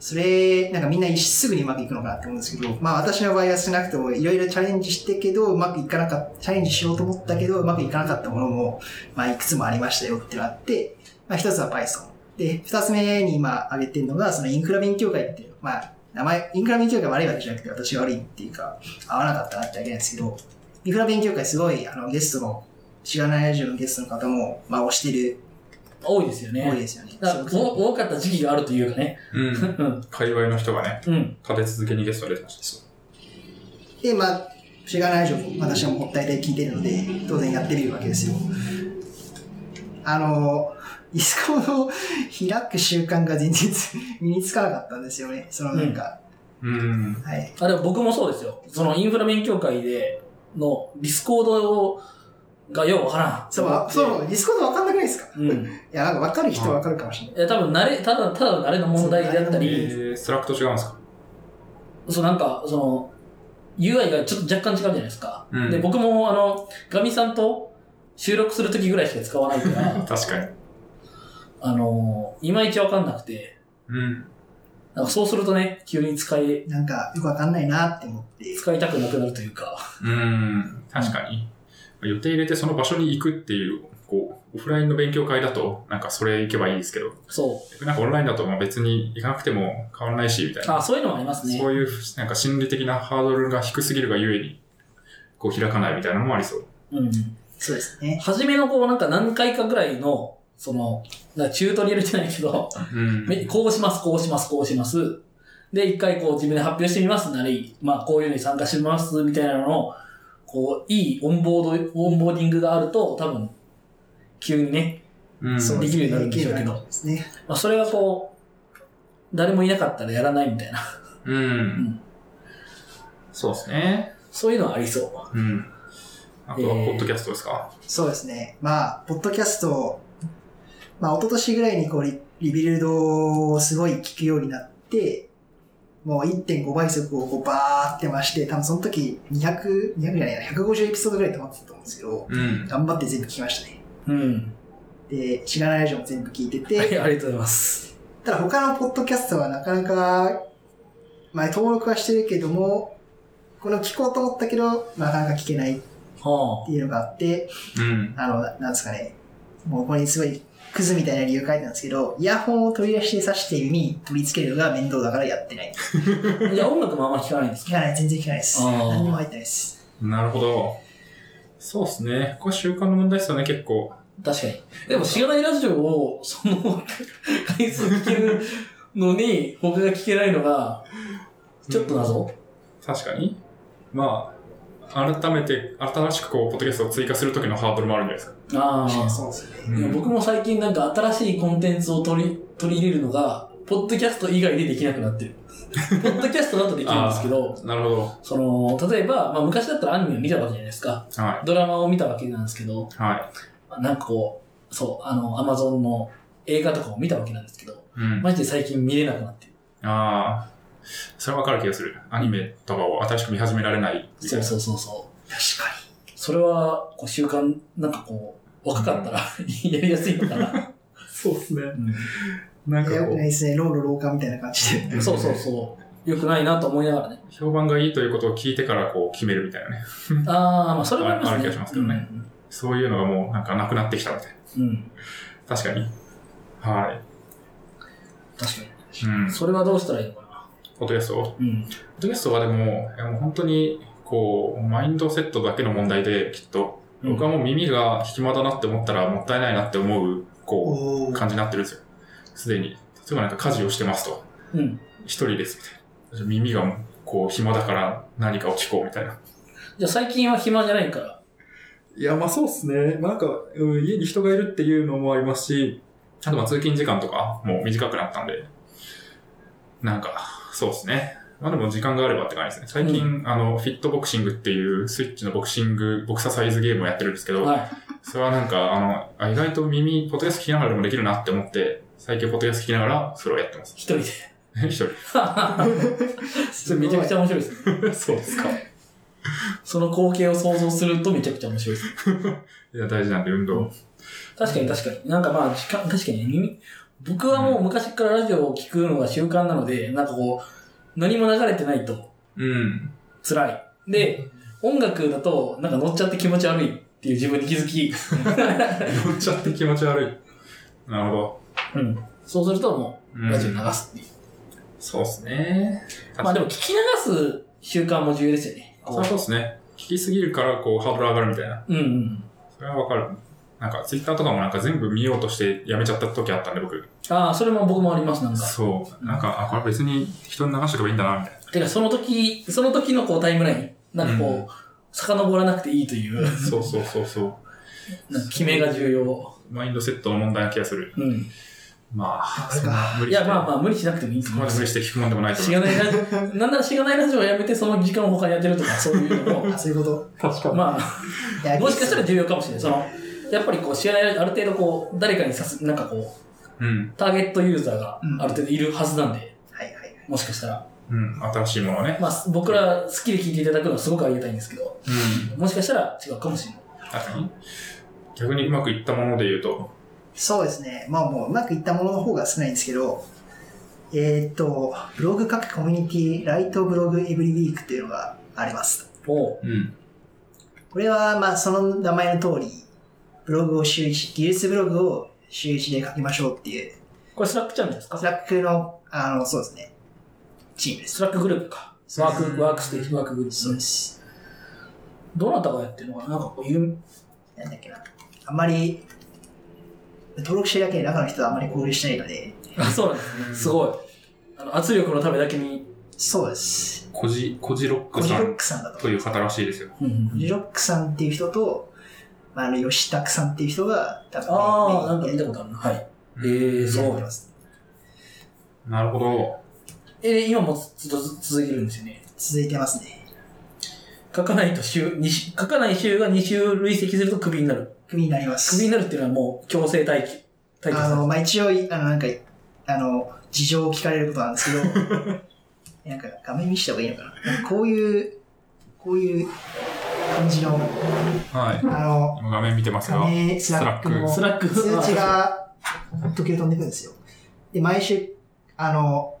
Speaker 1: それ、なんかみんなすぐにうまくいくのかなって思うんですけど、まあ私の場合は少なくともいろいろチャレンジしてけど、うまくいかなかった、チャレンジしようと思ったけど、うまくいかなかったものも、まあいくつもありましたよってなって、まあ一つは Python。で、二つ目に今挙げてるのが、そのインフラ勉強会っていう、まあ名前、インフラ勉強会悪いわけじゃなくて私が悪いっていうか、合わなかったなってわけなんですけど、インフラ勉強会すごい、あのゲストの、しがないラジオのゲストの方も、まあ推してる、
Speaker 2: 多いですよね。
Speaker 1: 多いですよね。
Speaker 2: だからお多かった時期があるというかね。
Speaker 3: う。
Speaker 2: うんん。
Speaker 3: 界隈の人がね、
Speaker 2: うん。
Speaker 3: 立て続けにゲストが出てました。
Speaker 1: で、まあ、しがない以上、私はもう大体聞いてるので、当然やってみるわけですよ。あの、ディスコードを 開く習慣が全然つ 身につかなかったんですよね。そのなんか、
Speaker 3: うん。
Speaker 1: はい。
Speaker 2: あ、でも僕もそうですよ。そのインフラ勉強会で、のディスコードがようわからん。
Speaker 1: そう、あそう、ディスコードわかんなくないですか
Speaker 2: うん。
Speaker 1: いや、なんかわかる人はわかるかもしれない。
Speaker 2: いや、多分慣れ、ただ、ただの慣れの問題であった
Speaker 3: え
Speaker 2: り、
Speaker 3: ー、スラックと違うんですか
Speaker 2: そう、なんか、その、UI がちょっと若干違うじゃないですか。
Speaker 3: うん
Speaker 2: で、僕も、あの、ガミさんと収録するときぐらいしか使わないから、
Speaker 3: 確かに。
Speaker 2: あの、いまいちわかんなくて、
Speaker 3: うん。
Speaker 2: なんかそうするとね、急に使い、
Speaker 1: なんか、よくわかんないなって思って。
Speaker 2: 使いたくなくなるというか、
Speaker 3: うん。確かに。予定入れてその場所に行くっていう、こう、オフラインの勉強会だと、なんかそれ行けばいいですけど、
Speaker 2: そ。
Speaker 3: なんかオンラインだとまあ別に行かなくても変わらないし、みたいうな。
Speaker 2: あ、そういうのもありますね。
Speaker 3: そういう、なんか心理的なハードルが低すぎるがゆえに、こう開かないみたいなのもありそう。
Speaker 2: うん。
Speaker 1: そうですね。
Speaker 2: 初めのこう、なんか何回かぐらいの、その、なんかチュートリアルじゃないけど、
Speaker 3: うん。
Speaker 2: めこうします、こうします、こうします。で、一回こう自分で発表してみますなり、まあこういうのに参加しますみたいなのを、こう、いいオンボード、オンボーディングがあると、多分、急にね、
Speaker 3: うん。
Speaker 2: そうできるようになるんでしょうけど
Speaker 1: できるようになるんですね。
Speaker 2: まあそれがこう、誰もいなかったらやらないみたいな、
Speaker 3: うん。そうですね。
Speaker 2: そういうのはありそ
Speaker 3: うん。あとは、
Speaker 2: えー
Speaker 3: ポッドキャストですか、
Speaker 1: そうですね。まあ、ポッドキャストを、まあ、一昨年ぐらいにこうリ、リビルドをすごい聞くようになって、もう1.5倍速をこうバーって増して、多分その時200、200じゃないな、150エピソードぐらい止まってたと思うんですけど、
Speaker 3: うん。
Speaker 1: 頑張って全部聞きましたね。
Speaker 2: う。うん。
Speaker 1: で、知らないラジオも全部聞いて
Speaker 2: は
Speaker 1: て、
Speaker 2: い、ありがとうございます。
Speaker 1: ただ他のポッドキャストはなかなか、まあ、登録はしてるけども、この聞こうと思ったけど、なかなか聞けないっ
Speaker 2: は
Speaker 1: ていうのがあって、
Speaker 3: うん。
Speaker 1: あの、なんですかね、もうこれにすごいクズみたいな理由書いてあるんですけど、イヤホンを取り出して挿して耳に取り付けるのが面倒だからやってない。
Speaker 2: あ。いや、音楽もあんま聞かないんです
Speaker 1: 聞かない、全然聞かないです。
Speaker 2: あー
Speaker 1: 何にも入ってないです。
Speaker 3: なるほど。そうですね。ここは習慣の問題ですよね、結構。
Speaker 2: 確かに。でも、しがないラジオを、その、回数聞けるのに、僕が聞けないのが、ちょっと謎、
Speaker 3: 確かに。まあ、改めて、新しくこう、ポッドキャストを追加するときのハードルもあるんじゃないですか。
Speaker 2: あ
Speaker 1: 確かに
Speaker 2: あ。
Speaker 1: そうですね。
Speaker 3: うん
Speaker 2: 僕も最近なんか新しいコンテンツを取り、取り入れるのが、ポッドキャスト以外でできなくなって る。ポッドキャストだとできるんですけど、
Speaker 3: なるほど。
Speaker 2: その、例えば、まあ昔だったらアニメを見たわけじゃないですか。
Speaker 3: は
Speaker 2: ドラマを見たわけなんですけど、
Speaker 3: い。は
Speaker 2: なんかこう、そう、あの、アマゾンの映画とかを見たわけなんですけど、
Speaker 3: い。うん。
Speaker 2: マジで最近見れなくなってる。
Speaker 3: ああ。それはわかる気がする。アニメとかを新しく見始められないみたい
Speaker 2: そう
Speaker 3: な。
Speaker 2: そうそうそう。
Speaker 1: 確か
Speaker 2: それは、こう、習慣、なんかこう、若かったら、 やりやすいのかな。
Speaker 3: そうですね。
Speaker 2: う
Speaker 3: なん
Speaker 1: に。
Speaker 3: か
Speaker 1: いやよ
Speaker 3: こ
Speaker 1: く
Speaker 3: う
Speaker 1: ない、ですね。ロール老化みたいな感じで。
Speaker 2: ん、そうそうそう。よくないなと思いながらね。
Speaker 3: 評判がいいということを聞いてからこう決めるみたいなね。
Speaker 2: ああ、まあ、それもありますね。
Speaker 3: ある気がしますけどねそういうのがもうなんかなくなってきたみたい
Speaker 2: うん。うん。
Speaker 3: な。確かに。は
Speaker 2: 確か
Speaker 3: い。うん
Speaker 2: に。。それはどうしたらいいのかな。
Speaker 3: ポッドキャストポッ
Speaker 2: うん。
Speaker 3: ドキャストはでも、いやもう本当に、こう、マインドセットだけの問題で、きっと、僕はもう耳が暇だなって思ったらもったいないなって思う、こ
Speaker 1: お
Speaker 3: う、
Speaker 1: ー
Speaker 3: 感じになってるんですよ。すでに。例えばなんか家事をしてますと。
Speaker 2: うん。
Speaker 3: 一人です、みたいな。耳がもうこう、暇だから何かを聞こう、みたいな。
Speaker 2: じゃあ、最近は暇じゃないから。
Speaker 3: いや、まあそうっすね。まあなんか、うん家に人がいるっていうのもありますし、あとまあ通勤時間とかもう短くなったんで、なんか、そうっすね。まあでも時間があればって感じですね。最近、あの、フィットボクシングっていうスイッチのボクシング、ボクササイズゲームをやってるんですけど、
Speaker 2: はい。
Speaker 3: それはなんか、あの、あ意外と耳、ポッドキャスト聞きながらでもできるなって思って、最近ポッドキャスト聞きながらそれをやってます。
Speaker 2: 一人で。
Speaker 3: 一人。
Speaker 2: それめちゃくちゃ面白いですね。
Speaker 3: そうですか。い
Speaker 2: その光景を想像するとめちゃくちゃ面白いですね。
Speaker 3: や、大事なんで運動。
Speaker 2: 確かに確かに。なんかまあ、時間、確かに耳、僕はもう昔からラジオを聞くのが習慣なので、なんかこう、何も流れてないと、
Speaker 3: うん。
Speaker 2: 辛い。で、音楽だと、なんか乗っちゃって気持ち悪いっていう自分に気づき、
Speaker 3: 乗っちゃって気持ち悪い。なるほど。
Speaker 2: うん、そうするとも
Speaker 3: う
Speaker 2: う、
Speaker 3: ん
Speaker 2: ラジオ流すっていう。
Speaker 3: そうですね。
Speaker 2: まあでも、聞き流す習慣も重要ですよね。
Speaker 3: それはそうですね。聞きすぎるから、こう、ハードル上がるみたいな。
Speaker 2: うんうん。
Speaker 3: それはわかる。なんか、ツイッターとかもなんか全部見ようとしてやめちゃった時あったんで、僕。
Speaker 2: ああ、それも僕もあります、なんか。
Speaker 3: そう。なんか、あ、これ別に人に流しとけばいいんだな、みたい
Speaker 2: てか、その時、その時のこうタイムライン、なんかこう、
Speaker 3: うん
Speaker 2: 遡らなくていいという、
Speaker 3: な。そうそうそうそう。
Speaker 2: なんか決めが重要。
Speaker 3: マインドセットの問題な気がする。
Speaker 2: うん。
Speaker 3: まあ、
Speaker 1: そ
Speaker 3: そ
Speaker 1: うんか
Speaker 3: な無
Speaker 2: い
Speaker 3: 理し
Speaker 2: や、
Speaker 3: て、
Speaker 2: まあまあ、無理しなくてもいいと
Speaker 3: そこ
Speaker 2: 思い
Speaker 3: ま
Speaker 2: ま
Speaker 3: です無理。して聞くもんでもないと
Speaker 2: し
Speaker 3: 思
Speaker 2: が
Speaker 3: う。
Speaker 2: ないラジ オ、なんならしがないラジオをやめて、その時間を他に当てるとか、そういうのも
Speaker 1: あ、、そういうこと
Speaker 3: 確か
Speaker 2: まあ、
Speaker 1: いや
Speaker 2: もしかしたら重要かもしれない。その、やっぱりこう、知らない、ある程度こう、誰かにさす、なんかこう、
Speaker 3: うん。
Speaker 2: ターゲットユーザーが
Speaker 1: うん
Speaker 2: ある程度いるはずなんで、
Speaker 1: はいはいはい。
Speaker 2: もしかしたら。
Speaker 3: うん。新しいものをね。
Speaker 2: まあ、僕ら好きで聞いていただくのはすごくありがたいんですけど、
Speaker 3: うん。
Speaker 2: もしかしたら違うかもしれない。
Speaker 3: 確かに。逆にうまくいったもので言うと、
Speaker 1: そうですね。まあもううまくいったものの方が少ないんですけど、えーっと、ブログ書くコミュニティ、ライトブログエブリウィークっていうのがあります。
Speaker 2: おう
Speaker 3: うん。
Speaker 1: これはまあその名前の通り、ブログを週一、技術ブログを週一で書きましょうっていう、
Speaker 2: これスラックチャンネルですか
Speaker 1: スラックの、あの、そうですね、チームです。
Speaker 2: スラックグループか。ワーク、ワークステージ、ワークグル
Speaker 1: そう
Speaker 2: ー
Speaker 1: で
Speaker 2: プ。
Speaker 1: す。
Speaker 2: どなたがやってるのかななんかこう、有
Speaker 1: なんだっけな。あんまり、登録してるだけで中の人はあんまり交流してないので、
Speaker 2: 名そうなん ですね。すごい。あの、圧力のためだけに。
Speaker 1: そうです。
Speaker 3: コジ、コジロッ
Speaker 1: コ
Speaker 3: ク
Speaker 1: ジ
Speaker 3: さ
Speaker 1: ロッ
Speaker 3: ん
Speaker 1: クさんだと。
Speaker 3: と
Speaker 1: コ
Speaker 3: いう方らしいですよ。
Speaker 1: ジロックさんっていう人と、まあ、あの、吉拓さんっていう人が、多分、
Speaker 2: ああ、なんか
Speaker 1: メイ
Speaker 2: 見
Speaker 1: ンで
Speaker 2: たことあるな。はい。えー、
Speaker 1: やって
Speaker 2: そう
Speaker 1: ま。す。
Speaker 3: なるほど。
Speaker 2: えー、今もずっと続いてるんですよね。
Speaker 1: 続いてますね。
Speaker 2: 書かないと週、二週書かない週が2週累積するとクビになる。
Speaker 1: クビになります。
Speaker 2: クビになるっていうのはもう強制待機。待機さ
Speaker 1: あ
Speaker 2: れ
Speaker 1: の、
Speaker 2: る
Speaker 1: まあ、一応、あの、なんか、あの、事情を聞かれることなんで すけど、なんか、画面見した方がいいのかな。なんかこういう、こういう感じの、
Speaker 3: はい。
Speaker 1: あの、
Speaker 3: 今画面見てますが
Speaker 1: 画。面スラックの
Speaker 3: ス
Speaker 2: スラック。
Speaker 1: 通知が時々飛んでくるんですよ。で、毎週、あの、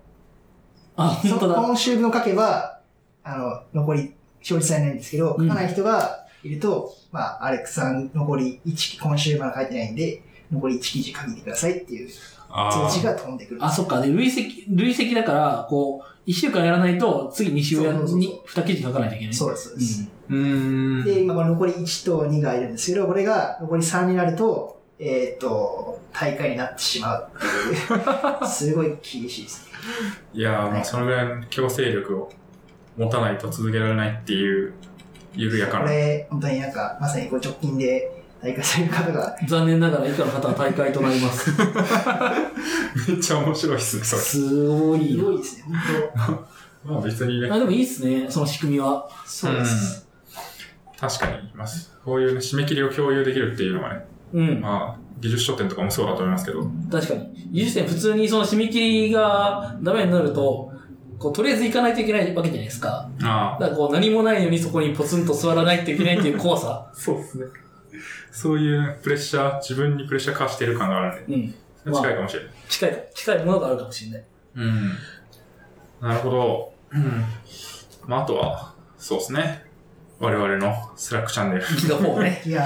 Speaker 2: あ、
Speaker 1: そ
Speaker 2: 本当だ。
Speaker 1: 今週分書けば、あの、残り表示されないんですけど、
Speaker 2: うん
Speaker 1: 書かない人がいると、まあ、アレックさん残り1、今週まだ書いてないんで、残り1記事書いてくださいっていう通
Speaker 3: あ
Speaker 1: 知
Speaker 3: ー
Speaker 1: が飛んでくる。
Speaker 2: あ、そっか。で、累積、累積だから、こう、1週間やらないと、次2週や、
Speaker 1: そうそうそう
Speaker 2: に2記事書かないといけない。
Speaker 1: そうです、そうです。
Speaker 3: うーん。
Speaker 1: で、今これ残り1と2がいるんですけど、これが残り3になると、えっ、と、大会になってしまうっていう、 すごい厳しいですね。
Speaker 3: いやー、まあ、そのぐらいの強制力を持たないと続けられないっていう、緩やか
Speaker 1: こ
Speaker 3: な。
Speaker 1: れ、本当になんか、まさにこう直近で大会される方が、
Speaker 2: 残念ながら以下の方は大会となり ます。
Speaker 3: めっちゃ面白いっすね、それ。
Speaker 2: すごい
Speaker 1: す
Speaker 2: な
Speaker 1: ごいですね、本
Speaker 3: まあ別にね、
Speaker 2: あでもいいっすね、その仕組みは。
Speaker 1: 当。そうです。
Speaker 3: 確かにいます。こういうね、締め切りを共有できるっていうのはね、
Speaker 2: うん。
Speaker 3: まあ、技術書店とかもそうだと思いますけど、
Speaker 2: 確かに。技術点普通にその締め切りがダメになると、こう、とりあえず行かないといけないわけじゃないですか。だ
Speaker 3: ああ、
Speaker 2: からこう、何もないのにそこにポツンと座らないといけないっていう怖 さ。
Speaker 3: そうっすね。そういうプレッシャー、自分にプレッシャー化してる感があるんで、
Speaker 2: うん。
Speaker 3: それ近いかもしれない。
Speaker 2: 近い、近いものがあるかもしれない。
Speaker 3: うん。なるほど。うん。まあ、あとは、そうですね。我々のスラックチャ ンネル。
Speaker 2: 息がもうね。
Speaker 1: いや、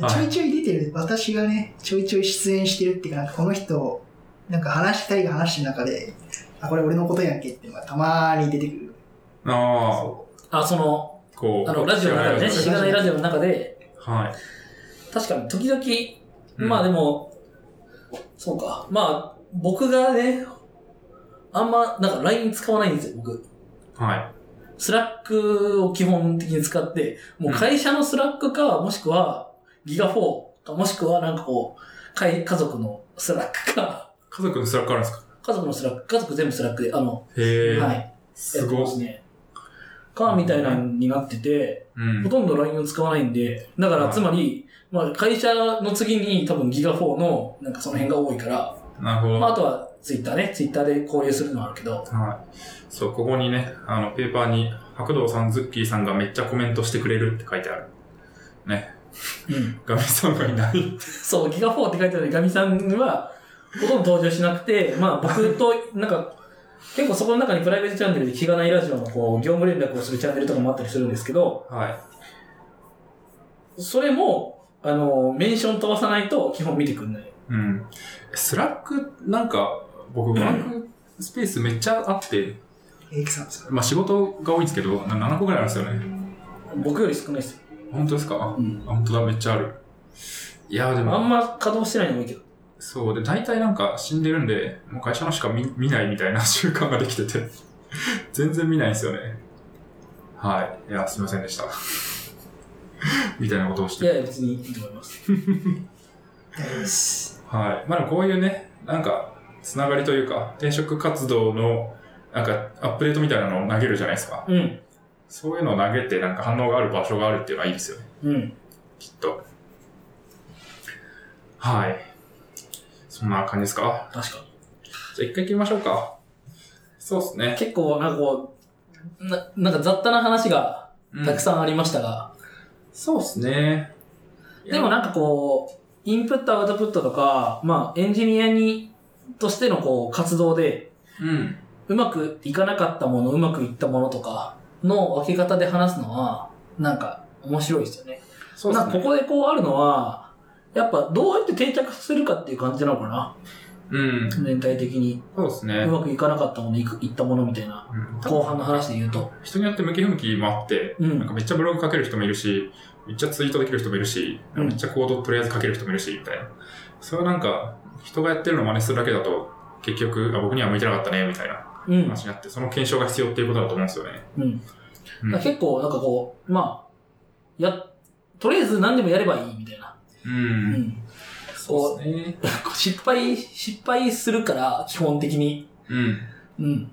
Speaker 3: はい
Speaker 1: ちょいちょい出てる、私がね、ちょいちょい出演してるっていうか、なんかこの人、なんか話した人が話してる中で、あ、これ俺のことやんけっていうのがたまーに出てくる。
Speaker 3: あ
Speaker 1: そ
Speaker 2: あ、その、
Speaker 3: こう。
Speaker 2: あの、ラジオの中でね、しがないラジオの中で、
Speaker 3: はい。
Speaker 2: 確かに時々、
Speaker 3: うん
Speaker 2: まあでも、そうか。まあ、僕がね、あんま、なんか LINE 使わないんですよ、僕。
Speaker 3: はい。
Speaker 2: スラックを基本的に使って、もう会社のスラックか、もしくは、ギガ4か、もしくはなんかこう、かい家族のスラックか、
Speaker 3: 家族のスラックあるんですか
Speaker 2: 家族のスラック、家族全部スラックで、あの、
Speaker 3: へえ。
Speaker 2: はい、や
Speaker 3: す
Speaker 2: ってま
Speaker 3: ごい。
Speaker 2: すね。か、みたいなのになってて、
Speaker 3: うん
Speaker 2: ほ。とんど LINE を使わないんで、だからつまり、まあ会社の次に多分ギガ4の、なんかその辺が多いから、
Speaker 3: なるほど。
Speaker 2: まああとはツイッターね、ツイッターで交流するのはあるけど、
Speaker 3: はい。そう、ここにね、あの、ペーパーに、白道さん、ズッキーさんがめっちゃコメントしてくれるって書いてある。ね。
Speaker 2: うん
Speaker 3: ガミさんがいない。
Speaker 2: そう、ギガ4って書いてあるガミさんは、ほとんど登場しなくて、まあ僕と、なんか、結構そこの中にプライベートチャンネルで気がないラジオのこう、業務連絡をするチャンネルとかもあったりするんですけど、
Speaker 3: は
Speaker 2: それも、あの、メンション飛ばさないと基本見てくんない。
Speaker 3: い。うん。スラック、なんか、僕、ワークスペースめっちゃあって、
Speaker 1: う。エイクさんですか
Speaker 3: まあ仕事が多いんですけど、な7個ぐらいあるんですよね。
Speaker 2: 僕より少ないですよ。
Speaker 3: 本当ですか
Speaker 2: うん。
Speaker 3: あ、本当だ、めっちゃある。いやーで
Speaker 2: あん
Speaker 3: も、
Speaker 2: ま稼働してないのもいいけど。
Speaker 3: そうで、大体なんか死んでるんで、もう会社のしか見見ないみたいな 習慣ができてて、全然見ないんですよね。はい。いや、すいませんでした。 みたいなことをして
Speaker 2: いやいや、別にいいと思います。
Speaker 1: 大丈夫です。
Speaker 3: はい。まあでもこういうね、なんか、つながりというか、転職活動の、なんか、アップデートみたいなのを投げるじゃないですか。
Speaker 4: うん。
Speaker 3: そういうのを投げて、なんか反応がある場所があるっていうのはいいですよね。
Speaker 4: うん。
Speaker 3: きっと。はい。そんな感じですか
Speaker 2: 確か
Speaker 3: じゃあ一回切りましょうか。そうですね。
Speaker 2: 結構、なんかこう、ななんか雑多な話が
Speaker 3: うん
Speaker 2: たくさんありましたが、
Speaker 3: そうですね。
Speaker 4: でもなんかこう、インプットアウトプットとか、まあ、エンジニアに、としてのこう、活動で、
Speaker 3: うん。
Speaker 2: うまくいかなかったもの、うまくいったものとかの分け方で話すのは、なんか面白いですよね。
Speaker 3: そうで
Speaker 2: なん
Speaker 3: す
Speaker 2: か
Speaker 3: ね。
Speaker 2: ここでこうあるのは、やっぱどうやって定着するかっていう感じなのかな
Speaker 3: うん。
Speaker 2: 全体的に。
Speaker 3: そうですね
Speaker 2: う。まくいかなかったもの、いくいったものみたいな。
Speaker 3: うん
Speaker 2: 後半の話で言うと。
Speaker 3: 人によって向き不向きもあって、
Speaker 2: う
Speaker 3: なん
Speaker 2: ん。
Speaker 3: かめっちゃブログ書ける人もいるし、めっちゃツイートできる人もいるし、
Speaker 2: うん
Speaker 3: めっちゃコードとりあえず書ける人もいるし、みたいな。それはなんか、人がやってるのを真似するだけだと、結局、あ、僕には向いてなかったね、みたいな
Speaker 2: うん。
Speaker 3: 話になって、その検証が必要っていうことだと思うんですよね。
Speaker 2: うん。
Speaker 3: うん
Speaker 2: だから結構、なんかこう、まあ、や、とりあえず何でもやればいいみたいな。
Speaker 3: う。
Speaker 2: うんん。
Speaker 3: そうですね。
Speaker 2: こう 失敗、失敗するから、基本的に。
Speaker 3: うん。
Speaker 2: うん。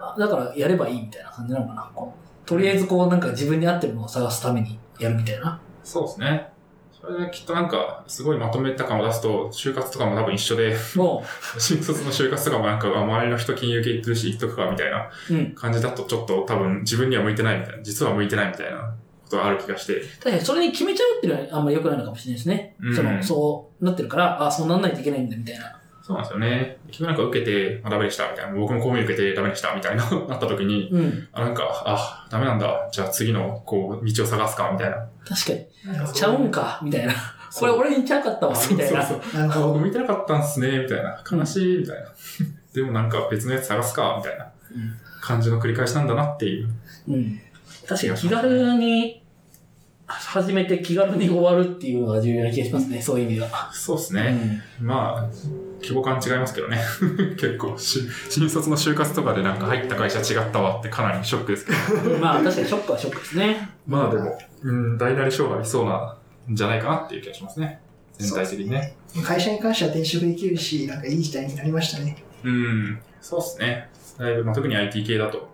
Speaker 2: あだから、やればいいみたいな感じなのかな。こうとりあえず、こう、なんか自分に合ってるものを探すためにやるみたい な。
Speaker 3: そうですね。それできっとなんか、すごいまとめた感を出すと、就活とかも多分一緒で、
Speaker 2: も
Speaker 3: 新卒の就活とかもなんか、あ周りの人金融系行ってるし、行っとくか、みたいな
Speaker 2: う、うん。
Speaker 3: 感じだとちょっと多分自分には向いてないみたいな、実は向いてないみたいなことがある気がして。
Speaker 2: 確かに、それに決めちゃうっていうのはあんまり良くないのかもしれないですね。
Speaker 3: うん
Speaker 2: その、そうなってるから、あ、そうなんないといけないんだ、みたいな。
Speaker 3: そうなんですよね。結局なんか受けて、あ、ダメでした、みたいな。僕も公務員受けてダメでした、みたいな、 なった時に、
Speaker 2: うん。
Speaker 3: あ、なんか、あ、ダメなんだ。じゃあ次の、こう、道を探すか、みたいな。
Speaker 2: 確かに。ちゃうんか、みたいな。これ
Speaker 3: そう
Speaker 2: 俺にちゃうかったわ、みたいな。
Speaker 3: そうそう
Speaker 1: なる
Speaker 3: そうあ
Speaker 1: ほ
Speaker 3: 僕
Speaker 1: ど。
Speaker 3: 向いてなかったんすね、みたいな。悲しい、みたいな。でもなんか別のやつ探すか、みたいな
Speaker 2: うん
Speaker 3: 感じの繰り返しなんだなっていう。
Speaker 2: うん。確かに気軽に始めて気軽に終わるっていうのが重要な気がしますね、そういう意味では。
Speaker 3: そうです
Speaker 2: う
Speaker 3: ね。
Speaker 2: ん
Speaker 3: まあ、規模感違いますけどね。 結構し、新卒の就活とかでなんか入った会社違ったわってかなりショックですけど。
Speaker 2: まあ確かにショックはショックですね。
Speaker 3: まあでも、うん、大なり小がありそうなんじゃないかなっていう気がしますね。全体的にね。
Speaker 1: 会社に関しては転職できるし、なんかいい時代になりましたね。
Speaker 3: うん、そうですね。だいぶ、まあ、特に IT 系だと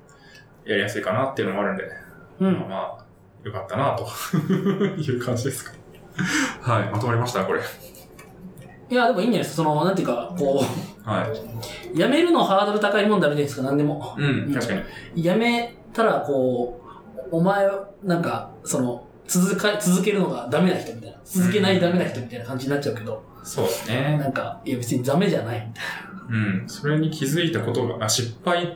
Speaker 3: やりやすいかなっていうのもあるんで、
Speaker 4: う
Speaker 3: まあ
Speaker 4: ん。
Speaker 3: まあ、よかったなと いう感じですか。はい、まとまりました、これ。
Speaker 2: いや、でもいいんじゃないですか。その、なんていうか、こ
Speaker 3: はい。
Speaker 2: う、やめるのハードル高いもんだあるじゃないですか、なんでも。
Speaker 3: うん、確かに。
Speaker 2: やめたら、こう、お前、なんか、その、続か、続けるのがダメな人みたいな。続けないダメな人みたいな感じになっちゃうけど、
Speaker 3: そうです
Speaker 2: な
Speaker 3: ね。
Speaker 2: んか、いや別にダメじゃないみたい
Speaker 3: うん、それに気づいたことが、あ失敗っ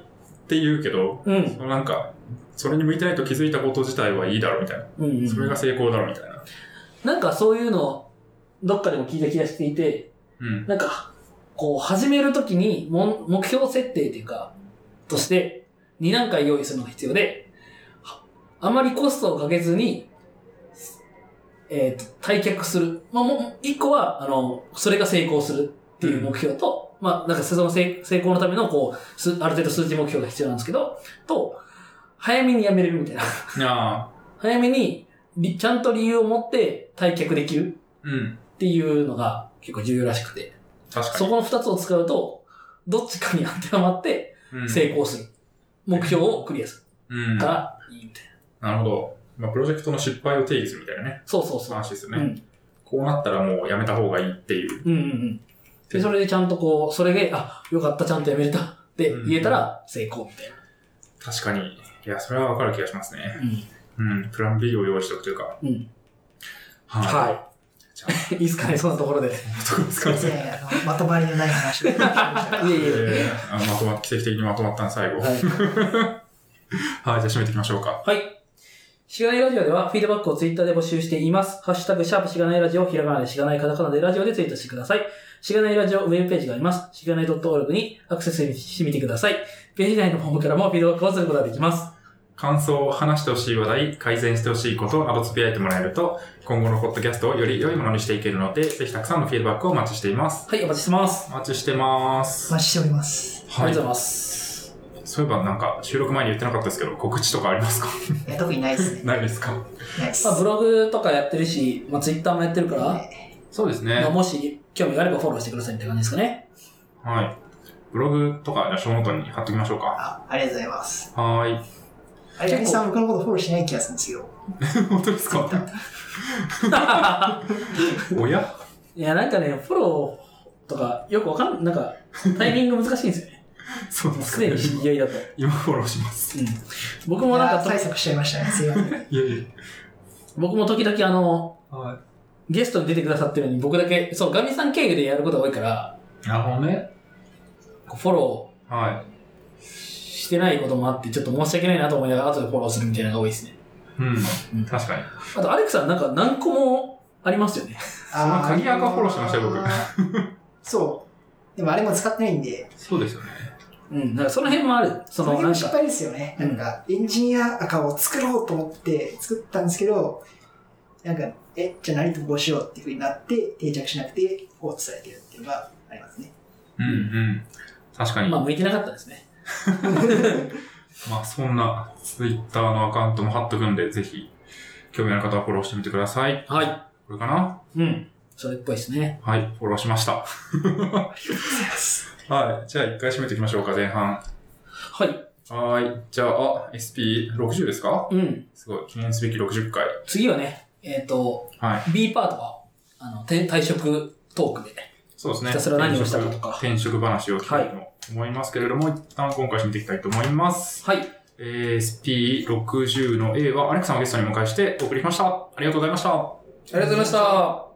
Speaker 3: て言うけど、
Speaker 2: な。う
Speaker 3: そ
Speaker 2: ん。
Speaker 3: のなんか、それに向いてないと気づいたこと自体はいいだろうみたい
Speaker 2: うん、うん。
Speaker 3: な。それが成功だろうみたいな。
Speaker 2: なんかそういうの、どっかでも聞いた気がしていて、
Speaker 3: うん。
Speaker 2: なんか、こう、始めるときにもん、目標設定というか、として、2段階用意するのが必要で、はあまりコストをかけずに、えっ、と、退却する。まあ、もう、1個は、あの、それが成功するっていう目標と、まあ、なんか、その成成功のための、こう、すある程度数値目標が必要なんですけど、と、早めにやめれるみたいな。
Speaker 3: ああ、
Speaker 2: 早めに、りちゃんと理由を持って退却できる
Speaker 3: うん、
Speaker 2: っていうのが結構重要らしくて。
Speaker 3: 確か
Speaker 2: そ
Speaker 3: に。
Speaker 2: この二つを使うと、どっちかに当てはまって
Speaker 3: うん
Speaker 2: 成功する。目標をクリアす
Speaker 3: うん
Speaker 2: るか。ら、いいみたいな。
Speaker 3: なるほど。まあ、プロジェクトの失敗を定義するみたいなね、
Speaker 2: そうそうそう。
Speaker 3: 話ですよ
Speaker 2: う
Speaker 3: ね。
Speaker 2: ん。
Speaker 3: こうなったらもうやめた方がいいっていう。
Speaker 2: うんうんうん。で、それでちゃんとこう、それで、あ、よかった、ちゃんとやめれたって言えたら成功みたいな。
Speaker 3: 確かに。いや、それはわかる気がしますね。
Speaker 2: うん。
Speaker 3: うん。プラン B を用意しておくというか。
Speaker 2: うん。
Speaker 3: はい。
Speaker 2: は
Speaker 3: じゃあ、
Speaker 2: い。いいっすかね、そんなと ころで。い
Speaker 3: どうですか
Speaker 1: そうです
Speaker 3: ね。
Speaker 1: ね。あのまとまりのない話を聞きま した
Speaker 2: え
Speaker 1: が
Speaker 2: い
Speaker 3: え
Speaker 2: え。
Speaker 3: ー、あまとま奇跡的にまとまったの最後。はい、
Speaker 2: はい。
Speaker 3: じゃあ締めていきましょうか。
Speaker 4: はい。しがないラジオではフィードバックをツイッターで募集しています。ハッシュタグ、シャープしがないラジオ、ひらがなでしがないカタカナでラジオでツイートしてください。しがないラジオウェブページがあります。しがない .org にアクセスしてみてください。ページ内の方からもフィードバックをすることができます。
Speaker 3: 感想を話してほしい話題、改善してほしいことなどつぶやいてもらえると、今後のポッドキャストをより良いものにしていけるので、ぜひたくさんのフィードバックをお待ちしています。
Speaker 4: はい、お待ちしてます。
Speaker 3: お待ちしてます。
Speaker 1: お待ちしております。
Speaker 3: は
Speaker 2: ありがとうございます。
Speaker 3: そういえばなんか収録前に言ってなかったですけど、告知とかありますか
Speaker 1: いや、特にないですね。
Speaker 3: ないですか
Speaker 1: ないです
Speaker 2: まあ、。ブログとかやってるし、まあ、ツイッターもやってるから、
Speaker 3: そうです
Speaker 2: まあ、
Speaker 3: ね。
Speaker 2: もし興味があればフォローしてくださいみたいな感じですか ね。
Speaker 3: はい。ブログとか、じゃあ、小ノートに貼っときましょうか。
Speaker 1: あ、ありがとうございます。
Speaker 3: はーい。
Speaker 1: あやみさん僕のことフォローしない気がするんですけど。
Speaker 3: 本当ですかおや
Speaker 2: いや、なんかね、フォローとか、よくわかん、なんか、タイミング難しいんですよ ね。
Speaker 3: そうですす
Speaker 2: で
Speaker 3: ね
Speaker 2: に。知り合いだと。
Speaker 3: 今フォローします。
Speaker 2: うん。僕もなん
Speaker 1: いや
Speaker 2: か
Speaker 1: ー
Speaker 2: と
Speaker 1: 催、促しちゃいましたね。すいません。
Speaker 3: いやい
Speaker 2: 僕も時々あの、
Speaker 3: や。はい。
Speaker 2: ゲストに出てくださってるのに、僕だけ、そう、ガミさん経由でやることが多いから、
Speaker 3: なるほどね。
Speaker 2: こうフォロー
Speaker 3: は
Speaker 2: してないこともあって、ちょっと申し訳ないなと思いながら、後でフォローするみたいなのが多いですね。
Speaker 3: い。
Speaker 2: う
Speaker 3: うんん。確かに。
Speaker 2: あと、アレクさんなんか何個もありますよね。
Speaker 3: の鍵アカフォローしてましたよ僕
Speaker 1: 僕。そう。でもあれも使ってないんで、
Speaker 3: そうですよね。
Speaker 2: うん。なんかその辺もある。そ
Speaker 1: その
Speaker 2: の、な
Speaker 1: 辺も
Speaker 2: ん
Speaker 1: 失
Speaker 2: か、
Speaker 1: 敗ですよね。
Speaker 2: う
Speaker 1: なんんか、エンジニアアカを作ろうと思って作ったんですけど、なんか、え、じゃあ何とこうしようっていうふうになって、定着しなくて、放置されてるっていうのがありますね。
Speaker 3: うんうん。確かに。
Speaker 2: まあ、
Speaker 3: ま
Speaker 2: 向いてなかったですね。
Speaker 3: あ、そんなツイッターのアカウントも貼っとくんで、ぜひ、興味ある方はフォローしてみてください。
Speaker 2: はい。
Speaker 3: これかな
Speaker 2: うん。それっぽいですね。
Speaker 3: はい、フォローしました。 はい。じゃあ、一回締めていきましょうか、前半。
Speaker 2: はい。
Speaker 3: はい。じゃあ、あ、SP60 ですか
Speaker 2: うん。
Speaker 3: すごい。記念すべき60回。
Speaker 2: 次はね、えっ、と、
Speaker 3: はい。
Speaker 2: B パートは、あの、て退職トークで。
Speaker 3: そうですね。
Speaker 2: ひたすら何をしたかとか
Speaker 3: 転職転職話を聞きたいと思いますけれども、一旦今回締めていきたいと思います。
Speaker 2: はい。
Speaker 3: えー、SP60 の A はアレクさんをゲストにお迎えしてお送りしました。ありがとうございました。
Speaker 2: ありがとうございました。